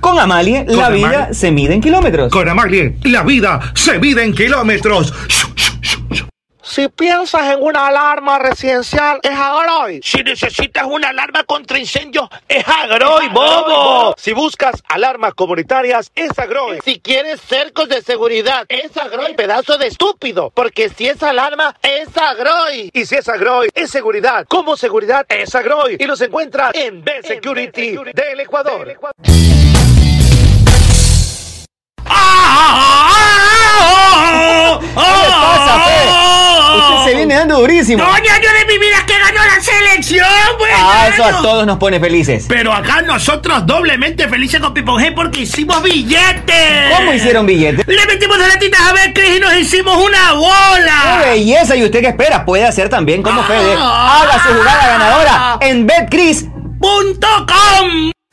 Speaker 17: Con Amalie
Speaker 25: Con
Speaker 17: la vida
Speaker 25: Amalie.
Speaker 17: se mide en kilómetros.
Speaker 25: Con Amalie, la vida se mide en kilómetros.
Speaker 11: Si piensas en una alarma residencial, es Agroy. Si necesitas una alarma contra incendios, es Agroy, bobo.
Speaker 26: Si buscas alarmas comunitarias, es Agroy.
Speaker 11: Si quieres cercos de seguridad, es Agroy, pedazo de estúpido. Porque si es alarma, es Agroy.
Speaker 26: Y si es Agroy, es seguridad. Como seguridad, es Agroy. Y los encuentras en B-Security del Ecuador.
Speaker 11: ¡Ah! ¿Qué le pasa, Fe? Usted se viene dando
Speaker 10: poniendo durísimo.
Speaker 11: Doña, yo de mi vida que ganó la selección, güey.
Speaker 10: Ah, eso a
Speaker 11: hermano.
Speaker 10: todos nos pone felices.
Speaker 11: Pero acá nosotros doblemente felices con Pipo G porque hicimos billetes.
Speaker 10: ¿Cómo hicieron billetes?
Speaker 11: Le metimos dos latitas a ver, Cris, y nos hicimos una
Speaker 10: ¡Qué
Speaker 11: bola.
Speaker 10: belleza! ¿Y usted qué espera? Puede hacer también
Speaker 11: Ah.
Speaker 10: como Fede. Haga su jugada ganadora en BetCris.com.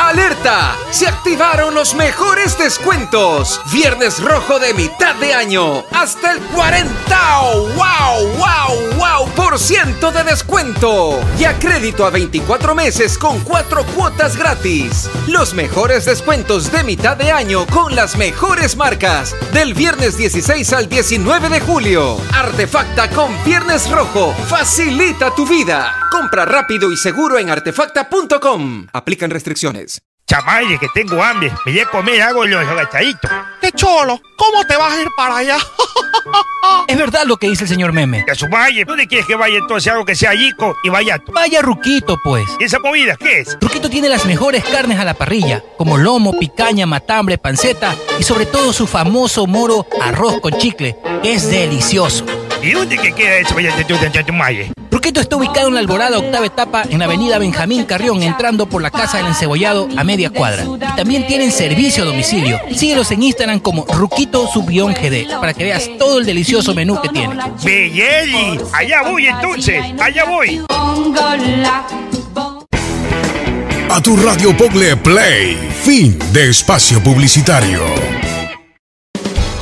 Speaker 2: ¡Alerta! Se activaron los mejores descuentos. Viernes rojo de mitad de año. Hasta el 40. ¡Wow, wow, wow! Por ciento de descuento. Y a crédito a 24 meses con 4 cuotas gratis. Los mejores descuentos de mitad de año con las mejores marcas. Del viernes 16 al 19 de julio. Artefacta con Viernes Rojo. Facilita tu vida. Compra rápido y seguro en artefacta.com. Aplican restricciones.
Speaker 6: Chamaye, que tengo hambre. Me voy a comer algo los agachaditos.
Speaker 27: ¡Qué cholo! ¿Cómo te vas a ir para allá?
Speaker 6: Es verdad lo que dice el señor Meme. Que a su valle. ¿Dónde quieres que vaya entonces algo que sea yico y vaya? Vaya Ruquito, pues. ¿Y esa comida qué es?
Speaker 28: Ruquito tiene las mejores carnes a la parrilla, como lomo, picaña, matambre, panceta y sobre todo su famoso moro arroz con chicle, que es delicioso.
Speaker 6: ¿Y dónde que queda eso vaya de tu- de tu- de tu malle?
Speaker 28: Ruquito está ubicado en la Alborada Octava Etapa en la avenida Benjamín Carrión, entrando por la Casa del Encebollado a media cuadra. Y también tienen servicio a domicilio. Síguelos en Instagram como Ruquito Subión GD para que veas todo el delicioso menú que tiene.
Speaker 6: Belleli, allá voy entonces, allá voy.
Speaker 23: A tu radio Pogle Play, fin de espacio publicitario.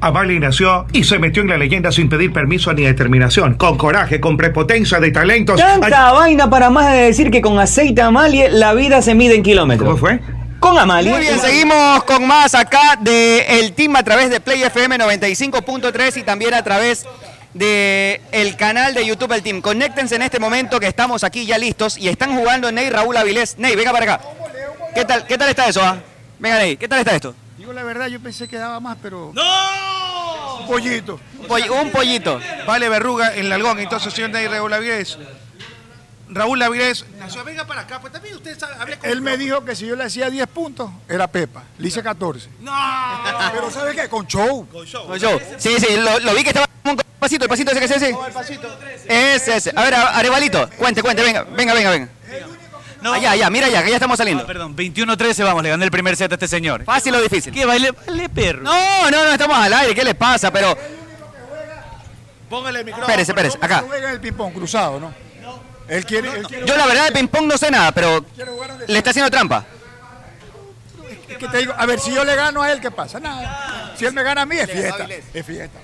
Speaker 7: Amali nació y se metió en la leyenda sin pedir permiso ni determinación, con coraje, con prepotencia de talentos.
Speaker 10: Tanta vaina para más de decir que con aceite Amalie la vida se mide en kilómetros. ¿Cómo fue? Con Amalie.
Speaker 17: Muy bien, seguimos con más acá de el team a través de Play FM 95.3 y también a través de el canal de YouTube El Team. Conéctense en este momento que estamos aquí ya listos y están jugando Ney Raúl Avilés. Ney, venga para acá. ¿Qué tal, qué tal está eso? ah? Venga, Ney, ¿qué tal está esto?
Speaker 19: Digo la verdad, yo pensé que daba más, pero. ¡No! Un pollito.
Speaker 17: un pollito.
Speaker 7: Vale, verruga en Lalgón. Entonces, señor Ney Raúl Avilés. Raúl Avilés. nació- Venga para acá, pues también usted sabe- hable con
Speaker 19: Él me dijo que si yo le hacía 10 puntos, era Pepa. Le hice 14.
Speaker 7: No.
Speaker 19: Pero ¿sabes qué? Con show.
Speaker 7: Con
Speaker 17: No, yo. Sí, sí, lo, lo vi que estaba como un pasito, el pasito ese que es ese. Ese, ese. A ver, a- Arevalito, cuente, cuente, venga, venga, venga, venga. allá, allá, mira allá, que Ah, ya estamos saliendo.
Speaker 16: Ah, Perdón, 21-13 vamos, le gané el primer set a este señor.
Speaker 17: Fácil o difícil.
Speaker 16: ¿Qué baile? Baile perro.
Speaker 17: No, no, no, estamos al aire, ¿qué le pasa? Pero
Speaker 7: Póngale el micrófono.
Speaker 17: Espérese, espérese, acá.
Speaker 19: No juega el ping-pong cruzado, ¿no? Él quiere. él quiere-
Speaker 17: yo la verdad de ping-pong no sé nada, pero le está haciendo trampa.
Speaker 19: Es que te digo, a ver, si yo le gano a él, ¿qué pasa? Nada. Si él me gana a mí, es fiesta. Es fiesta.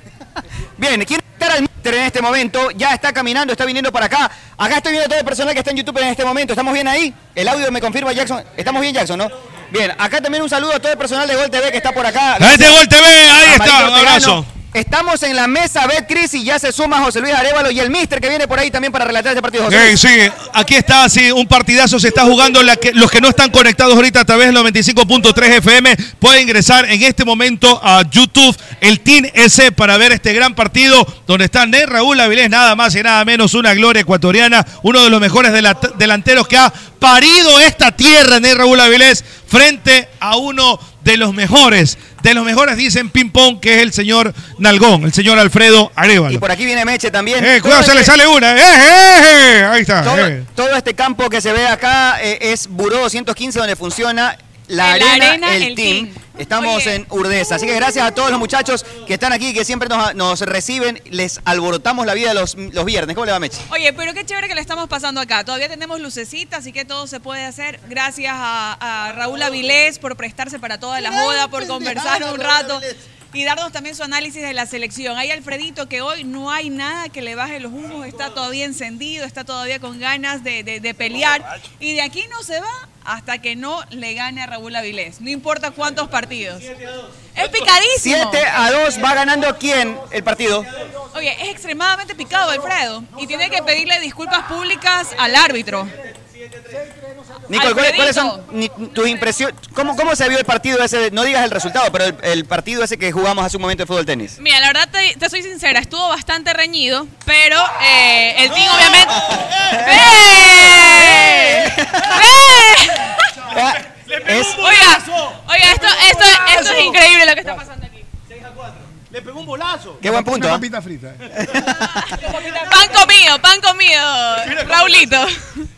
Speaker 17: Bien, ¿quién estará el míster en este momento? Ya está caminando, está viniendo para acá. Acá estoy viendo a todo el personal que está en YouTube en este momento. ¿Estamos bien ahí? El audio me confirma Jackson. ¿Estamos bien, Jackson, no? Bien, acá también un saludo a todo el personal de Gol TV que está por acá.
Speaker 29: La gente de Gol TV, ahí
Speaker 17: A
Speaker 29: está,
Speaker 17: Marito
Speaker 29: un
Speaker 17: Ortegano,
Speaker 29: abrazo.
Speaker 17: Estamos en la mesa Betcris y ya se suma José Luis Arevalo y el mister que viene por ahí también para relatar este partido. José
Speaker 7: Ey,
Speaker 17: Luis.
Speaker 7: sí, aquí está, sí, un partidazo se está jugando. La que- los que no están conectados ahorita a través del 95.3 FM pueden ingresar en este momento a YouTube, el Team S, para ver este gran partido donde está Ney Raúl Avilés, nada más y nada menos, una gloria ecuatoriana, uno de los mejores delata- delanteros que ha parido esta tierra, Ney Raúl Avilés, frente a uno de los mejores. De los mejores dicen ping-pong, que es el señor Nalgón, el señor Alfredo Arevalo.
Speaker 17: Y por aquí viene Meche también.
Speaker 7: Eh,
Speaker 17: Todo
Speaker 7: cuidado, se le
Speaker 17: este-
Speaker 7: sale una. Eh, eh, eh. Ahí está.
Speaker 17: Todo,
Speaker 7: eh.
Speaker 17: todo este campo que se ve acá eh, es Buró 215 donde funciona la
Speaker 18: El
Speaker 17: arena,
Speaker 18: arena,
Speaker 17: el,
Speaker 18: el
Speaker 17: team.
Speaker 18: team.
Speaker 17: Estamos en Urdesa. Así que gracias a todos los muchachos que están aquí, que siempre nos, nos reciben. Les alborotamos la vida los, los viernes. ¿Cómo le va, Meche?
Speaker 18: Oye, pero qué chévere que le estamos pasando acá. Todavía tenemos lucecitas, así que todo se puede hacer. Gracias a, a Raúl Avilés por prestarse para toda la joda, por conversar un rato y darnos también su análisis de la selección. Hay Alfredito que hoy no hay nada que le baje los humos, está todavía encendido, está todavía con ganas de, de- de pelear y de aquí no se va hasta que no le gane a Raúl Avilés. No importa cuántos partidos. Es picadísimo.
Speaker 17: 7 a 2 va ganando quién el partido.
Speaker 18: Oye, es extremadamente picado, Alfredo. Y tiene que pedirle disculpas públicas al árbitro.
Speaker 17: Nicole, ¿cuáles, cuáles son
Speaker 18: Alfredito.
Speaker 17: ni- tus impresiones? ¿Cómo, ¿Cómo se vio el partido ese? No digas el resultado, pero el, el partido ese que jugamos hace un momento de fútbol tenis.
Speaker 21: Mira, la verdad te, te soy sincera, estuvo bastante reñido, pero eh, el team obviamente.
Speaker 17: ¡Eh!
Speaker 11: ¡Eh!
Speaker 21: ¡Eh! ¡Ve! ¡Ve!
Speaker 17: Es-
Speaker 21: ¡Eh! Oiga, oiga, esto, esto, esto es increíble lo que está pasando aquí.
Speaker 20: Le pegó un bolazo.
Speaker 17: Qué buen punto.
Speaker 19: Una
Speaker 17: ¿ah?
Speaker 19: papita frita.
Speaker 21: Pan comido, pan comido, Raulito.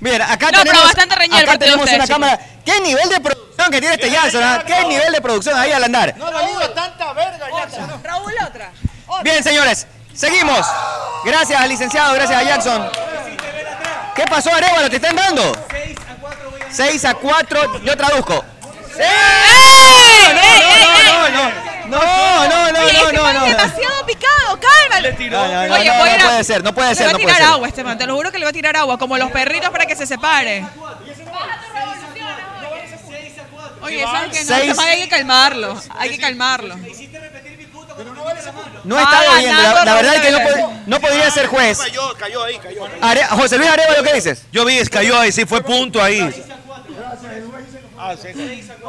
Speaker 17: Mira, acá
Speaker 21: No, pero
Speaker 17: tenemos,
Speaker 21: bastante reñido el
Speaker 17: acá
Speaker 21: partido
Speaker 17: tenemos
Speaker 21: de
Speaker 17: una
Speaker 21: ustedes,
Speaker 17: cámara. ¿Qué nivel de producción que tiene este Jackson? ah? ¿Qué nivel de producción ahí al andar?
Speaker 20: No ha valido tanta verga, Jackson.
Speaker 18: Raúl, otra.
Speaker 17: Bien, señores, seguimos. Gracias al licenciado, gracias a Jackson. ¿Qué pasó, Arevalo? ¿Te están dando? 6 a 4, yo traduzco.
Speaker 18: ¡Eh!
Speaker 17: No, no, no, no, no,
Speaker 18: Oye, eh!
Speaker 17: no,
Speaker 18: este
Speaker 17: no,
Speaker 18: man
Speaker 17: no,
Speaker 18: es
Speaker 17: no.
Speaker 18: demasiado picado, cálmalo.
Speaker 17: No, no, no,
Speaker 18: Oye,
Speaker 17: no,
Speaker 18: voy a
Speaker 17: no
Speaker 18: ir a-
Speaker 17: puede ser, no puede ser,
Speaker 18: Le
Speaker 17: no
Speaker 18: va a
Speaker 17: puede
Speaker 18: tirar
Speaker 17: ser.
Speaker 18: agua este man, te lo juro que le va a tirar agua, como los perritos para que se separe. Oye, ¿sabes qué? No,
Speaker 17: Seis.
Speaker 18: este man hay que calmarlo, hay que calmarlo.
Speaker 17: No estaba
Speaker 18: Va
Speaker 17: viendo, la,
Speaker 18: Ah, ganando
Speaker 17: la verdad es que no,
Speaker 18: Roosevelt.
Speaker 17: pod- no podría ser juez.
Speaker 20: Cayó, cayó ahí, cayó.
Speaker 17: Are- José Luis Arevalo, ¿qué dices?
Speaker 7: Yo vi, cayó ahí, sí, fue punto ahí.
Speaker 11: Ah,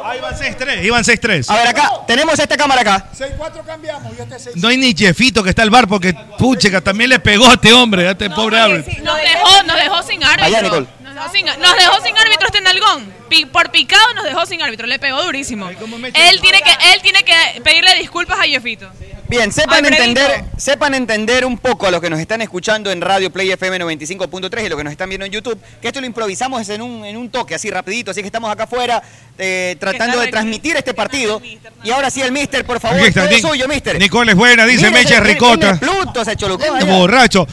Speaker 20: Ahí va
Speaker 7: 6-3, iban 6-3.
Speaker 17: A ver, acá, tenemos esta cámara acá.
Speaker 19: 6-4 cambiamos y este es 6
Speaker 7: No hay ni Jefito que está al bar porque, puchica, también le pegó a este hombre, a este pobre hombre.
Speaker 21: Nos dejó, nos dejó sin árbitro.
Speaker 7: Allá, Nicole.
Speaker 21: Nos dejó sin, nos dejó sin árbitro este nalgón. Pi- por picado nos dejó sin árbitro. Le pegó durísimo. Él tiene que, él tiene que pedirle disculpas a Jeffito.
Speaker 17: Bien, sepan
Speaker 21: Alfredito.
Speaker 17: entender, sepan entender un poco a los que nos están escuchando en Radio Play FM 95.3 y los que nos están viendo en YouTube, que esto lo improvisamos en un, en un toque, así rapidito, así que estamos acá afuera eh, tratando de transmitir este partido. Y ahora sí, el mister, por favor,
Speaker 7: Aquí está,
Speaker 17: todo es
Speaker 7: Nic-
Speaker 17: suyo, mister.
Speaker 7: Nicole es buena, dice
Speaker 17: Mira,
Speaker 7: Meche
Speaker 17: mira,
Speaker 7: Ricota.
Speaker 17: mira, Pluto se cholucó allá.
Speaker 7: Este Borracho.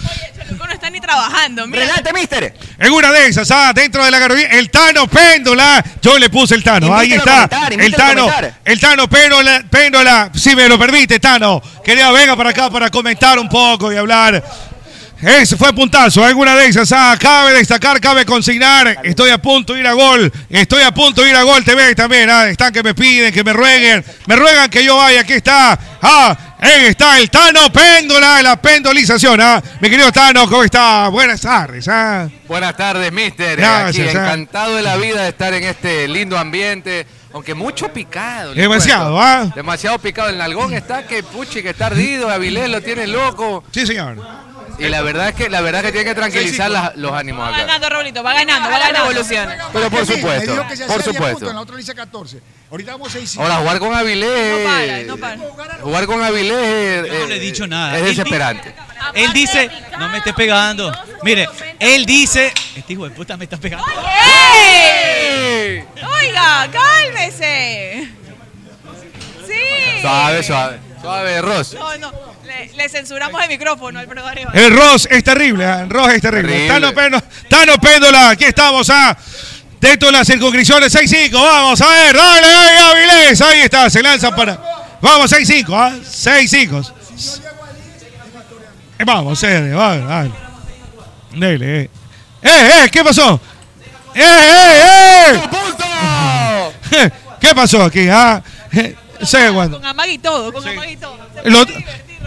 Speaker 21: Choluco no está ni trabajando. Mira.
Speaker 17: Relate, mister.
Speaker 7: En una de esas, ah, dentro de la garganta, el Tano Péndola. Yo le puse el Tano, ahí
Speaker 17: Invítalo a
Speaker 7: está.
Speaker 17: comentar,
Speaker 7: el
Speaker 17: invítalo a
Speaker 7: Tano,
Speaker 17: comentar.
Speaker 7: el Tano Péndola, Péndola, si me lo permite, Tano. Quería venga para acá para comentar un poco y hablar. Ese fue puntazo, alguna de esas, ah, cabe destacar, cabe consignar, estoy a punto de ir a gol, estoy a punto de ir a gol TV también, ah, están que me piden, que me rueguen, me ruegan que yo vaya, aquí está, ah, ahí está el Tano Péndola, la pendolización, ah, mi querido Tano, ¿cómo está? Buenas tardes, ah.
Speaker 13: Buenas tardes, mister.
Speaker 7: Gracias,
Speaker 13: Aquí,
Speaker 7: ah.
Speaker 13: encantado de la vida de estar en este lindo ambiente. Aunque mucho picado. le
Speaker 7: Demasiado,
Speaker 13: cuento.
Speaker 7: ¿ah?
Speaker 13: Demasiado picado. El nalgón está que puchi, que está ardido. Avilés lo tiene loco.
Speaker 7: Sí, señor.
Speaker 13: Y la verdad es que, la verdad es que tiene que tranquilizar las- los ánimos
Speaker 18: Va
Speaker 13: acá.
Speaker 18: ganando, Raulito, va ganando, va ganando. Evoluciona.
Speaker 13: Pero por
Speaker 19: Sí, me
Speaker 13: supuesto,
Speaker 19: dijo que se
Speaker 13: por
Speaker 19: hacía diez puntos,
Speaker 13: supuesto.
Speaker 19: En la otra le hice 14. Ahorita vamos 6
Speaker 13: Ahora, jugar con Avilés. eh, Jugar con Avilés. eh,
Speaker 16: Yo no le he dicho nada.
Speaker 13: Es
Speaker 16: Él-
Speaker 13: desesperante.
Speaker 16: Él dice, no me estés pegando. Mire, él dice, este hijo de puta me está pegando.
Speaker 18: ¡Ey! Oiga, cálmese. Sí.
Speaker 13: Suave, suave. Suave, Ross.
Speaker 18: No, no, le, le censuramos el micrófono, Alfredo Arevalo.
Speaker 7: El Ross es terrible, ah, el Ross es terrible.
Speaker 13: Terrible.
Speaker 7: Tano, Pendo- Tano Péndola, aquí estamos, ah. Dentro de las circunscripciones, 6-5, vamos a ver, dale, dale, Avilés, ahí está, se lanza para. Vamos, 6-5, ah, 6-5. Eh, Vamos, eh, vamos, dale. Dele, eh. ¡Eh, eh! ¿Qué pasó? ¡Eh, eh, eh! ¿Qué pasó aquí? Ah, Eh, sé cuándo.
Speaker 18: Con amague y todo, con amague y todo.
Speaker 7: Lo-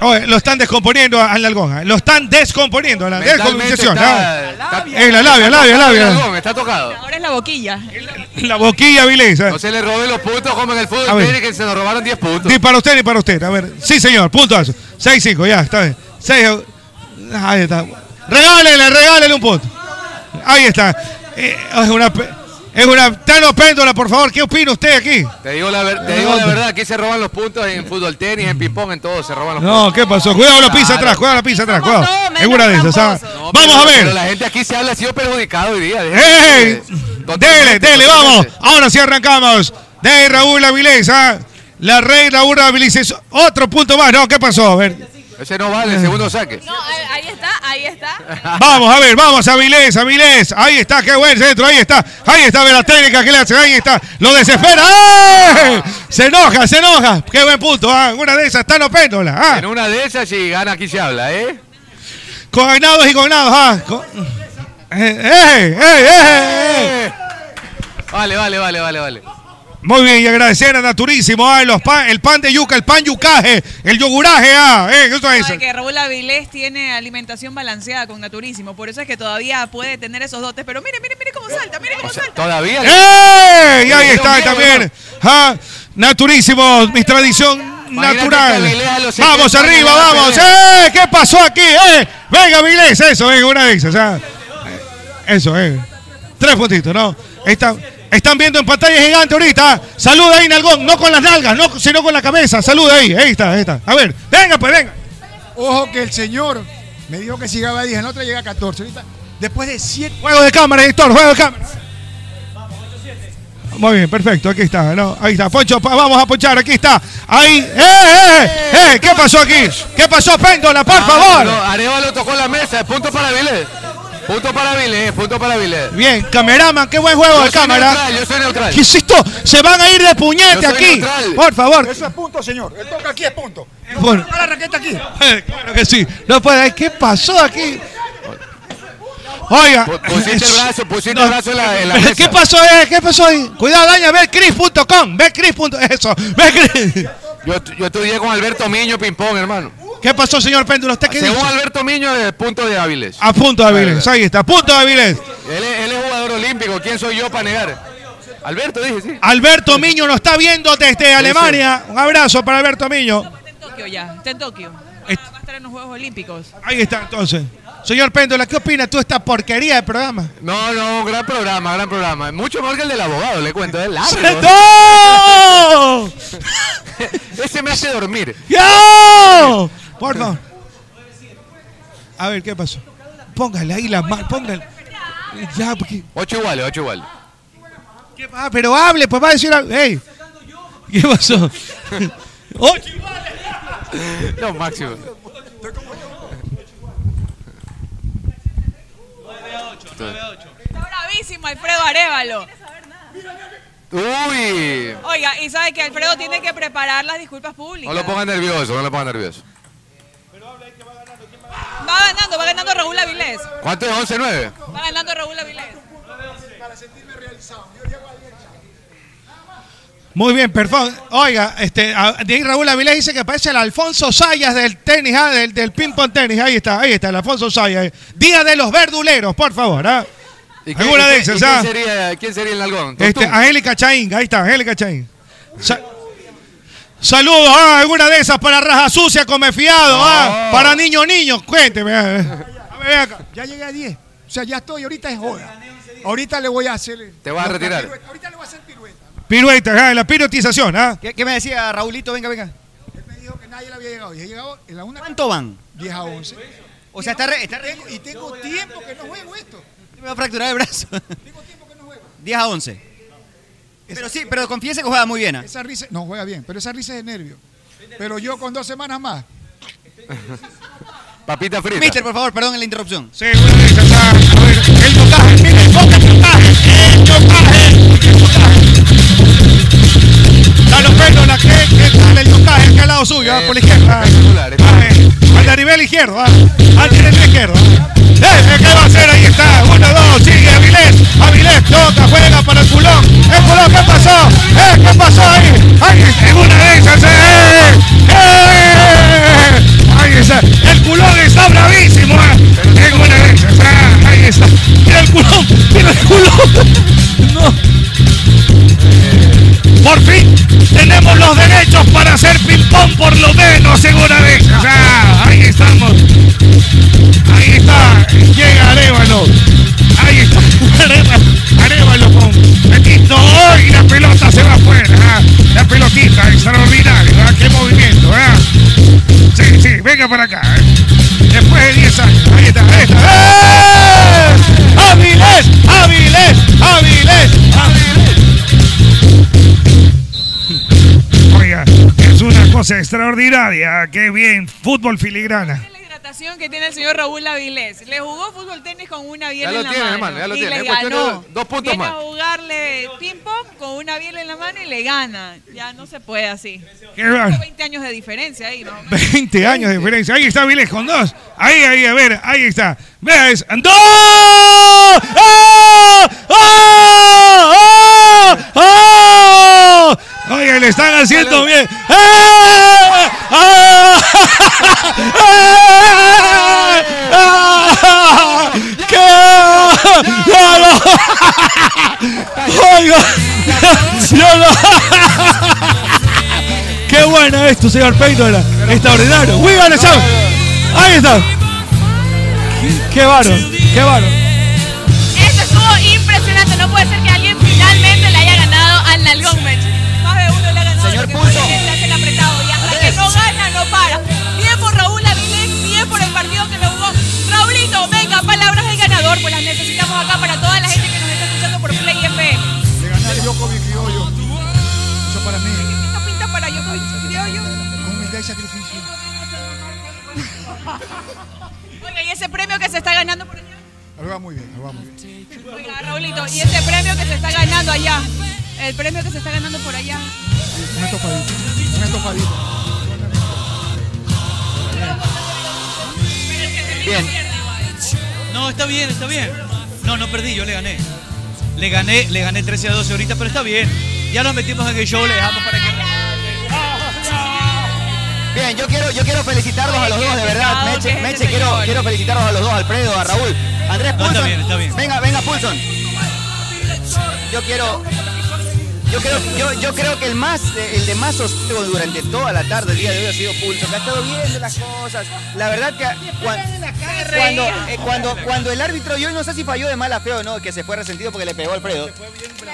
Speaker 7: Oye, lo están descomponiendo a Alargón. Lo están descomponiendo. La ah. descomponición.
Speaker 13: está-
Speaker 7: Es la labia, labia, labia.
Speaker 13: Está tocado.
Speaker 18: Ahora es la boquilla.
Speaker 7: La boquilla, eh. Vilés.
Speaker 13: No se le roben los puntos como en el fútbol,
Speaker 7: A ver.
Speaker 13: mire que se nos robaron 10 puntos.
Speaker 7: Ni para usted ni para usted. A ver. Sí, señor. Puntazo. 6-5. Ya, está bien. 6. Ahí está. Regálele, regálele un punto. Ahí está. Eh, es una. pe- Es una. Tano Péndola, por favor. ¿Qué opina usted aquí?
Speaker 13: Te digo la, ver- te digo la verdad, aquí se roban los puntos en fútbol tenis, en ping-pong, en todo se roban los puntos.
Speaker 7: No, ¿qué pasó? Cuidado la pizza atrás, cuidado la pizza atrás, cuidado. Es una de esas. ¿sabes?
Speaker 13: No, pero-
Speaker 7: Vamos a
Speaker 13: pero la
Speaker 7: ver.
Speaker 13: gente aquí se habla, ha sido perjudicado hoy día. Eh,
Speaker 7: ¡Ey! Dele, dele, vamos. Ahora sí arrancamos. De Raúl Avilés, ¿ah? La rey Raúl Avilés es otro punto más. No, ¿qué pasó? A ver.
Speaker 13: Ese no vale, el segundo saque.
Speaker 21: No, ahí ahí está, ahí está.
Speaker 7: Vamos, a ver, vamos, Avilés, Avilés. Ahí está, qué buen centro, ahí está. Ahí está, ve la técnica que le hace, ahí está. Lo desespera. ¡Ey! Se enoja, se enoja. Qué buen punto, ¿ah? Una de esas, Tano Péndola. ¿ah?
Speaker 13: En una de esas, si gana, aquí se habla, ¿eh?
Speaker 7: Cognados y cognados, ah. Co- Eh, eh, eh, eh, eh.
Speaker 13: Vale, vale, vale, vale, vale.
Speaker 7: Muy bien, y agradecer a Naturísimo, ah, los pan- el pan de yuca, el pan yucaje, el yoguraje, ah, eh, eso es.
Speaker 18: Sabe que Raúl Avilés tiene alimentación balanceada con Naturísimo, por eso es que todavía puede tener esos dotes. Pero mire, mire, mire cómo salta, mire cómo salta.
Speaker 13: Todavía.
Speaker 7: ¡Eh! Y ahí
Speaker 13: Pero
Speaker 7: está
Speaker 13: miedo,
Speaker 7: también. ah, Naturísimo, mi tradición
Speaker 13: Imagínate que
Speaker 7: natural.
Speaker 13: Avilés a los 70
Speaker 7: Vamos arriba,
Speaker 13: no va a
Speaker 7: vamos. ¡Eh! ¿Qué pasó aquí? ¡Eh! Venga, Vilés, eso, venga, una de esas. ah. Eso, eh. Tres puntitos, ¿no? Están, están viendo en pantalla gigante ahorita. ah. Saluda ahí, Nalgón. No con las nalgas, no, sino con la cabeza. Saluda ahí. Ahí está, ahí está. A ver, venga, pues venga.
Speaker 19: Ojo que el señor me dijo que llegaba a 10, en la otra llega a 14. Ahorita, después de 7.
Speaker 7: Juego de cámara, director, juego de cámara. Muy bien, perfecto, aquí está, ¿no? Ahí está, Poncho, pa- vamos a ponchar, aquí está. Ahí, ¡eh, eh, eh! eh! ¿Qué pasó aquí? ¿Qué pasó, Péndola, por
Speaker 13: Ah,
Speaker 7: favor?
Speaker 13: No, Arevalo tocó la mesa, punto para Vilés. Punto para Vilés, punto para Vilés.
Speaker 7: Bien, cameraman, qué buen juego
Speaker 13: Yo
Speaker 7: de
Speaker 13: soy
Speaker 7: cámara.
Speaker 13: neutral, yo soy neutral.
Speaker 7: ¿Qué es esto? Se van a ir de puñete
Speaker 13: Yo soy
Speaker 7: aquí.
Speaker 13: neutral.
Speaker 7: Por favor.
Speaker 19: Eso es punto, señor. El toque aquí es punto.
Speaker 7: Bueno.
Speaker 19: Toca la raqueta aquí.
Speaker 7: Eh, claro que sí. No puede, ¿qué pasó aquí? Oiga.
Speaker 13: Pusiste el brazo, pusiste el brazo en la, en la mesa.
Speaker 7: ¿Qué pasó ahí? ¿Qué pasó ahí? Cuidado, daña, betcris.com, betcris. Eso, betcris.
Speaker 13: Yo, yo estudié con Alberto Miño ping-pong, hermano.
Speaker 7: ¿Qué pasó, señor Péndulo? ¿Usted qué
Speaker 13: Según
Speaker 7: dice?
Speaker 13: Alberto Miño, el punto de Áviles.
Speaker 7: A punto de Avilés, ahí está, a punto de Avilés.
Speaker 13: Él es, él es jugador olímpico, ¿quién soy yo para negar? Alberto, dije, sí.
Speaker 7: Alberto Miño nos está viendo desde Alemania. Un abrazo para Alberto Miño.
Speaker 18: Tokio ya, está en Tokio.
Speaker 7: Est-
Speaker 18: Va a estar en los Juegos Olímpicos.
Speaker 7: Ahí está entonces. Señor Péndola, ¿qué opina tú de esta porquería de programa?
Speaker 13: No, no, gran programa, gran programa. Mucho mejor que el del abogado, le cuento, es largo.
Speaker 7: ¡No!
Speaker 13: Ese me hace dormir.
Speaker 7: ¡Yo! Por favor. A ver, ¿qué pasó? Póngale ahí la mano, póngale. Ya, porque...
Speaker 13: Ocho iguales, ocho iguales.
Speaker 7: ¿Qué pa- pero hable, pues va a decir algo. ¡Ey! ¿Qué pasó? Ocho.
Speaker 13: No, máximo.
Speaker 18: Está bravísimo Alfredo Arevalo.
Speaker 13: Uy.
Speaker 18: Oiga, y sabe que Alfredo tiene que preparar las disculpas
Speaker 13: No
Speaker 18: públicas.
Speaker 13: lo pongan nervioso, no lo pongan nervioso.
Speaker 18: Va ganando, va ganando Raúl Avilés.
Speaker 13: ¿Cuánto es? 11-9.
Speaker 18: Va ganando Raúl Avilés.
Speaker 7: Muy bien, perfecto. Oiga, este, a- de ahí Raúl Avilés dice que parece el Alfonso Sayas del tenis, ah, del, del ping-pong tenis. Ahí está, ahí está, el Alfonso Sayas. Día de los verduleros, por favor. ¿ah?
Speaker 13: ¿Y quién-
Speaker 7: Alguna
Speaker 13: y
Speaker 7: de esas,
Speaker 13: quién- y quién
Speaker 7: ah.
Speaker 13: sería, ¿Quién sería el algodón?
Speaker 7: Este, Angélica Chaín, ahí está, Angélica Chaín. Sa- Saludos, ah, alguna de esas para Raja Sucia, Come Fiado, ah, para Niño Niño, cuénteme. ah.
Speaker 19: Ya llegué a 10. O sea, ya estoy. Ahorita es joda. Ahorita le voy a hacer.
Speaker 13: Te vas a retirar.
Speaker 7: Piruetas, ah, la pirotización, ¿ah?
Speaker 17: ¿Qué, qué me decía Raulito? Venga, venga.
Speaker 19: Nadie le había llegado. Dije, llegado en la una.
Speaker 17: ¿Cuánto van?
Speaker 19: 10 a 11.
Speaker 17: O sea, está re- está
Speaker 19: Tengo- Y tengo tiempo que no juego esto.
Speaker 17: Me va a fracturar el brazo. Tengo tiempo que no juego. 10 a 11. Pero sí, pero confiese que juega muy bien. ¿ah?
Speaker 19: Esa risa, no juega bien, pero esa risa es de nervio. Pero yo con dos semanas más.
Speaker 7: Este-
Speaker 13: Papita frita.
Speaker 17: Mister, por favor, perdón en la interrupción.
Speaker 7: Sí, una de esas, ah, a ver, el tocaje, mire, toca el tocaje, el tocaje, el tocaje. Dale un pelo, la que, que sale el tocaje aquí al lado suyo, ah, por la izquierda. ah. Ah, eh, Al de nivel izquierdo, ah, al de nivel izquierdo. ah. Eh, ¿Qué va a hacer? Ahí está. Uno, dos, sigue Avilés. Avilés toca, juega para el culón. El culón, ¿qué pasó? Eh, ¿Qué pasó ahí? Ahí, en una de esas. ¡Eh! ¡Eh! eh,
Speaker 10: por lo menos en una vez. O sea, ahí estamos. Ahí está. Llega Arevalo. Ahí está. Arevalo, Arevalo con Petito. ¡Ay! La pelota se va afuera. Ah, La pelotita extraordinaria. Ah, Qué movimiento. ah. Sí, sí. Venga para acá. eh. Después de 10 años. Ahí está. Ahí está. ¡Eh! ¡Avilés! ¡Avilés! ¡Avilés! ¡Avilés! Oiga, es una cosa extraordinaria. Qué bien. Fútbol filigrana.
Speaker 18: La hidratación que tiene el señor Raúl Avilés. Le jugó fútbol tenis con una biela
Speaker 2: Ya lo
Speaker 18: en la
Speaker 2: tiene,
Speaker 18: mano.
Speaker 2: hermano, ya lo
Speaker 18: y
Speaker 2: tiene.
Speaker 18: le
Speaker 2: Es cuestión de
Speaker 18: ganó.
Speaker 2: dos puntos
Speaker 18: Viene
Speaker 2: más.
Speaker 18: a jugarle ping-pong con una biela en la mano y le gana. Ya no se puede así.
Speaker 10: Qué bárbaro.
Speaker 18: 20 años de diferencia ahí, ¿no?
Speaker 10: 20 años de diferencia. Ahí está Avilés con dos. Ahí, ahí, a ver, ahí está. Vea, es. ¡No! ¡Ah! ¡Ah! ¡Ah! Oye, le están haciendo bien. ¡Ah! ¡Ah! ¡Ah! ¡Ah! ¡Qué! ¡Ya lo- Oiga, ya lo- Qué bueno esto, señor Peyton. Extraordinario. We gonna shout. Ahí está. Qué varón, qué varón.
Speaker 30: Eso estuvo impresionante. No puede ser que alguien finalmente le haya ganado al Nalgón Match.
Speaker 18: Más de uno le ha ganado. Señor Pulso. Se hacen apretado. Y hasta que no gana, no para. Bien por Raúl Avilés, bien por el partido que lo jugó. Raulito, venga, palabras del ganador. Pues las necesitamos acá para toda la gente que nos está escuchando por Play FM.
Speaker 19: De ganar yo con mi criollo. Eso para mí.
Speaker 18: Esta pinta para yo con criollo.
Speaker 19: Con humildad y sacrificio.
Speaker 18: Oiga, y ese premio que se está ganando por allá.
Speaker 19: Lo va muy bien, lo va muy bien.
Speaker 18: Oiga, Raulito, y ese premio que se está ganando allá. El premio que se está ganando por allá.
Speaker 19: Una topadita. Una topadita.
Speaker 16: Bien. No, está bien, está bien. No, no perdí, yo le gané. Le gané, le gané 13 a 12 ahorita, pero está bien. Ya nos metimos en el show, le dejamos para que.
Speaker 17: Bien, yo quiero, yo quiero felicitarlos a los dos, de verdad. Meche, Meche, quiero, quiero felicitarlos a los dos, Alfredo, a Raúl. Andrés
Speaker 16: No,
Speaker 17: Pulson.
Speaker 16: está bien, está bien.
Speaker 17: Venga, venga, Pulson. Yo quiero. Yo creo, yo, yo creo que el más, eh, el de más sosiego durante toda la tarde, el día de hoy ha sido Pulso, que ha estado viendo las cosas. La verdad que cuando, cuando, eh, cuando, cuando el árbitro, yo no sé si falló de mala fe o no, que se fue resentido porque le pegó a Alfredo.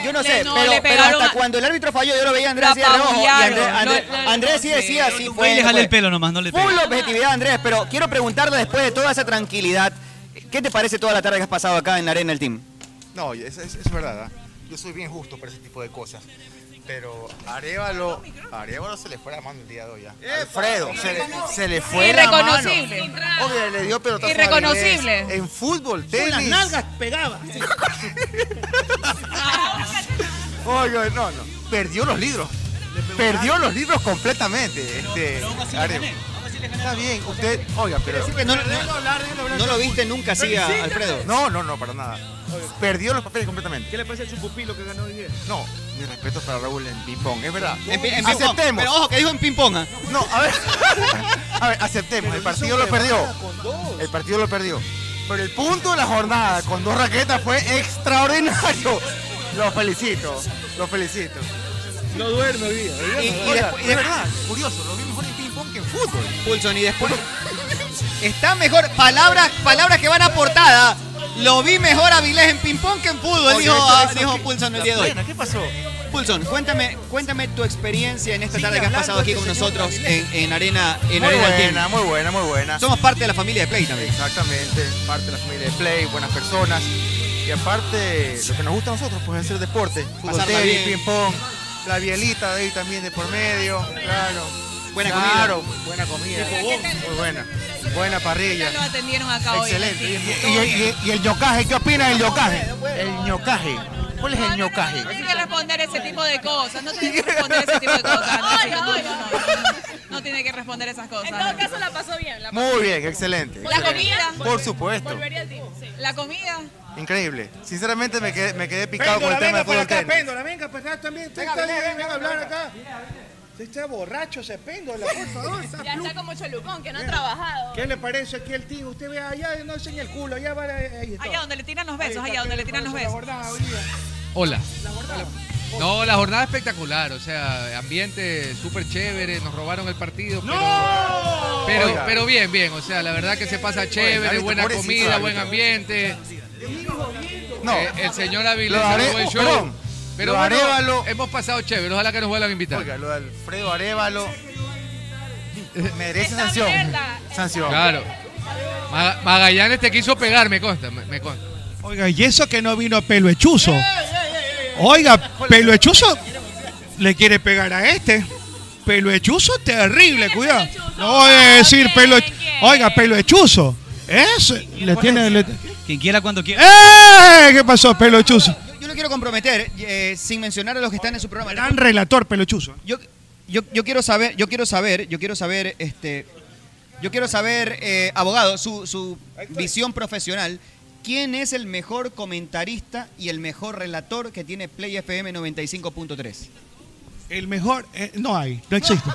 Speaker 17: Yo no
Speaker 18: Le-
Speaker 17: sé,
Speaker 18: no,
Speaker 17: pero,
Speaker 18: le
Speaker 17: pero
Speaker 18: pegaron
Speaker 17: hasta
Speaker 18: a-
Speaker 17: cuando el árbitro falló, yo lo veía a Andrés
Speaker 18: La
Speaker 17: así de reojo, y Andrés,
Speaker 18: pabullaron,
Speaker 17: Andrés-
Speaker 18: no, no, no,
Speaker 17: Andrés sí decía, sí
Speaker 16: Ve
Speaker 17: fue.
Speaker 16: y le jale
Speaker 17: fue.
Speaker 16: el pelo nomás, no le pegue.
Speaker 17: Full objetividad, Andrés, pero quiero preguntarle después de toda esa tranquilidad, ¿qué te parece toda la tarde que has pasado acá en la arena del team?
Speaker 11: No, es, es- es verdad. ¿ah? Yo soy bien justo para ese tipo de cosas. Pero Arevalo, Arevalo se le fue la mano el día de hoy. ¿ah? Alfredo, se le, se le fue la mano.
Speaker 18: Irreconocible.
Speaker 11: Obvio, le dio pelotazo a
Speaker 18: Irreconocible.
Speaker 11: Avilés. En fútbol,
Speaker 18: Con
Speaker 11: tenis.
Speaker 18: las nalgas
Speaker 11: pegaba. Oye, no, no. Perdió los libros. Perdió los libros completamente. Este, Arevalo. Está bien, usted, oiga, pero...
Speaker 17: no, lo viste nunca así, a- Alfredo.
Speaker 11: No, no, no, para nada. Perdió los papeles completamente.
Speaker 17: ¿Qué le parece a su pupilo que ganó hoy día?
Speaker 11: No, mi respeto para Raúl en ping-pong, es verdad.
Speaker 17: En pi- en ping-pong.
Speaker 11: aceptemos.
Speaker 17: Pero ojo, que dijo en ping-pong. ¿ah?
Speaker 11: No, a ver. A ver, aceptemos. El partido lo perdió. El partido lo perdió. Pero el punto de la jornada con dos raquetas fue extraordinario. Lo felicito. Lo felicito.
Speaker 17: No duerme hoy día.
Speaker 11: Y, y después- y de verdad, curioso, lo vi mejor en ping-pong que en fútbol.
Speaker 17: Pulson, y después. Está mejor. Palabras, palabras que van a portada. Lo vi mejor a Avilés en ping-pong que en fútbol,
Speaker 11: Oye,
Speaker 17: dijo,
Speaker 11: eso-
Speaker 17: ah,
Speaker 11: eso
Speaker 17: dijo
Speaker 11: que-
Speaker 17: Pulson el
Speaker 11: la
Speaker 17: día de hoy.
Speaker 11: plena, ¿Qué pasó?
Speaker 17: Pulson, cuéntame, cuéntame tu experiencia en esta
Speaker 11: Sigue
Speaker 17: tarde que has
Speaker 11: hablando
Speaker 17: pasado aquí
Speaker 11: este
Speaker 17: con
Speaker 11: señor
Speaker 17: nosotros en,
Speaker 11: Avilés.
Speaker 17: en Arena, en
Speaker 11: muy
Speaker 17: arena del Team.
Speaker 11: buena, muy buena, muy buena.
Speaker 17: Somos parte de la familia de Play también.
Speaker 11: Exactamente, parte de la familia de Play, buenas personas. Y aparte, lo que nos gusta a nosotros pues, es hacer deporte. Fútbol,
Speaker 17: Pasarla
Speaker 11: tenis,
Speaker 17: bien.
Speaker 11: ping-pong, la bielita de ahí también de por medio. Claro.
Speaker 17: Buena comida.
Speaker 11: Claro, buena comida. Muy buena. Buena parrilla.
Speaker 18: Lo atendieron acá
Speaker 11: Excelente.
Speaker 18: hoy.
Speaker 11: Y,
Speaker 18: en el
Speaker 11: y- y- y el ñocaje, ¿qué opinas del ñocaje? El ñocaje. ¿Cuál es el ñocaje?
Speaker 18: No tiene que responder ese tipo de cosas. No tiene que responder ese tipo de cosas. No, no, no, no. No tiene que responder esas cosas. En todo caso, la pasó bien.
Speaker 11: Muy bien, excelente.
Speaker 18: ¿La comida?
Speaker 11: Por supuesto.
Speaker 18: La comida.
Speaker 11: Increíble. Sinceramente me quedé, me quedé picado con el tema de fútbol tenis.
Speaker 7: Péndola, venga para acá también. Usted está bien, venga, a hablar acá. Usted está borracho, se péndola, por favor. está
Speaker 30: Ya está
Speaker 7: flu-
Speaker 30: como Cholucón, que no ha
Speaker 7: Venga.
Speaker 30: trabajado.
Speaker 7: ¿Qué le parece aquí el tío? Usted ve allá, no enseña el culo, allá va. eh, Allá
Speaker 18: Allá donde le tiran los besos, allá donde le tiran los besos.
Speaker 7: Hola.
Speaker 21: Hola.
Speaker 13: No, la jornada espectacular, o sea, ambiente súper chévere, nos robaron el partido. Pero, pero,
Speaker 9: Oiga.
Speaker 13: pero bien, bien, o sea, la verdad que se pasa chévere,
Speaker 9: árbitro,
Speaker 13: buena
Speaker 9: pobrecito,
Speaker 13: comida,
Speaker 9: árbitro.
Speaker 13: buen ambiente.
Speaker 15: No.
Speaker 13: Eh, el señor Avilés
Speaker 15: Lo
Speaker 13: hizo
Speaker 15: de
Speaker 13: un
Speaker 15: Are-
Speaker 13: buen
Speaker 15: oh,
Speaker 13: show.
Speaker 15: perdón.
Speaker 13: Pero
Speaker 15: Lo de
Speaker 13: bueno,
Speaker 15: Arevalo-
Speaker 13: hemos pasado chévere, ojalá que nos vuelvan a invitar.
Speaker 15: Oiga, lo de Alfredo Arevalo
Speaker 13: Eh.
Speaker 15: merece sanción. Sanción.
Speaker 13: Claro. Ma- Magallanes te quiso pegar, me consta, me, me consta.
Speaker 7: Oiga, y eso que no vino Peluechuzo. Oiga, Peluechuzo le quiere pegar a este. Peluechuzo terrible, cuidado. No voy a decir pelo. Oiga, Peluechuzo. Eso le tiene. le-
Speaker 16: Quien quiera cuando quiera.
Speaker 7: ¡Eh! ¿Qué pasó, Peluechuzo?
Speaker 17: Yo no quiero comprometer, eh, sin mencionar a los que están en su programa.
Speaker 7: Gran relator, Peluechuzo.
Speaker 17: Yo, yo, yo quiero saber, yo quiero saber, yo quiero saber, este, yo quiero saber, eh, abogado, su, su visión profesional. ¿Quién es el mejor comentarista y el mejor relator que tiene Play FM 95.3?
Speaker 7: El mejor, eh, no hay, no existe.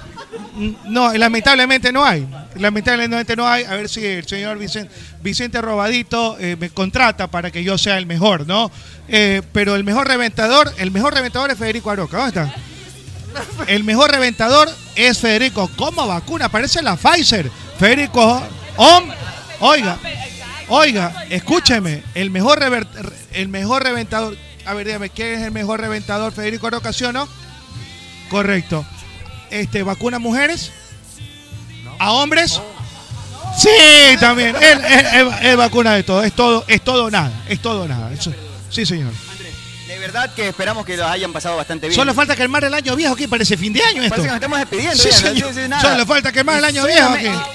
Speaker 7: N- No, lamentablemente no hay. Lamentablemente no hay. A ver si el señor Vicente, Vicente Robadito eh, me contrata para que yo sea el mejor, ¿no? Eh, pero el mejor reventador, el mejor reventador es Federico Aroca. ¿Dónde está? El mejor reventador es Federico. ¿Cómo vacuna? Parece la Pfizer. Federico, hom- oiga, oiga, escúcheme. El mejor, rever- el mejor reventador. A ver, dígame, ¿quién es el mejor reventador? Federico Aroca, ¿sí o no? Correcto. Este, ¿Vacuna a mujeres? ¿A hombres? Sí, también. Él, él- él- él vacuna de todo. Es todo, es todo o nada. Es todo o nada. Eso- sí, señor.
Speaker 17: De verdad que esperamos que los hayan pasado bastante bien.
Speaker 7: Solo falta quemar el año viejo aquí, parece fin de año esto.
Speaker 17: Parece que nos estamos despidiendo,
Speaker 7: Sí,
Speaker 17: ya, no
Speaker 7: señor.
Speaker 17: sé si nada.
Speaker 7: Solo falta quemar el
Speaker 17: Y
Speaker 7: año viejo aquí.
Speaker 17: solamente-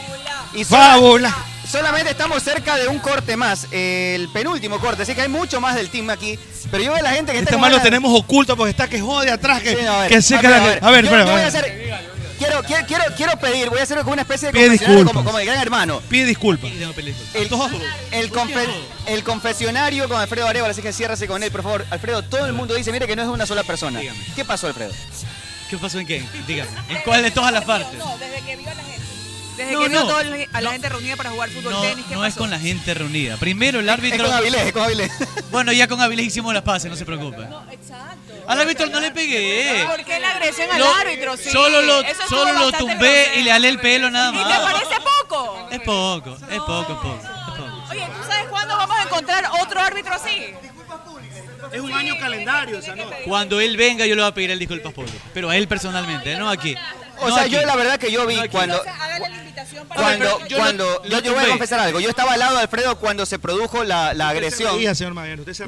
Speaker 17: Y
Speaker 7: Fábula.
Speaker 17: sola- Solamente estamos cerca de un corte más, eh, el penúltimo corte, así que hay mucho más del team aquí. Pero yo veo a la gente que está.
Speaker 7: Este
Speaker 17: con
Speaker 7: mal lo
Speaker 17: ganas-
Speaker 7: tenemos oculto porque está que jode atrás. Que,
Speaker 17: Sí, no, a ver,
Speaker 7: que seca
Speaker 17: a ver,
Speaker 7: la-
Speaker 17: a ver.
Speaker 7: A ver,
Speaker 17: Yo-
Speaker 7: espera,
Speaker 17: yo voy a
Speaker 7: espera.
Speaker 17: hacer- quiero, quiero, quiero, quiero pedir, voy a hacer como una especie de
Speaker 7: Pide
Speaker 17: confesionario,
Speaker 7: disculpas.
Speaker 17: como, como el gran hermano.
Speaker 7: Pide disculpas.
Speaker 17: El, el, confe- el confesionario con Alfredo Arevalo, así que ciérrase con él, por favor. Alfredo, todo el mundo dice, mire que no es una sola persona. ¿Qué pasó, Alfredo?
Speaker 16: ¿Qué pasó en qué? Dígame. ¿En cuál de todas las partes?
Speaker 18: No, desde que vio a la gente. Desde
Speaker 16: No,
Speaker 18: que vio
Speaker 16: no.
Speaker 18: a toda la- a la gente reunida para jugar fútbol,
Speaker 16: No,
Speaker 18: tenis, ¿qué
Speaker 16: no
Speaker 18: pasó?
Speaker 16: es con la gente reunida. Primero el árbitro.
Speaker 18: con Avilés, es con
Speaker 16: Bueno, ya con Avilés hicimos las pases, no se preocupe.
Speaker 18: Exacto.
Speaker 16: Al árbitro no le pegué.
Speaker 18: ¿Por qué la agresión al
Speaker 16: Lo-
Speaker 18: árbitro? Sí,
Speaker 16: solo lo,
Speaker 18: eso estuvo
Speaker 16: solo lo
Speaker 18: bastante
Speaker 16: tumbé y le alé el pelo nada
Speaker 18: ¿Y te
Speaker 16: más.
Speaker 18: parece poco?
Speaker 16: Es poco, es poco, es poco. es poco.
Speaker 18: Oye, ¿tú sabes cuándo vamos a encontrar otro árbitro así?
Speaker 7: Es un año calendario, o sea, no.
Speaker 16: Cuando él venga yo le voy a pedir el disculpas públicas. Pero a él personalmente, no aquí.
Speaker 17: O
Speaker 16: No
Speaker 17: sea,
Speaker 16: aquí.
Speaker 17: yo la verdad que yo vi
Speaker 16: No aquí.
Speaker 17: cuando... Cuando,
Speaker 16: Yo lo-
Speaker 17: cuando,
Speaker 16: lo
Speaker 17: yo te voy a
Speaker 16: tumbé.
Speaker 17: confesar algo. Yo estaba al lado de Alfredo cuando se produjo la, la agresión.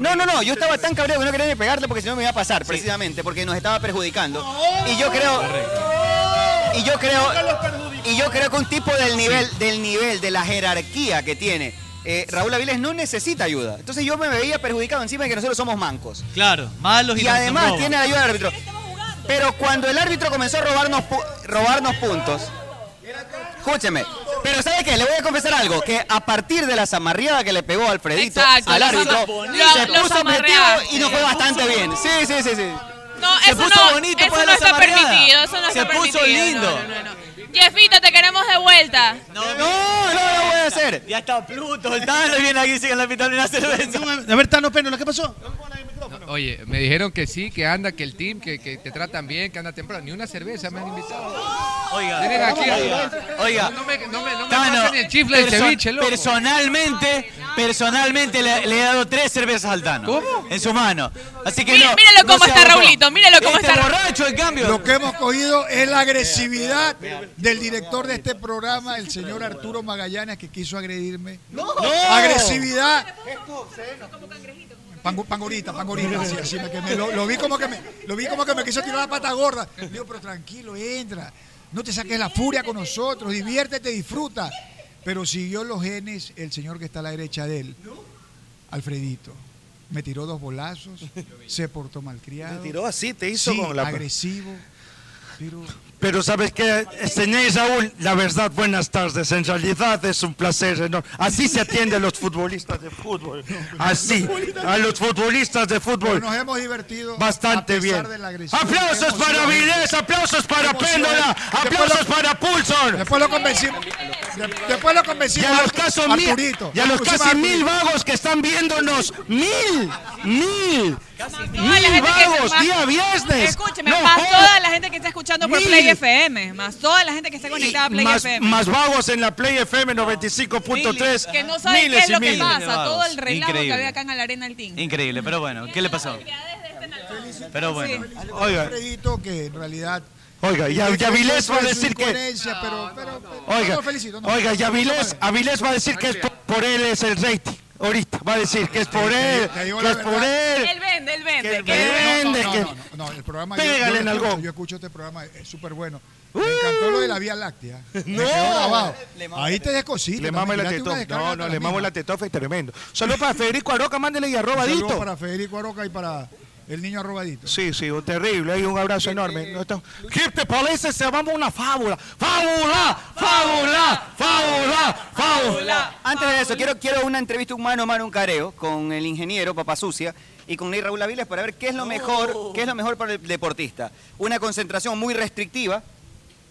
Speaker 17: No, no, no, yo estaba tan cabreado que no quería ni pegarle porque si no me iba a pasar, precisamente, porque nos estaba perjudicando. Y yo creo. Y yo creo. Y yo creo que un tipo del nivel, del nivel, de la jerarquía que tiene. eh, Raúl Aviles no necesita ayuda. Entonces yo me veía perjudicado encima de que nosotros somos mancos.
Speaker 16: Claro, malos y,
Speaker 17: Y
Speaker 16: nos
Speaker 17: además
Speaker 16: roban.
Speaker 17: tiene la ayuda del árbitro. Pero cuando el árbitro comenzó a robarnos, pu- robarnos puntos. Escúcheme. Pero ¿sabe qué? Le voy a confesar algo. Que a partir de la zamarriada que le pegó Alfredito
Speaker 21: Exacto,
Speaker 17: al
Speaker 21: lo
Speaker 17: árbitro,
Speaker 21: zama-
Speaker 17: se
Speaker 21: lo- lo
Speaker 17: puso objetivo
Speaker 21: zamarreaste.
Speaker 17: y nos fue
Speaker 21: Se
Speaker 17: bastante
Speaker 21: puso-
Speaker 17: bien. Sí, sí, sí, sí.
Speaker 21: No,
Speaker 17: Se
Speaker 21: eso
Speaker 17: puso
Speaker 21: no,
Speaker 17: bonito,
Speaker 21: eso
Speaker 17: pues,
Speaker 21: no
Speaker 17: la
Speaker 21: está
Speaker 17: zamarreada.
Speaker 21: permitido, eso no
Speaker 17: Se
Speaker 21: está
Speaker 17: puso
Speaker 21: permitido.
Speaker 17: lindo.
Speaker 21: No, no, no, no. Jeffito, te queremos de vuelta.
Speaker 16: No,
Speaker 17: no lo voy a hacer.
Speaker 16: Ya está Pluto,
Speaker 17: el
Speaker 16: Tano
Speaker 17: viene aquí, sigue en la mitad de una cerveza.
Speaker 7: A ver, Tano Peno, ¿qué pasó?
Speaker 13: Oye, me dijeron que sí, que anda, que el team, que, que te tratan bien, que anda temprano. Ni una cerveza me han invitado.
Speaker 9: Oiga.
Speaker 13: Vienen aquí.
Speaker 9: Oiga.
Speaker 13: No me, no me, no me
Speaker 9: Tano,
Speaker 13: pasan ni el chifle del
Speaker 9: perso-
Speaker 13: ceviche, loco.
Speaker 9: Personalmente, personalmente le, le he dado tres cervezas al Tano. En su mano. Así que
Speaker 21: Mire-
Speaker 9: no.
Speaker 21: míralo
Speaker 9: no
Speaker 21: cómo
Speaker 9: se
Speaker 21: está
Speaker 9: abocó.
Speaker 21: Raulito, míralo cómo
Speaker 9: Este
Speaker 21: está Raulito.
Speaker 9: borracho, en cambio.
Speaker 19: Lo que hemos cogido es la agresividad del director de este programa, el señor Arturo Magallanes, que quiso agredirme. Agresividad. Pango- pangorita, pangorita, así, así me quemé. Lo, lo vi como que me, lo vi como que me quiso tirar la pata gorda. Digo, pero tranquilo, entra. No te saques la furia con nosotros, diviértete, disfruta. Pero siguió los genes el señor que está a la derecha de él, Alfredito. Me tiró dos bolazos, se portó malcriado.
Speaker 3: Te tiró así, te hizo
Speaker 19: Sí,
Speaker 3: con la-
Speaker 19: agresivo. Pero
Speaker 3: Pero sabes que,
Speaker 9: Este,
Speaker 3: señor Raúl, la verdad, buenas tardes. En realidad es un placer enorme. Así se atiende a los futbolistas de fútbol. Así, a los futbolistas de
Speaker 19: Pero
Speaker 3: fútbol.
Speaker 19: nos hemos divertido
Speaker 3: Bastante
Speaker 19: a pesar
Speaker 3: bien.
Speaker 19: de la agresión.
Speaker 3: Aplausos para Vilés, aplausos para
Speaker 19: Emociones.
Speaker 3: Péndola,
Speaker 19: Después
Speaker 3: aplausos
Speaker 19: lo-
Speaker 3: para Pulson.
Speaker 19: Después lo convencimos. Después lo convencimos.
Speaker 7: Y a los casos mil-
Speaker 19: Arturito.
Speaker 7: y a los
Speaker 19: Escuchemos
Speaker 7: casi
Speaker 19: a
Speaker 7: mil
Speaker 19: Arturito.
Speaker 7: vagos que están viéndonos, mil, mil,
Speaker 18: Toda la
Speaker 7: mil
Speaker 18: gente que
Speaker 7: vagos,
Speaker 18: está-
Speaker 7: día viernes.
Speaker 18: Escúcheme,
Speaker 7: No
Speaker 18: más
Speaker 7: jodas.
Speaker 18: toda la gente que está escuchando por
Speaker 7: Mil.
Speaker 18: Play FM, más toda la gente que está conectada a Play
Speaker 7: más,
Speaker 18: FM.
Speaker 7: más vagos en la Play FM 95.3.
Speaker 18: que no saben qué
Speaker 7: miles
Speaker 18: es
Speaker 7: y
Speaker 18: lo que
Speaker 7: miles.
Speaker 18: pasa, todo el relajo que
Speaker 7: Increíble.
Speaker 18: había acá en la arena del team.
Speaker 16: Increíble, pero bueno, ¿qué le pasó? Pero bueno,
Speaker 19: Oiga.
Speaker 16: oiga.
Speaker 19: Alfredito, que en realidad.
Speaker 7: Oiga, ya, ya Vilés va a decir que.
Speaker 19: Pero, pero, pero-
Speaker 7: Oiga,
Speaker 19: no, felicito, no.
Speaker 7: oiga, ya Avilés, Avilés va a decir que es por, por él es el rating. Ahorita va a decir que es por él,
Speaker 19: Te digo
Speaker 7: que
Speaker 19: la
Speaker 7: es por
Speaker 19: verdad.
Speaker 7: él.
Speaker 18: Él vende, él
Speaker 7: Que
Speaker 18: vende.
Speaker 7: él vende,
Speaker 19: No, no,
Speaker 7: que-
Speaker 19: no, no, no, el programa. yo-
Speaker 7: Pégale
Speaker 19: yo,
Speaker 7: en
Speaker 19: lo
Speaker 7: algo. Uh.
Speaker 19: escucho, Yo escucho este programa, es súper bueno. Me encantó lo de la Vía Láctea. Me
Speaker 7: No.
Speaker 19: quedó grabado.
Speaker 7: Le mama
Speaker 19: Ahí
Speaker 7: la
Speaker 19: te descosito.
Speaker 7: Le mamo la tetofa. No, no, le mamo la tetofa y tremendo. Saludos para Federico Aroca, mándele y arrobadito.
Speaker 19: Saludos para Federico Aroca y para el niño arrobadito.
Speaker 7: Sí, sí, un terrible, hay un abrazo enorme. No está- ¿Qué te parece? Se llama una fábula. ¡Fábula! ¡Fábula! ¡Fábula! ¡Fábula!
Speaker 17: Antes de eso, quiero, quiero una entrevista, un mano a mano, un careo con el ingeniero Papá Sucia y con Ley Raúl Aviles para ver qué es lo mejor, qué es lo mejor para el deportista. Una concentración muy restrictiva,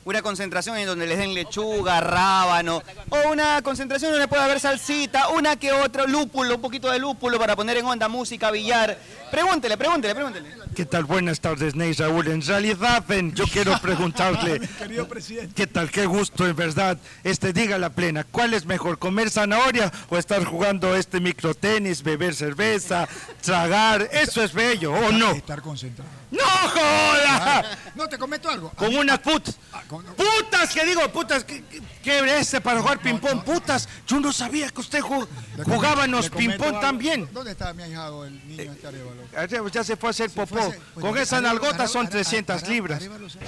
Speaker 17: una concentración en donde les den lechuga, rábano, o una concentración donde pueda haber salsita, una que otra, lúpulo, un poquito de lúpulo para poner en onda música, billar. Pregúntele, pregúntele, pregúntele.
Speaker 7: ¿Qué tal? Buenas tardes, Ney Raúl. En realidad, en- yo quiero preguntarle.
Speaker 19: Querido presidente.
Speaker 7: ¿Qué tal? Qué gusto, en verdad. Este, diga la plena, ¿cuál es mejor, comer zanahoria o estar jugando este microtenis, beber cerveza, tragar? Eso es bello, ¿o no?
Speaker 19: Estar concentrado.
Speaker 7: ¡No joda!
Speaker 19: No, te comento algo.
Speaker 7: Con unas putas.
Speaker 19: Ah,
Speaker 7: ¡Putas! que digo? ¡Putas! ¿Qué, qué- qué es para jugar ping-pong? ¡Putas! Yo no sabía que usted ju- jugaba en los
Speaker 19: Le comento
Speaker 7: ping-pong
Speaker 19: algo.
Speaker 7: también. Eh,
Speaker 19: ¿Dónde está mi ahijado, el niño este Arevalo?
Speaker 7: Arevalo Ya se fue a hacer popó.
Speaker 19: fuese- pues,
Speaker 7: Con esa
Speaker 19: Arevalo,
Speaker 7: nalgota son
Speaker 19: Arevalo,
Speaker 7: 300
Speaker 19: Arevalo,
Speaker 7: libras.
Speaker 19: Arevalo, ¿sabe?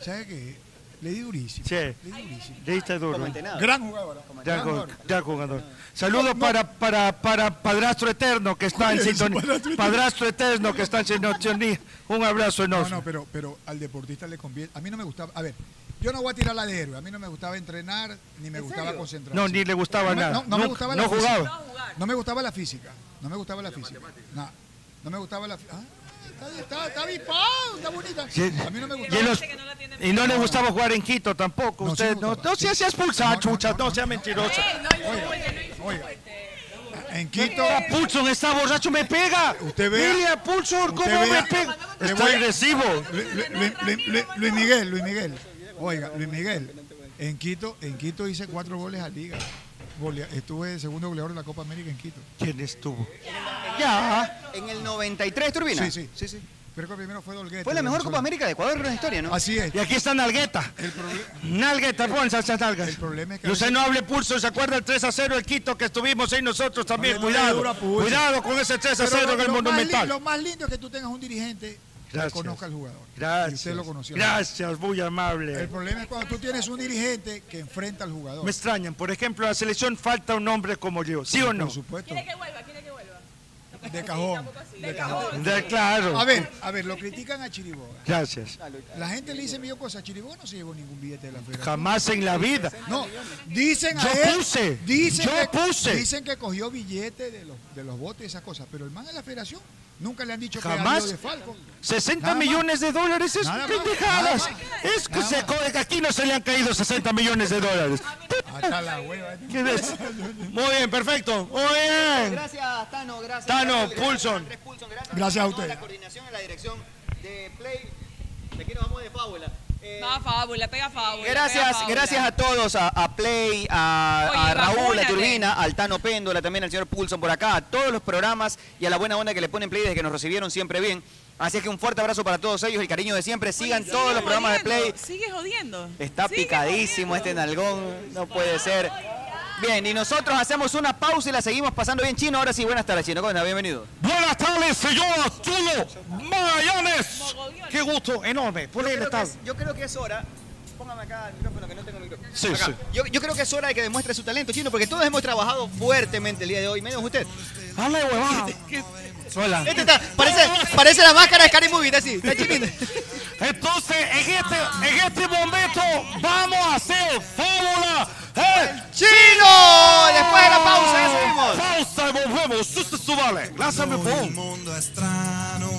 Speaker 19: ¿Sabe qué? Le di durísimo.
Speaker 7: Sí.
Speaker 19: Le di durísimo.
Speaker 7: Le diste duro.
Speaker 19: Como entrenado. Gran jugador. ¿eh?
Speaker 7: Ya,
Speaker 19: Gran
Speaker 7: jugador.
Speaker 19: jugador.
Speaker 7: ya jugador. Saludos para, para, para Padrastro Eterno que está
Speaker 19: ¿Cuál
Speaker 7: en
Speaker 19: es
Speaker 7: sintonía.
Speaker 19: Padrastro Eterno?
Speaker 7: Padrastro Eterno que está en sintonía. Un abrazo
Speaker 19: No,
Speaker 7: enorme.
Speaker 19: no, pero, pero al deportista le conviene. A mí no me gustaba. A ver, yo no voy a tirar la de héroe. A mí no me gustaba entrenar, ni me gustaba concentrar.
Speaker 7: No, ni le gustaba
Speaker 19: no, me-
Speaker 7: nada.
Speaker 19: No, no me
Speaker 7: Nunca-
Speaker 19: gustaba
Speaker 7: no
Speaker 19: la física.
Speaker 7: jugaba.
Speaker 19: No me gustaba la física. No me gustaba la física. No, no me gustaba la física. Está, está bispado, está bonita.
Speaker 7: Sí.
Speaker 19: A mí no me
Speaker 7: Y,
Speaker 19: gustaba.
Speaker 7: en los- y no le gustaba jugar en Quito tampoco.
Speaker 19: No, sí
Speaker 7: Usted
Speaker 19: me
Speaker 7: no,
Speaker 19: gustaba.
Speaker 7: no sea, sea expulsado, chucha. No sea mentiroso.
Speaker 19: En Quito.
Speaker 7: Pulson está borracho, me pega.
Speaker 19: Usted vea.
Speaker 7: Mira, Pulson,
Speaker 19: Usted
Speaker 7: ¿cómo
Speaker 19: vea.
Speaker 7: me pega?
Speaker 19: Le
Speaker 7: Está
Speaker 19: voy-
Speaker 7: agresivo.
Speaker 19: Lu- Lu- Lu- Lu- Lu- Luis Miguel, Luis Miguel. Oiga, Luis Miguel. En Quito, en Quito hice cuatro goles a Liga. Golea- Estuve segundo goleador de la Copa América en Quito.
Speaker 7: ¿Quién estuvo?
Speaker 17: Ya. En el 93, Turbina.
Speaker 19: Sí, sí, sí, sí. Creo que primero fue Dolguete.
Speaker 17: Fue la mejor
Speaker 19: Venezuela.
Speaker 17: Copa América de Ecuador en la historia, ¿no?
Speaker 19: Así es.
Speaker 7: Y aquí está Nalgueta. Nalgueta, ponse esas nalgas. El
Speaker 19: problema
Speaker 7: Y usted no hable pulso, ¿se acuerda el 3 a 0 el Quito que estuvimos ahí nosotros también?
Speaker 19: No le dé
Speaker 7: cuidado,
Speaker 19: dura, pues.
Speaker 7: cuidado con ese 3 a
Speaker 19: Pero
Speaker 7: 0
Speaker 19: lo-
Speaker 7: en el
Speaker 19: lo más
Speaker 7: Monumental.
Speaker 19: li- Lo más lindo es que tú tengas un dirigente
Speaker 7: Gracias.
Speaker 19: que conozca al jugador.
Speaker 7: Gracias.
Speaker 19: Y usted lo conoció.
Speaker 7: Gracias, muy amable.
Speaker 19: El problema es cuando tú tienes un dirigente que enfrenta al jugador.
Speaker 7: Me extrañan, por ejemplo, a la selección falta un hombre como yo, ¿sí o no?
Speaker 19: Por supuesto.
Speaker 18: que vuelva, quiere que vuelva.
Speaker 19: De cajón. De cajón.
Speaker 7: De- claro.
Speaker 19: A ver, a ver, lo critican a Chiriboga.
Speaker 7: Gracias.
Speaker 19: La gente le dice millón cosas. Chiriboga no se llevó ningún billete de la federación.
Speaker 7: Jamás en la vida.
Speaker 19: No, dicen a
Speaker 7: Yo
Speaker 19: él-
Speaker 7: puse,
Speaker 19: Dicen
Speaker 7: yo
Speaker 19: que,
Speaker 7: puse.
Speaker 19: Dicen que cogió billete de los, de los votos y esas cosas. Pero el man de la federación nunca le han dicho que
Speaker 7: Jamás.
Speaker 19: ha de Falco.
Speaker 7: 60
Speaker 19: Nada más.
Speaker 7: millones de dólares es
Speaker 19: Nada más,
Speaker 7: pendejadas.
Speaker 19: nada más.
Speaker 7: Es que se co- aquí no se le han caído 60 millones de dólares.
Speaker 19: Hasta la hueva.
Speaker 7: ¿Qué ves? Muy bien, perfecto. Muy bien.
Speaker 17: Gracias, Tano. Gracias.
Speaker 7: Tano,
Speaker 17: Gracias, gracias,
Speaker 7: Pulson.
Speaker 17: Andrés Pulson, gracias,
Speaker 19: Gracias a
Speaker 17: por toda
Speaker 19: ustedes.
Speaker 17: La coordinación en la dirección de Play. Aquí nos vamos de fábula. Eh,
Speaker 18: Va, fábula, pega fábula. pega
Speaker 17: Gracias,
Speaker 18: fábula.
Speaker 17: gracias a todos, a, a Play, a,
Speaker 18: Oye,
Speaker 17: a Raúl, a
Speaker 18: vacúnate.
Speaker 17: Turbina, al Tano Péndola, también al señor Pulson por acá, a todos los programas y a la buena onda que le ponen Play desde que nos recibieron siempre bien. Así es que un fuerte abrazo para todos ellos, el cariño de siempre. Sigan
Speaker 18: Sigue
Speaker 17: todos los programas de Play.
Speaker 18: jodiendo, Sigue jodiendo.
Speaker 17: Está picadísimo este nalgón, no puede ser. Bien, y nosotros hacemos una pausa y la seguimos pasando bien chino. Ahora sí, buenas tardes, chino. ¿Cómo está? Bienvenido.
Speaker 7: Buenas tardes, señor Chulo Magallanes. Qué gusto enorme. Por ahí está.
Speaker 17: Yo creo que es hora. Póngame acá el micrófono que no tengo micrófono.
Speaker 7: Sí,
Speaker 17: Acá.
Speaker 7: sí.
Speaker 17: Yo, yo creo que es hora de que demuestre su talento, chino, porque todos hemos trabajado fuertemente el día de hoy, menos usted.
Speaker 7: ¡Hable, huevada! Hola.
Speaker 17: Este está, parece, parece la máscara de Scary Movie, está así. está chinito.
Speaker 7: Entonces, en este, en este momento vamos a hacer fórmula el
Speaker 17: chino. Después de la pausa, ya seguimos.
Speaker 7: Pausa y volvemos. Usted subale. Gracias, mi
Speaker 12: Il mondo è strano.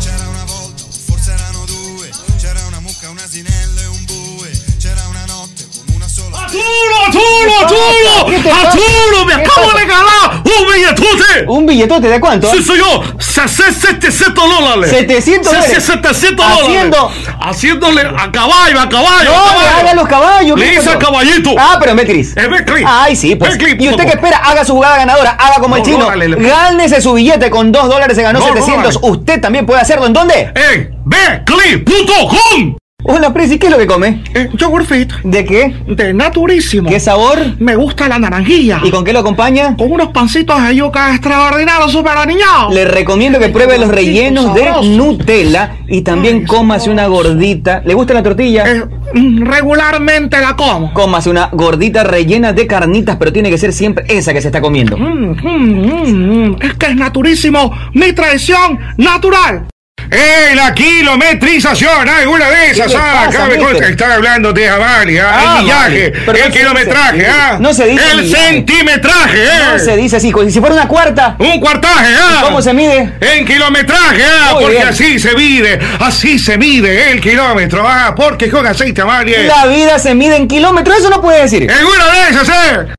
Speaker 12: C'era una volta, forse erano due. C'era una mucca, un asinello e un bue. C'era una notte con
Speaker 10: ¡Arturo, Arturo, Arturo! ¡Arturo! ¡Me acabo de ganar un billetote!
Speaker 17: ¿Un billetote de cuánto?
Speaker 10: Sí, señor. Se- se- 700 dólares.
Speaker 17: 700
Speaker 10: Se- se-
Speaker 17: dólares.
Speaker 10: 700 dólares.
Speaker 17: Haciendo-
Speaker 10: Haciéndole a caballo, a caballo.
Speaker 17: No, me
Speaker 10: a caballo.
Speaker 17: haga los caballos.
Speaker 10: Le
Speaker 17: mijo,
Speaker 10: hice
Speaker 17: no.
Speaker 10: al caballito.
Speaker 17: Ah, pero en Betcris.
Speaker 10: En Betcris.
Speaker 17: Ay, sí, pues.
Speaker 10: Betcris,
Speaker 17: y
Speaker 10: punto
Speaker 17: usted
Speaker 10: com.
Speaker 17: que espera, haga su jugada ganadora, haga como el
Speaker 10: No,
Speaker 17: chino.
Speaker 10: no, dale, le-
Speaker 17: Gánese su billete con 2 dólares, se ganó
Speaker 10: No, no,
Speaker 17: 700.
Speaker 10: dale.
Speaker 17: usted también puede hacerlo. ¿En dónde?
Speaker 10: En Betcris.com.
Speaker 17: Hola, Prezi, ¿qué es lo que come?
Speaker 31: yogurt fit.
Speaker 17: ¿De qué?
Speaker 31: Eh, De naturísimo.
Speaker 17: ¿Qué sabor?
Speaker 31: Me gusta la naranjilla.
Speaker 17: ¿Y con qué lo acompaña?
Speaker 31: Con unos pancitos de yuca extraordinarios, super aniñados.
Speaker 17: Le recomiendo que pruebe los rellenos de
Speaker 31: Sabroso.
Speaker 17: Nutella y también cómase una gordita. ¿Le gusta la tortilla?
Speaker 10: Eh, mm,
Speaker 31: Regularmente la como.
Speaker 17: Cómase una gordita rellena de carnitas, pero tiene que ser siempre esa que se está comiendo.
Speaker 31: Mm, mm, mm, es
Speaker 17: Este
Speaker 31: que es naturísimo, mi tradición natural.
Speaker 7: ¡Eh, la kilometrización! ¡Alguna de esas!
Speaker 31: ¿Qué le
Speaker 7: ¡Ah!
Speaker 31: pasa,
Speaker 7: Acá me consta
Speaker 31: mister?
Speaker 7: que están hablando de Amalia.
Speaker 17: Ah,
Speaker 7: el millaje,
Speaker 17: vale. Pero
Speaker 7: el
Speaker 17: no se
Speaker 7: kilometraje,
Speaker 17: dice-
Speaker 7: ¿ah?
Speaker 17: No se dice.
Speaker 7: ¡El
Speaker 17: millaje.
Speaker 7: centimetraje, eh!
Speaker 17: No se dice así. co- Si fuera una cuarta.
Speaker 7: ¡Un cuartaje, ah!
Speaker 17: ¿Cómo se mide?
Speaker 7: En kilometraje, ah,
Speaker 17: Muy
Speaker 7: porque
Speaker 17: bien.
Speaker 7: así se mide, así se mide el kilómetro, ah, porque con aceite Amalia.
Speaker 17: La vida se mide en kilómetros, eso no puede decir.
Speaker 7: ¡Alguna de esas, eh!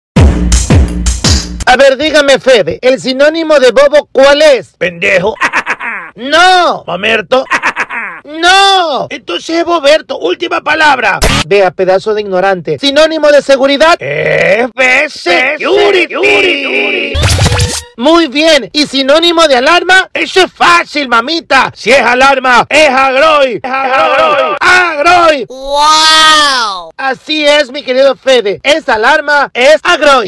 Speaker 11: A ver, dígame, Fede, ¿el sinónimo de bobo cuál es? Pendejo. No. Mamerto. No. Entonces es boberto. Última palabra. Vea, pedazo de ignorante. Sinónimo de seguridad. Eh, Security. Muy bien. ¿Y sinónimo de alarma? Eso es fácil, mamita. Si es alarma, es agroy. Es agroy. Agroy. ¡Wow! Así es, mi querido Fede. Esa alarma es agroy.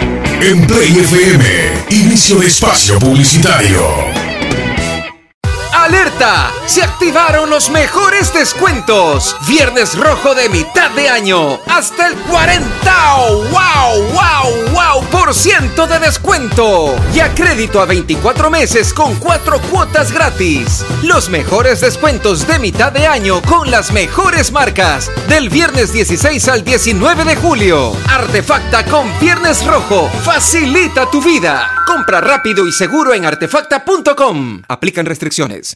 Speaker 23: En Play FM, inicio de espacio publicitario.
Speaker 2: ¡Alerta! Se activaron los mejores descuentos. Viernes rojo de mitad de año. Hasta el 40. ¡Wow! ¡Wow! ¡Wow! Por ciento de descuento. Y a crédito a 24 meses con 4 cuotas gratis. Los mejores descuentos de mitad de año con las mejores marcas. Del viernes 16 al 19 de julio. Artefacta con Viernes Rojo. Facilita tu vida. Compra rápido y seguro en artefacta.com. Aplican restricciones.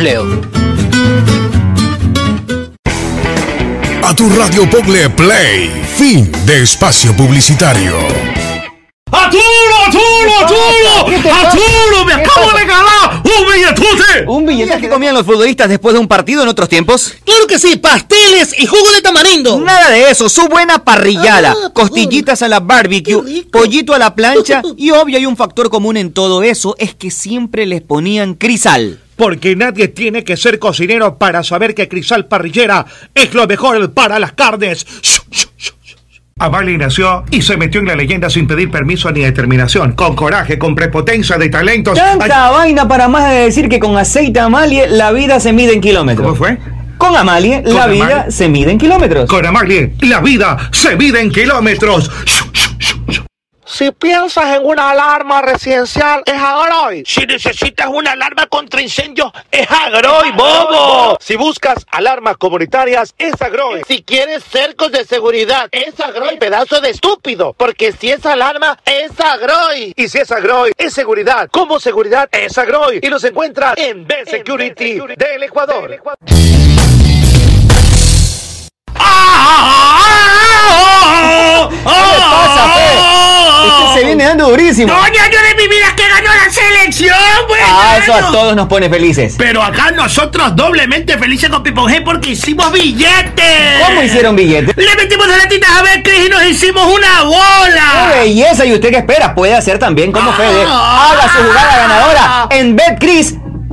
Speaker 28: Leo.
Speaker 23: A tu radio Pogle Play, fin de espacio publicitario.
Speaker 10: ¡Arturo, Arturo, Arturo! ¡Arturo! ¡Me acabo de ganar un billetote!
Speaker 32: ¿Un billete que comían los futbolistas después de un partido en otros tiempos?
Speaker 33: Claro que sí, pasteles y jugo de tamarindo.
Speaker 32: Nada de eso, su buena parrillada, costillitas a la barbecue, pollito a la plancha y obvio hay un factor común en todo eso, es que siempre les ponían crisal.
Speaker 34: Porque nadie tiene que ser cocinero para saber que Crisal Parrillera es lo mejor para las carnes.
Speaker 7: Amalia nació y se metió en la leyenda sin pedir permiso ni determinación, con coraje, con prepotencia de talentos.
Speaker 17: Tanta vaina para más de decir que con aceite Amalie la vida se mide en kilómetros. ¿Cómo fue? Con Amalie la
Speaker 7: Con
Speaker 17: vida
Speaker 7: Amalie.
Speaker 17: se mide en kilómetros.
Speaker 7: Con Amalie, la vida se mide en kilómetros.
Speaker 11: Si piensas en una alarma residencial, es Agroy. Si necesitas una alarma contra incendios, es Agroy, bobo. Si buscas alarmas comunitarias, es Agroy. Si quieres cercos de seguridad, es Agroy, pedazo de estúpido. Porque si es alarma, es Agroy. Y si es Agroy, es seguridad. Como seguridad, es Agroy. Y los encuentras en B-Security del Ecuador.
Speaker 17: Usted se viene dando durísimo.
Speaker 10: ¡Ah!
Speaker 35: ¡Doña, yo de mi vida que ganó la selección, güey!
Speaker 17: Ay, Ah,
Speaker 11: Ah,
Speaker 17: eso a todos nos pone felices.
Speaker 10: Pero acá nosotros doblemente felices con Pipon G porque hicimos billetes.
Speaker 17: ¿Cómo hicieron billetes?
Speaker 10: Le metimos las latitas a ver y nos hicimos una bola.
Speaker 20: Ah.
Speaker 17: ¡Qué belleza! ¿Y usted qué espera? Puede hacer también como Fede. Haga su jugada
Speaker 20: Ah.
Speaker 17: ganadora en BetCris.com.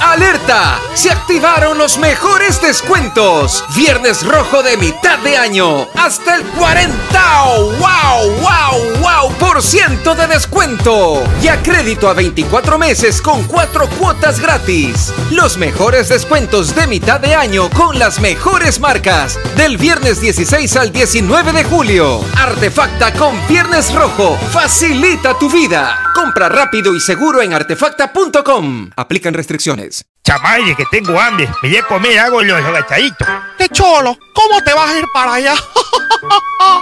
Speaker 2: ¡Alerta! Se activaron los mejores descuentos. Viernes rojo de mitad de año. Hasta el 40. ¡Wow! ¡Wow! ¡Wow! Por ciento de descuento. Y a crédito a 24 meses con 4 cuotas gratis. Los mejores descuentos de mitad de año con las mejores marcas. Del viernes 16 al 19 de julio. Artefacta con Viernes Rojo. Facilita tu vida. Compra rápido y seguro en artefacta.com. Aplican restricciones.
Speaker 6: Chamaye, que tengo hambre. Me voy a comer, hago los agachaditos.
Speaker 10: Te cholo, ¿cómo te vas a ir para allá?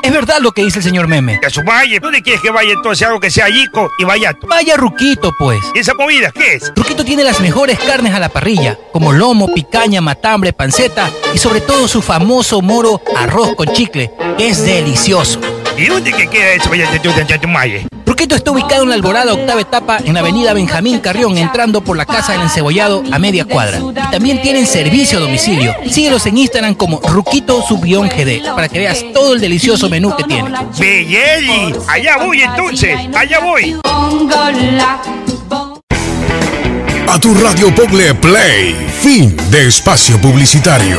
Speaker 28: Es verdad lo que dice el señor Meme.
Speaker 6: Que a su valle. ¿Dónde quieres que vaya entonces? Hago que sea yico y vaya tú.
Speaker 28: Vaya Ruquito, pues.
Speaker 6: ¿Y esa comida qué es?
Speaker 28: Ruquito tiene las mejores carnes a la parrilla, como lomo, picaña, matambre, panceta y sobre todo su famoso moro arroz con chicle, que es delicioso.
Speaker 6: ¿Y dónde que queda eso? Vaya tú, tú, tú, tú, maye?
Speaker 28: Ruquito está ubicado en la Alborada Octava Etapa en la avenida Benjamín Carrión, entrando por la Casa del Encebollado a media cuadra. Y también tienen servicio a domicilio. Síguelos en Instagram como Ruquito Subión GD para que veas todo el delicioso menú que tiene.
Speaker 6: Belleli, allá voy entonces, allá voy.
Speaker 36: A tu radio Pogle Play, fin de espacio publicitario.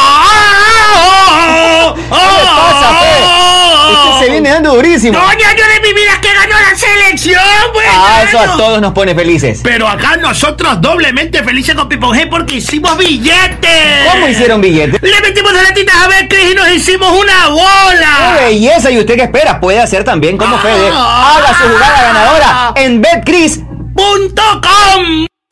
Speaker 17: ¿Qué le pasa, Fe? Usted se viene dando durísimo.
Speaker 10: ¡Coño, año de mi vida que ganó la selección, güey!
Speaker 17: Ah, eso a todos nos pone felices.
Speaker 10: Pero acá nosotros doblemente felices con Pipon G porque hicimos billetes.
Speaker 17: ¿Cómo hicieron billetes?
Speaker 10: Le metimos las latitas a ver y nos hicimos una bola.
Speaker 17: ¡Qué belleza! ¿Y usted qué espera? Puede hacer también
Speaker 20: Ah.
Speaker 17: como Fede. Haga su jugada
Speaker 10: Ah.
Speaker 17: ganadora en BetCris.com.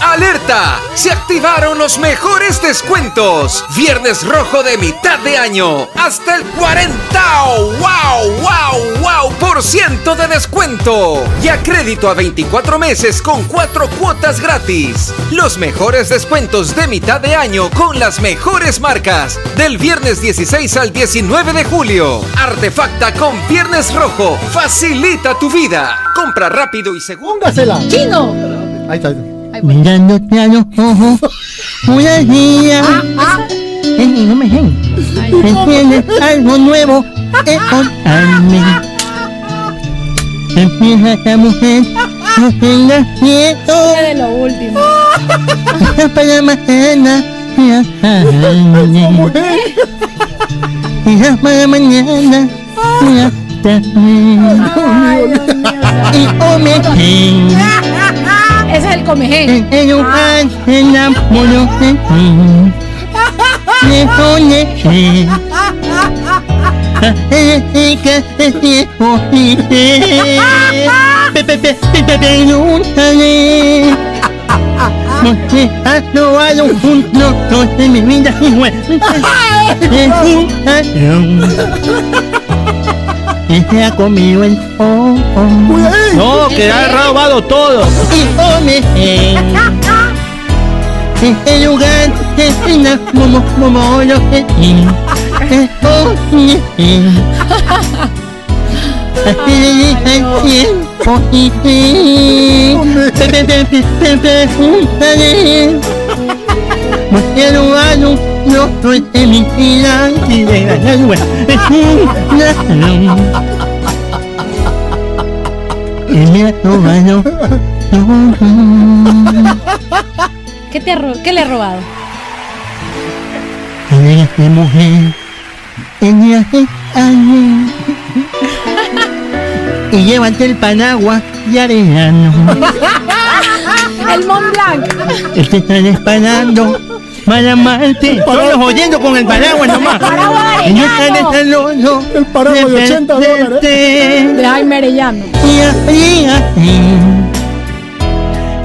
Speaker 2: ¡Alerta! Se activaron los mejores descuentos. Viernes rojo de mitad de año. Hasta el 40. ¡Wow! ¡Wow! ¡Wow! Por ciento de descuento. Y a crédito a 24 meses con 4 cuotas gratis. Los mejores descuentos de mitad de año con las mejores marcas. Del viernes 16 al 19 de julio. Artefacta con Viernes Rojo. Facilita tu vida. Compra rápido y seguro.
Speaker 20: ¡Chino!
Speaker 15: Ahí está, ahí está. Mirándote a los ojos, una día.
Speaker 14: Ah,
Speaker 15: En mi nombre
Speaker 14: Ah,
Speaker 15: ¿Me tienes algo nuevo que contarme? Empieza esta mujer, no tengas miedo.
Speaker 14: de lo último.
Speaker 15: Esta pijama mañana, Hija para mañana,
Speaker 14: Ah.
Speaker 15: ya está Y comején.
Speaker 14: Ese es el comején.
Speaker 15: El lugar se enamoró de ti. Le conejé. Eléctrica de tiempo y fe. Pe- pe- pe- pe- pe- Pregúntale. Porque has robado un punto de mi vida igual. Que se Este ha comido el oh, oh.
Speaker 37: No, que ha robado todo.
Speaker 15: Y come este lugar es una como como lo que es come así le dije al tiempo y te te te te te te preguntaré porque lo hago no soy de mi vida y de la lengua es una que me ha robado todo.
Speaker 14: ¿Qué, te ha ro- ¿Qué le ha robado?
Speaker 15: Eres de mujer, ella es alguien. Y llévate el panagua y arellano.
Speaker 14: el Mont Blanc.
Speaker 15: Te están esperando para amarte. Todos oyendo con el paraguas nomás.
Speaker 14: paraguas
Speaker 15: Y no están
Speaker 14: arellano.
Speaker 15: esperando. El paraguas de 80 dólares.
Speaker 14: De Jaime Arellano.
Speaker 15: Y abrígate.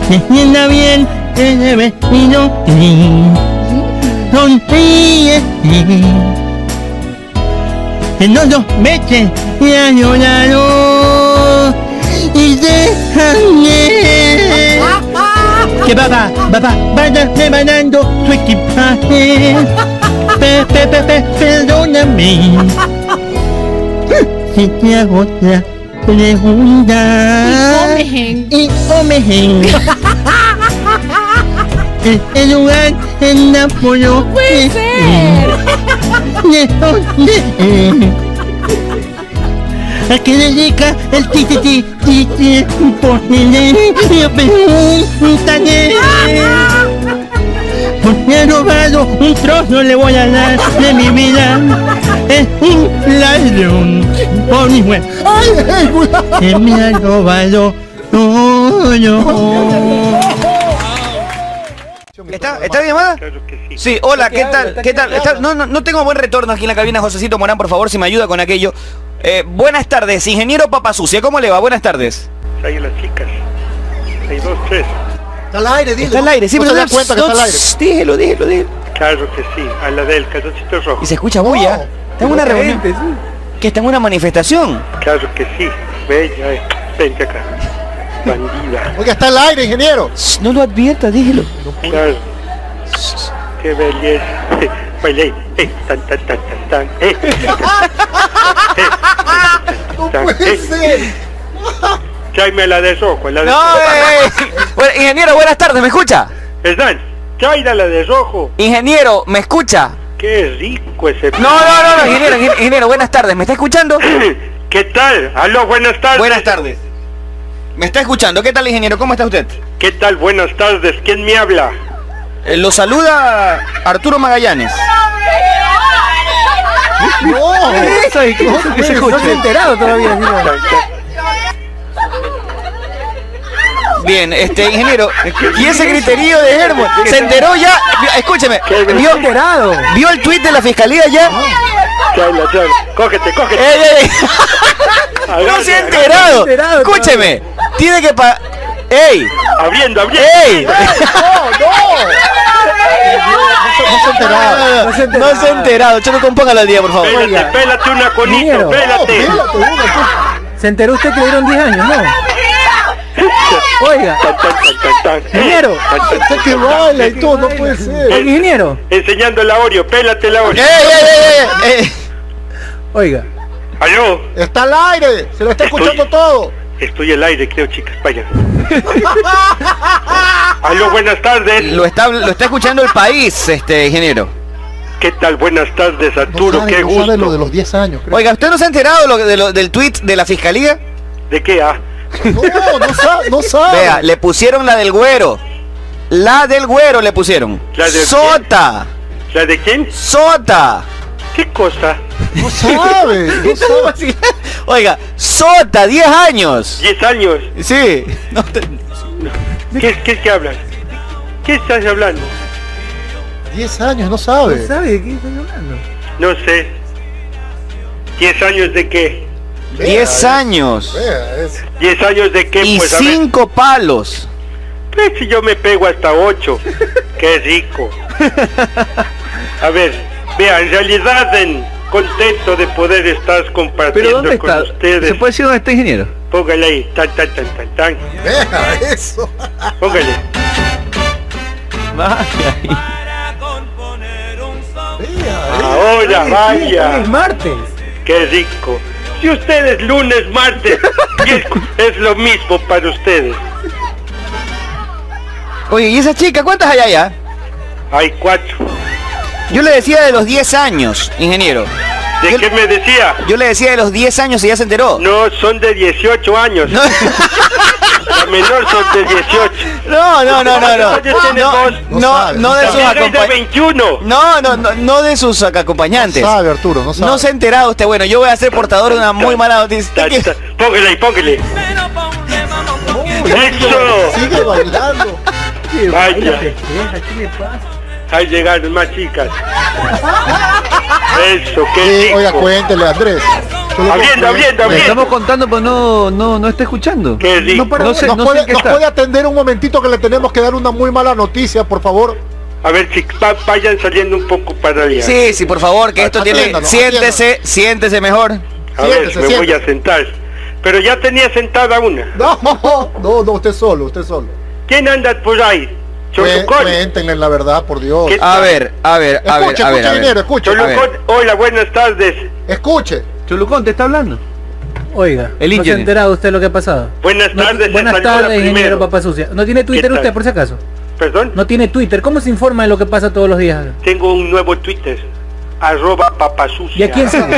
Speaker 15: Se sienta bien ese vestido gris. Sonríete. En otros meses te ha llorado. Y déjame. Que papá, papá, vaya rebanando su equipaje. Pe, pe, pe, pe, perdóname. Si te hago otra pregunta. Y comején. Este lugar en la polo.
Speaker 14: puede
Speaker 15: De dónde es. ¿A qué dedica el ti ti ti ti ti? Por silencio pregúntale. Porque he robado un trozo le voy a dar de mi vida. Es un ladrón por mi juez. Que me ha robado todo.
Speaker 17: ¿Está, ¿Está bien llamada? Sí, hola, ¿qué tal? ¿Qué tal? Está- no, no, no tengo buen retorno aquí en la cabina, Josecito Morán, por favor, si me ayuda con aquello. Eh, buenas tardes, ingeniero Papasucia, ¿cómo le va? Buenas tardes.
Speaker 13: Ahí las chicas. Hay dos, tres.
Speaker 16: Está al aire, dilo.
Speaker 17: Está al aire, sí,
Speaker 16: ¿No
Speaker 17: pero
Speaker 16: se
Speaker 17: no-
Speaker 16: da cuenta que está al aire.
Speaker 17: no- Dígelo, dígelo, dígelo.
Speaker 13: Claro que sí. A la del calzoncito rojo.
Speaker 17: Y se escucha bulla.
Speaker 16: Oh,
Speaker 17: está en una reunión. ¿Que está en una manifestación?
Speaker 13: Claro que sí. Bella, eh. vente acá. Bandida.
Speaker 16: Oiga, está al aire, ingeniero.
Speaker 17: No lo advierta, dígelo.
Speaker 13: Claro. Qué belleza. Bailé. Eh, tan, tan, tan, tan, tan. Eh,
Speaker 16: No
Speaker 13: tan,
Speaker 16: puede
Speaker 13: eh.
Speaker 16: ser.
Speaker 13: Tráeme la de rojo, la de
Speaker 17: No,
Speaker 13: rojo.
Speaker 17: eh, eh. Bueno, ingeniero, buenas tardes, ¿me escucha?
Speaker 16: eh.
Speaker 13: Hernán, tráeme la de rojo.
Speaker 17: Ingeniero, ¿me escucha?
Speaker 13: Qué rico ese...
Speaker 17: No, no, no, no, ingeniero, ingen- ingeniero, buenas tardes, ¿me está escuchando?
Speaker 13: ¿Qué tal? Aló, buenas tardes.
Speaker 17: Buenas tardes. ¿Me está escuchando? ¿Qué tal, ingeniero? ¿Cómo está usted?
Speaker 13: ¿Qué tal? Buenas tardes. ¿Quién me habla?
Speaker 17: Eh, lo saluda Arturo Magallanes.
Speaker 16: No,
Speaker 17: Eso es que-
Speaker 16: no,
Speaker 17: que se
Speaker 16: pues,
Speaker 17: escucha.
Speaker 16: no se ha enterado todavía. mira.
Speaker 17: Bien, este ingeniero, y ese griterío de Germo, se enteró ya, escúcheme, vio, vio el tuit de la fiscalía ya.
Speaker 13: Chayla, chayla. Cógete, cógete.
Speaker 17: Ey, ey, ey.
Speaker 13: Agarra,
Speaker 17: No se ha
Speaker 13: agarra.
Speaker 17: enterado. Escúcheme, tiene que pa... ¡Ey!
Speaker 13: Abriendo, abriendo.
Speaker 17: ¡Ey!
Speaker 16: No se ha enterado.
Speaker 17: No se ha enterado. No se ha enterado. Cholo, compóngalo al día, por favor.
Speaker 16: Oiga.
Speaker 13: Pélate, pélate una conito,
Speaker 16: Ingeniero.
Speaker 13: pélate.
Speaker 16: No, pélate, venga, tú. Se enteró usted que le dieron 10 años, ¿no? Oiga,
Speaker 13: Tan, tan, tan, tan, tan.
Speaker 16: ingeniero.
Speaker 13: Tan, tan, tan,
Speaker 16: Usted que
Speaker 13: tan,
Speaker 16: baila y todo, no puede ser. Eh, Oiga, ingeniero.
Speaker 13: tan. Enseñando la Oreo, pélate la Oreo.
Speaker 16: Oiga,
Speaker 13: Aló,
Speaker 16: eh, está al aire. Se lo está escuchando todo.
Speaker 13: estoy al aire, creo, chicas, vayan. Aló, buenas tardes.
Speaker 17: Lo está, lo está escuchando el país, este ingeniero.
Speaker 13: ¿Qué tal? Buenas tardes, Arturo,
Speaker 16: Sabe,
Speaker 13: qué
Speaker 16: no sabe
Speaker 13: gusto.
Speaker 16: lo de los 10 años.
Speaker 17: Oiga, ¿usted no se ha enterado lo- de lo- del tuit de la fiscalía?
Speaker 13: ¿De qué Ah. A?
Speaker 11: No, no sabe, no sabe.
Speaker 17: Vea,
Speaker 13: Ah.
Speaker 17: le pusieron la del güero. La del güero le pusieron.
Speaker 13: ¿La de
Speaker 17: Sota.
Speaker 13: ¿La de quién?
Speaker 17: Sota.
Speaker 13: ¿Qué cosa?
Speaker 11: No sabe. No sabe.
Speaker 17: Oiga, Sota, 10 años.
Speaker 13: 10 años.
Speaker 17: Sí. No te-
Speaker 13: ¿Qué, qué, qué hablas? ¿Qué estás hablando?
Speaker 11: 10 años, no sabe.
Speaker 22: No sabe de qué están hablando.
Speaker 13: No sé. ¿Diez años de qué?
Speaker 11: Vea,
Speaker 17: 10
Speaker 11: eh.
Speaker 17: años.
Speaker 11: Vea, es-
Speaker 13: ¿Diez años de qué?
Speaker 17: Y
Speaker 13: pues a ver,
Speaker 17: 5 palos.
Speaker 13: pues, si yo me pego hasta ocho. qué rico. A ver, vea, en realidad en contento de poder estar compartiendo
Speaker 19: Pero ¿dónde
Speaker 13: con
Speaker 19: está? ¿Se
Speaker 13: ustedes.
Speaker 19: puede decir dónde está ingeniero?
Speaker 13: Póngale ahí, tan tan tan tan tan.
Speaker 11: Vea eso.
Speaker 13: Póngale.
Speaker 19: Vaya.
Speaker 13: Ahora, vaya.
Speaker 22: Es martes.
Speaker 13: Qué rico. Si ustedes lunes, martes, y es, es lo mismo para ustedes.
Speaker 17: Oye, ¿y esa chica cuántas hay allá?
Speaker 13: Hay cuatro.
Speaker 17: Yo le decía de los 10 años, ingeniero.
Speaker 13: ¿De qué me decía?
Speaker 17: Yo le decía de los 10 años y ya se enteró.
Speaker 13: No, son de 18 años. La menor son de 18.
Speaker 17: No, no, no, no, no.
Speaker 13: ¿Cuántos años tiene
Speaker 17: No,
Speaker 13: vos?
Speaker 17: no, no de sus
Speaker 13: También es de
Speaker 17: acompañantes.
Speaker 13: 21.
Speaker 17: No, no, no, no de sus ac- acompañantes.
Speaker 11: No sabe, Arturo, no sabe.
Speaker 17: No se ha enterado usted. Bueno, yo voy a ser portador de una muy mala noticia.
Speaker 13: Póngale ahí, póngale. ¡Eso!
Speaker 11: Sigue bailando.
Speaker 13: Vaya,
Speaker 22: ¿Qué le pasa?
Speaker 13: ahí llegaron más chicas. Eso, qué
Speaker 11: Sí,
Speaker 13: rico.
Speaker 11: oiga, cuéntele, Andrés. Yo le compré-
Speaker 13: Abriendo, abriendo,
Speaker 19: Le
Speaker 13: abriendo.
Speaker 19: estamos contando, pero no, no, no está escuchando.
Speaker 13: Qué rico.
Speaker 11: No, pero
Speaker 19: No sé-
Speaker 11: nos,
Speaker 19: no sé
Speaker 11: puede,
Speaker 19: en qué
Speaker 11: nos
Speaker 19: está.
Speaker 11: puede atender un momentito que le tenemos que dar una muy mala noticia, por favor.
Speaker 13: A ver, si va- vayan saliendo un poco para allá.
Speaker 17: Sí, sí, por favor, que esto tiene.
Speaker 11: Atiéndalo,
Speaker 17: Siéntese, siéntese mejor.
Speaker 13: A ver,
Speaker 11: siéntese,
Speaker 13: me
Speaker 11: siéntese.
Speaker 13: voy a sentar. Pero ya tenía sentada una.
Speaker 11: No, no, no, usted solo, usted solo.
Speaker 13: ¿Quién anda por ahí?
Speaker 11: Cue-
Speaker 13: Cholucón.
Speaker 11: Cuéntenle la verdad, ah, por Dios.
Speaker 13: ¿Qué
Speaker 17: A ver, a ver, a
Speaker 11: Escuche,
Speaker 17: ver, a ver.
Speaker 11: escuche,
Speaker 17: a ver.
Speaker 11: dinero, escuche.
Speaker 17: A ver.
Speaker 13: Cholucón, hola, buenas tardes.
Speaker 11: Escuche.
Speaker 19: Cholucón, te está hablando.
Speaker 22: Oiga,
Speaker 19: El
Speaker 22: ¿no se ha
Speaker 19: ingeniero.
Speaker 22: enterado usted lo que ha pasado?
Speaker 13: Buenas
Speaker 22: No-
Speaker 13: tardes,
Speaker 22: buenas
Speaker 13: César Lora
Speaker 22: tardes, ingeniero
Speaker 13: primero.
Speaker 22: Papá Sucia. ¿No tiene Twitter
Speaker 13: tal?
Speaker 22: usted por si acaso?
Speaker 13: Perdón,
Speaker 22: ¿No tiene Twitter? ¿Cómo se informa de lo que pasa todos los días?
Speaker 13: tengo un nuevo Twitter. Arroba papasucia.
Speaker 22: ¿Y a quién sigue?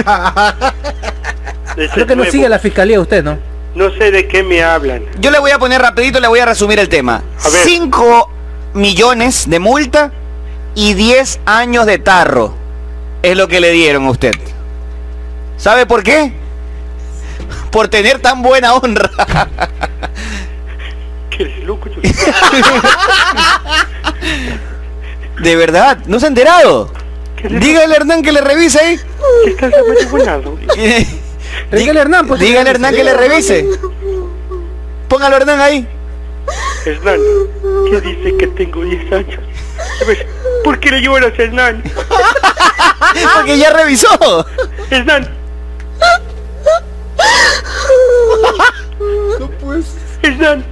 Speaker 13: Ese
Speaker 22: Creo que no
Speaker 13: nuevo.
Speaker 22: sigue la fiscalía usted, ¿no?
Speaker 13: No sé de qué me hablan.
Speaker 17: Yo le voy a poner rapidito, le voy a resumir el tema.
Speaker 13: A ver.
Speaker 17: 5 millones de multa y 10 años de tarro. Es lo que le dieron a usted. ¿Sabe por qué? Por tener tan buena honra.
Speaker 13: ¿Qué eres loco? yo?
Speaker 17: De verdad, ¿no se ha enterado? Dígale a Hernán que le revise ahí.
Speaker 13: ¿Qué estás averiguando?
Speaker 22: Dígale Hernán, pues.
Speaker 17: Dígale a Hernán que le revise. Póngalo a Hernán ahí.
Speaker 13: Hernán, ¿qué dice que tengo 10 años? A ver, ¿Por qué le lloras, Hernán?
Speaker 17: Porque ya revisó.
Speaker 13: Hernán,
Speaker 11: No, pues.
Speaker 13: Hernán.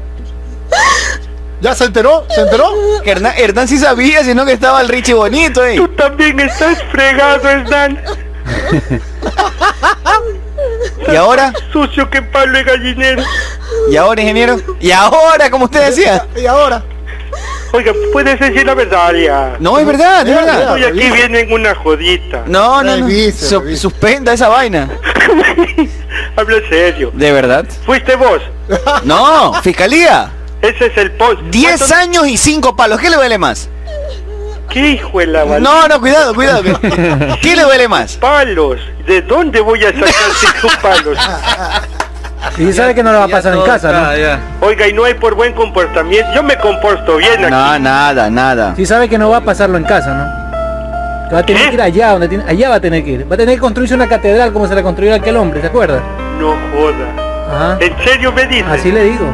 Speaker 11: ¿Ya se enteró? ¿Se enteró?
Speaker 17: Que Hernán, Hernán sí sabía, sino que estaba el Richie bonito eh. ahí.
Speaker 13: Tú también estás fregado, Hernán.
Speaker 17: ¿Y ahora?
Speaker 13: Sucio que palo de gallinero.
Speaker 17: ¿Y ahora, ingeniero? ¿Y ahora, como usted decía?
Speaker 11: ¿Y ahora?
Speaker 13: Oiga, puedes decir la verdad ya.
Speaker 17: No, es verdad, es verdad.
Speaker 13: Hoy aquí vienen una jodita.
Speaker 17: No, no, no.
Speaker 11: Revise,
Speaker 17: Su-
Speaker 11: revise.
Speaker 17: Suspenda esa vaina.
Speaker 13: Habla en serio.
Speaker 17: ¿De verdad?
Speaker 13: Fuiste vos.
Speaker 17: No, fiscalía.
Speaker 13: Ese es el post.
Speaker 17: 10 años y 5 palos. ¿Qué le duele más?
Speaker 13: ¿Qué hijo de la val-
Speaker 17: No, no, cuidado, cuidado. cuidado. ¿Qué le duele más?
Speaker 13: Palos. ¿De dónde voy a sacar cinco palos?
Speaker 22: Y sabe que no lo va a pasar en casa, ¿no?
Speaker 13: Oiga, y no hay por buen comportamiento. Yo me comporto bien aquí.
Speaker 17: No, nada, nada.
Speaker 22: Sí sabe que no va a pasarlo en casa, ¿no? Que va a tener
Speaker 13: ¿Qué?
Speaker 22: que ir allá, donde tiene, allá va a tener que ir. Va a tener que construirse una catedral como se la construyó aquel hombre, ¿se acuerda?
Speaker 13: No joda.
Speaker 22: Ajá.
Speaker 13: ¿En serio me dices?
Speaker 22: Así le digo.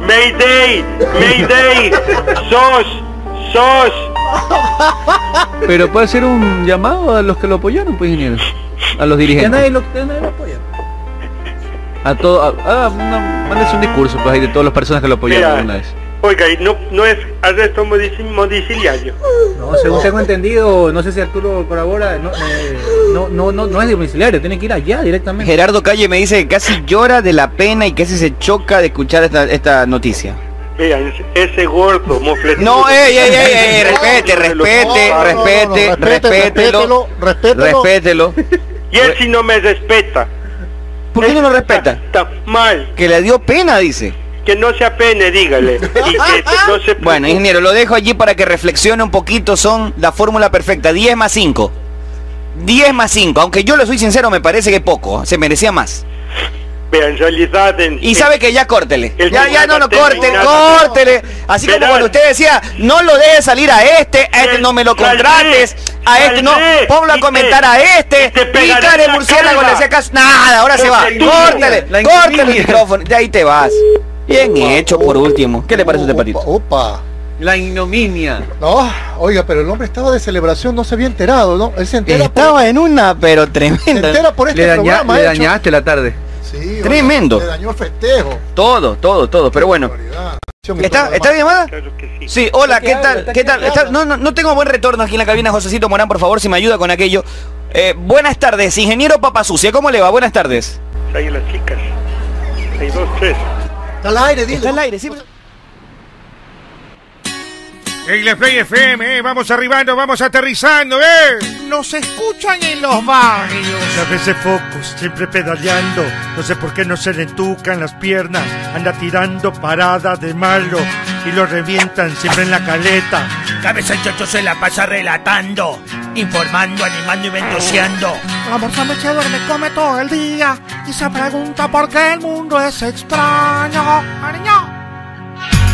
Speaker 13: Mayday, Mayday, sos, sos.
Speaker 19: Pero puede ser un llamado a los que lo apoyaron, pues ingeniero. A los
Speaker 22: Que nadie
Speaker 19: dirigentes.
Speaker 22: lo, que nadie lo apoya.
Speaker 19: A todos. Ah, no, mándese un discurso, pues ahí de todas las personas que lo apoyaron
Speaker 13: Mira.
Speaker 19: una vez.
Speaker 13: Oiga, y no, no es arresto modici- domiciliario.
Speaker 22: No, según tengo entendido, no sé si Arturo corrobora, no, eh, no, no, no, no es domiciliario, tiene que ir allá directamente.
Speaker 17: Gerardo Calle me dice que casi llora de la pena y casi se choca de escuchar esta, esta noticia.
Speaker 13: Vean, ese gordo mofletudo.
Speaker 17: No, ey, ey, ey, ey, respete,
Speaker 13: No, no, no,
Speaker 11: no,
Speaker 17: respete,
Speaker 11: no, no,
Speaker 17: respete,
Speaker 11: respete,
Speaker 17: respételo,
Speaker 11: respételo,
Speaker 17: respételo.
Speaker 13: Y él si no me respeta.
Speaker 17: ¿Por qué no lo respeta?
Speaker 13: Está mal.
Speaker 17: Que le dio pena, dice.
Speaker 13: Que no se apene, dígale. Y que no se
Speaker 17: Bueno, ingeniero, lo dejo allí para que reflexione un poquito. Son la fórmula perfecta. 10 más 5. 10 más 5. Aunque yo lo soy sincero, me parece que poco. Se merecía más.
Speaker 13: Vea, en realidad... En,
Speaker 17: Y sabe que ya córtele.
Speaker 13: El
Speaker 17: Ya, ya no lo
Speaker 13: terminado.
Speaker 17: corte, córtele. Así como
Speaker 13: Verán.
Speaker 17: cuando usted decía, no lo dejes salir a este, a este no me lo contrates, a este no, ponlo a comentar a este,
Speaker 13: pegaré
Speaker 17: pica de
Speaker 13: la
Speaker 17: murciélago, le
Speaker 13: calva.
Speaker 17: hacía caso. Nada, ahora se va.
Speaker 13: Porque tú-
Speaker 17: Córtele,
Speaker 13: La
Speaker 17: córtele el micrófono. De ahí te vas. Bien hecho, por último. ¿Qué le parece a usted, Patito?
Speaker 11: Opa.
Speaker 22: La ignominia.
Speaker 11: No, oiga, pero el hombre estaba de celebración, no se había enterado, ¿no? Él se entera, por,
Speaker 17: Estaba en una, pero
Speaker 11: se
Speaker 17: tremenda.
Speaker 11: entera por este
Speaker 22: le daña-
Speaker 11: programa.
Speaker 22: le
Speaker 11: hecho.
Speaker 22: dañaste la tarde.
Speaker 11: Sí, oiga,
Speaker 17: Tremendo.
Speaker 11: Le dañó el festejo.
Speaker 17: Todo, todo, todo. Pero bueno. ¿Está, ¿Está la llamada? sí. hola, ¿qué tal? ¿Qué tal? Está- no, no, no tengo buen retorno aquí en la cabina, Josecito Morán, por favor, si me ayuda con aquello. Eh, buenas tardes, ingeniero Papasucia, ¿cómo le va? Buenas tardes.
Speaker 13: Hay las chicas. Hay dos, tres.
Speaker 11: Está al aire, digo. Está
Speaker 17: al aire, sí.
Speaker 7: Hey, la Play FM, eh, vamos arribando, vamos aterrizando, eh. Nos escuchan en los barrios.
Speaker 3: A veces focos, siempre pedaleando. No sé por qué no se le entucan las piernas. Anda tirando paradas de malo y lo revientan siempre en la caleta.
Speaker 10: Cabeza el chocho se la pasa relatando, informando, animando y ventoseando.
Speaker 7: La persona que duerme come todo el día y se pregunta por qué el mundo es extraño.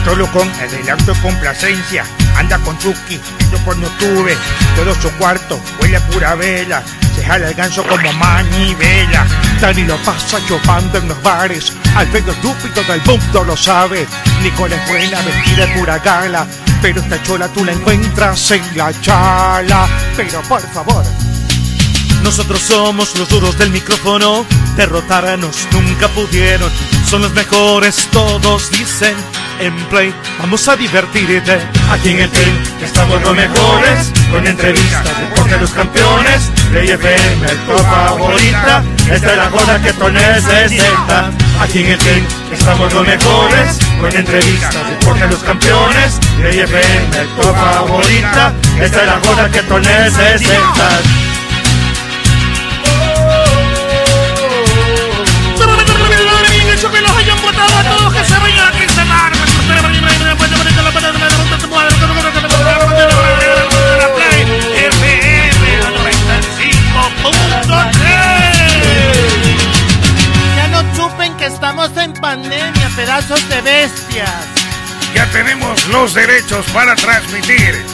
Speaker 12: Solo con adelanto y complacencia Anda con Chucky, yo por no tuve Todo su cuarto huele a pura vela Se jala el ganso como manivela
Speaker 7: Dani lo pasa chupando en los bares, Alfredo estúpido del mundo lo sabe. Nicole es buena, vestida de pura gala, pero esta chola tú la encuentras en la chala. Pero por favor,
Speaker 9: Nosotros somos los duros del micrófono, derrotarnos nunca pudieron. Son los mejores, todos dicen. En Play, vamos a divertirte. Aquí en el Play, estamos los mejores. Con entrevistas, deporte, los campeones. Play FM, tu favorita. Esta es la cosa que tú necesitas. Aquí en el Play, estamos los mejores. Con entrevistas, deporte, los campeones. Play FM, tu favorita. Esta es la cosa que tú necesitas.
Speaker 10: Ya no chupen que estamos en pandemia, pedazos de bestias.
Speaker 12: Ya tenemos los derechos para transmitir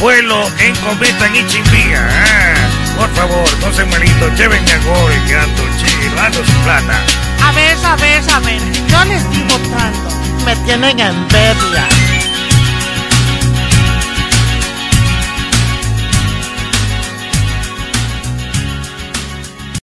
Speaker 12: Vuelo en cometa en Ichimbía Ah, Por favor, no se malito, llévenme a gol Que ando chido, ando sin plata
Speaker 10: A ver, a ver, a ver, yo les digo tanto, me tienen envidia.